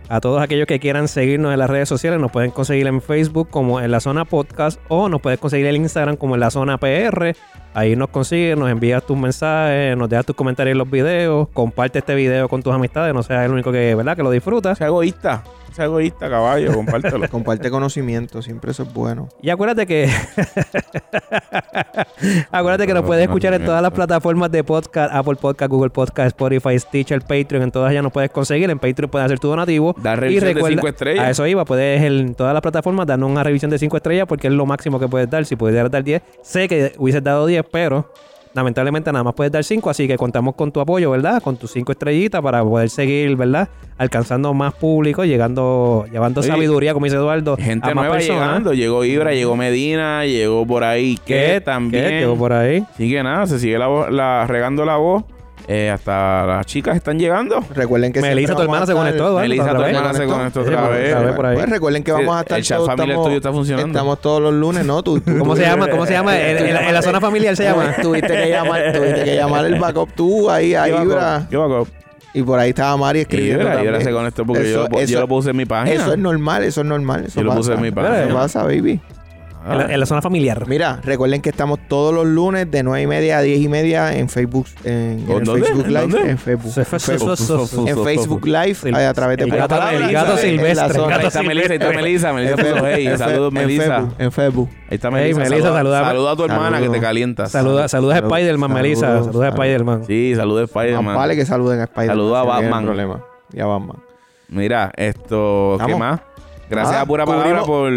S3: A todos aquellos que quieran seguirnos en las redes sociales, nos pueden conseguir en Facebook como en la zona podcast o nos puedes conseguir en Instagram como en la zona PR. Ahí nos consigues, nos envías tus mensajes, nos dejas tus comentarios en los videos, comparte este video con tus amistades, no seas el único que, ¿verdad? que lo disfruta.
S1: Sea egoísta. Sea egoísta, caballo. Compártelo.
S2: Comparte conocimiento, siempre eso es bueno.
S3: Y acuérdate que. acuérdate que nos puedes escuchar en todas las plataformas de podcast: Apple Podcast, Google Podcast, Spotify, Stitcher, Patreon. En todas ellas nos puedes conseguir. En Patreon puedes hacer tu donativo.
S1: Da revisiones de cinco estrellas.
S3: A eso iba. Puedes en todas las plataformas darnos una revisión de 5 estrellas porque es lo máximo que puedes dar. Si pudieras dar 10, sé que hubieses dado 10, pero. Lamentablemente nada más puedes dar 5, así que contamos con tu apoyo, ¿verdad? Con tus 5 estrellitas para poder seguir, ¿verdad? Alcanzando más público, llegando, llevando
S1: Oye,
S3: sabiduría, como dice Eduardo,
S1: Gente
S3: a más
S1: nueva
S3: personas.
S1: llegando. Llegó Ibra, llegó Medina, llegó por ahí que
S3: ¿Qué?
S1: también.
S3: ¿Qué? Llegó por ahí.
S1: Así que nada, se sigue la, vo- la- regando la voz. Eh, hasta las chicas están llegando.
S2: Recuerden que
S3: Melissa,
S2: siempre vamos
S3: tu hermana,
S2: a
S3: se
S2: estar-
S3: conectó, Eduardo.
S1: Melissa,
S3: otra
S1: tu
S3: vez.
S1: hermana se conectó
S3: Sí,
S1: otra
S3: otra
S1: vez.
S3: vez por ahí.
S2: Pues recuerden que
S1: Sí,
S2: vamos a estar
S1: el chat
S2: todos,
S1: familiar
S2: estamos,
S1: tuyo está funcionando.
S2: estamos todos los lunes, ¿no? Tú- tú-
S3: ¿Cómo se
S2: tú-
S3: llama? ¿Cómo se llama? En, en la- en la zona familiar se llama.
S2: Tuviste que llamar, tuviste que llamar el backup tú ahí a
S1: Yo
S2: Ibra.
S1: hago- Yo hago.
S2: Y por ahí estaba Mari escribiendo.
S1: Ibra, Ibra
S2: también.
S1: se conectó porque
S2: Eso-
S1: yo, lo- yo
S2: eso-
S1: lo puse en mi página.
S2: Eso es normal, eso es normal. Eso
S1: Yo lo
S2: pasa.
S1: puse en mi página.
S2: Eso pasa, baby.
S1: Ah,
S3: en, la, en la zona familiar.
S2: Mira, recuerden que estamos todos los lunes de 9 y media a 10 y media en Facebook, en, en el
S1: ¿Dónde?
S2: Facebook
S1: ¿En
S2: Live.
S1: dónde?
S2: En Facebook.
S3: Se fue- se fue- se fue- se fue-
S2: En Facebook
S3: Sí.
S2: Live, a través de
S3: El gato-
S2: Palabra,
S1: el gato
S2: en la
S3: silvestre,
S2: zona.
S1: Ahí
S3: gato
S1: está Melissa, ahí está Melissa. Melissa
S2: En
S1: puso,
S2: Facebook,
S1: hey,
S2: en
S1: saludos,
S2: fe- en
S1: Melissa.
S2: Facebook, En Facebook.
S1: Ahí está
S3: Hey,
S1: Melissa.
S3: Melissa,
S1: saluda,
S3: saludame.
S1: saluda a tu hermana que
S2: Saludo.
S1: te calientas.
S3: Saluda, saluda a
S2: Salud-
S3: Spider-Man,
S2: saludos,
S3: Melissa. Saluda a
S2: saludos.
S3: Spider-Man.
S1: Sí, saluda a
S2: Más
S1: Spider-Man.
S2: vale que saluden a Spider-Man.
S1: Saludo a
S2: si no tienen
S1: Batman.
S2: problema. Y a Batman.
S1: Mira, esto, ¿qué
S2: Vamos.
S1: más? Gracias
S2: Ah,
S1: a Pura Palabra por,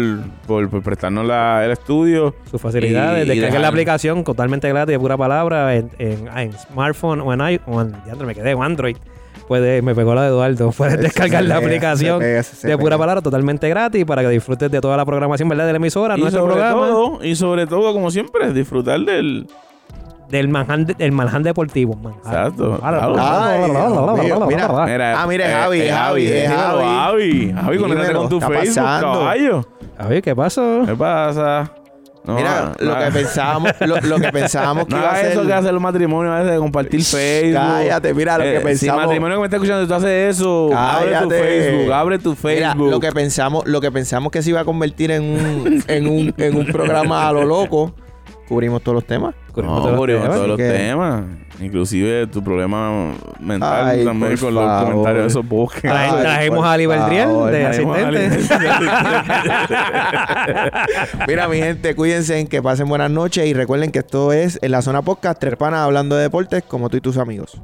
S1: por, por prestarnos la- el estudio.
S3: Sus facilidades.
S1: Y- y
S3: Descarguen la
S1: dejar-
S3: aplicación totalmente gratis, de pura palabra, en, en- en smartphone o en iPhone. Ya me quedé en Android. Puedes, me pegó la de Eduardo. Puedes
S2: Se
S3: descargar la
S2: pega,
S3: aplicación
S2: se pega, se
S3: de pura
S2: pega.
S3: palabra totalmente gratis para que disfrutes de toda la programación, ¿verdad? De la emisora,
S1: Y
S3: nuestro
S1: sobre,
S3: programa,
S1: todo, y sobre todo, como siempre, disfrutar del...
S3: del manján, de- del manján deportivo. manján.
S1: Exacto.
S2: Ay, Dios mío, mira. Ah, mira, es Javi, es Javi, es
S1: eh, dímelo,
S2: Javi.
S1: Javi. Javi, conéctate
S2: Dímelo,
S1: con tu
S2: está
S1: Facebook,
S2: pasando.
S1: caballo.
S3: A ver, ¿qué pasó?
S1: ¿Qué pasa? No,
S2: Mira,
S1: ah,
S2: lo
S1: ah,
S2: que pensábamos, lo, lo que pensábamos que
S1: No
S2: iba a
S1: hagas
S2: ser.
S1: eso que hace el matrimonio a veces de compartir Facebook. Eh,
S2: cállate, mira, lo que
S1: Si el
S2: pensamos-
S1: matrimonio que me está escuchando, tú haces eso. Abre tu
S2: Cállate.
S1: Facebook, abre tu Facebook.
S2: Mira, lo que pensamos, lo que pensamos que se iba a convertir en un, en un, en un programa a lo loco, cubrimos todos los temas.
S1: No,
S3: Todos los
S1: cubrimos
S3: temas.
S1: todos los
S2: así que-
S1: temas. Inclusive tu problema mental
S2: Ay,
S1: también
S2: por
S1: con los
S2: favor.
S1: comentarios de esos bosques.
S3: Trae-
S2: Ay,
S3: trajimos
S2: por
S3: a Ali Beltriel
S2: favor,
S3: de
S1: trajimos a Ali
S3: asistente.
S2: Mira, mi gente, cuídense, que pasen buenas noches y recuerden que esto es en la zona podcast, tres panas hablando de deportes como tú y tus amigos.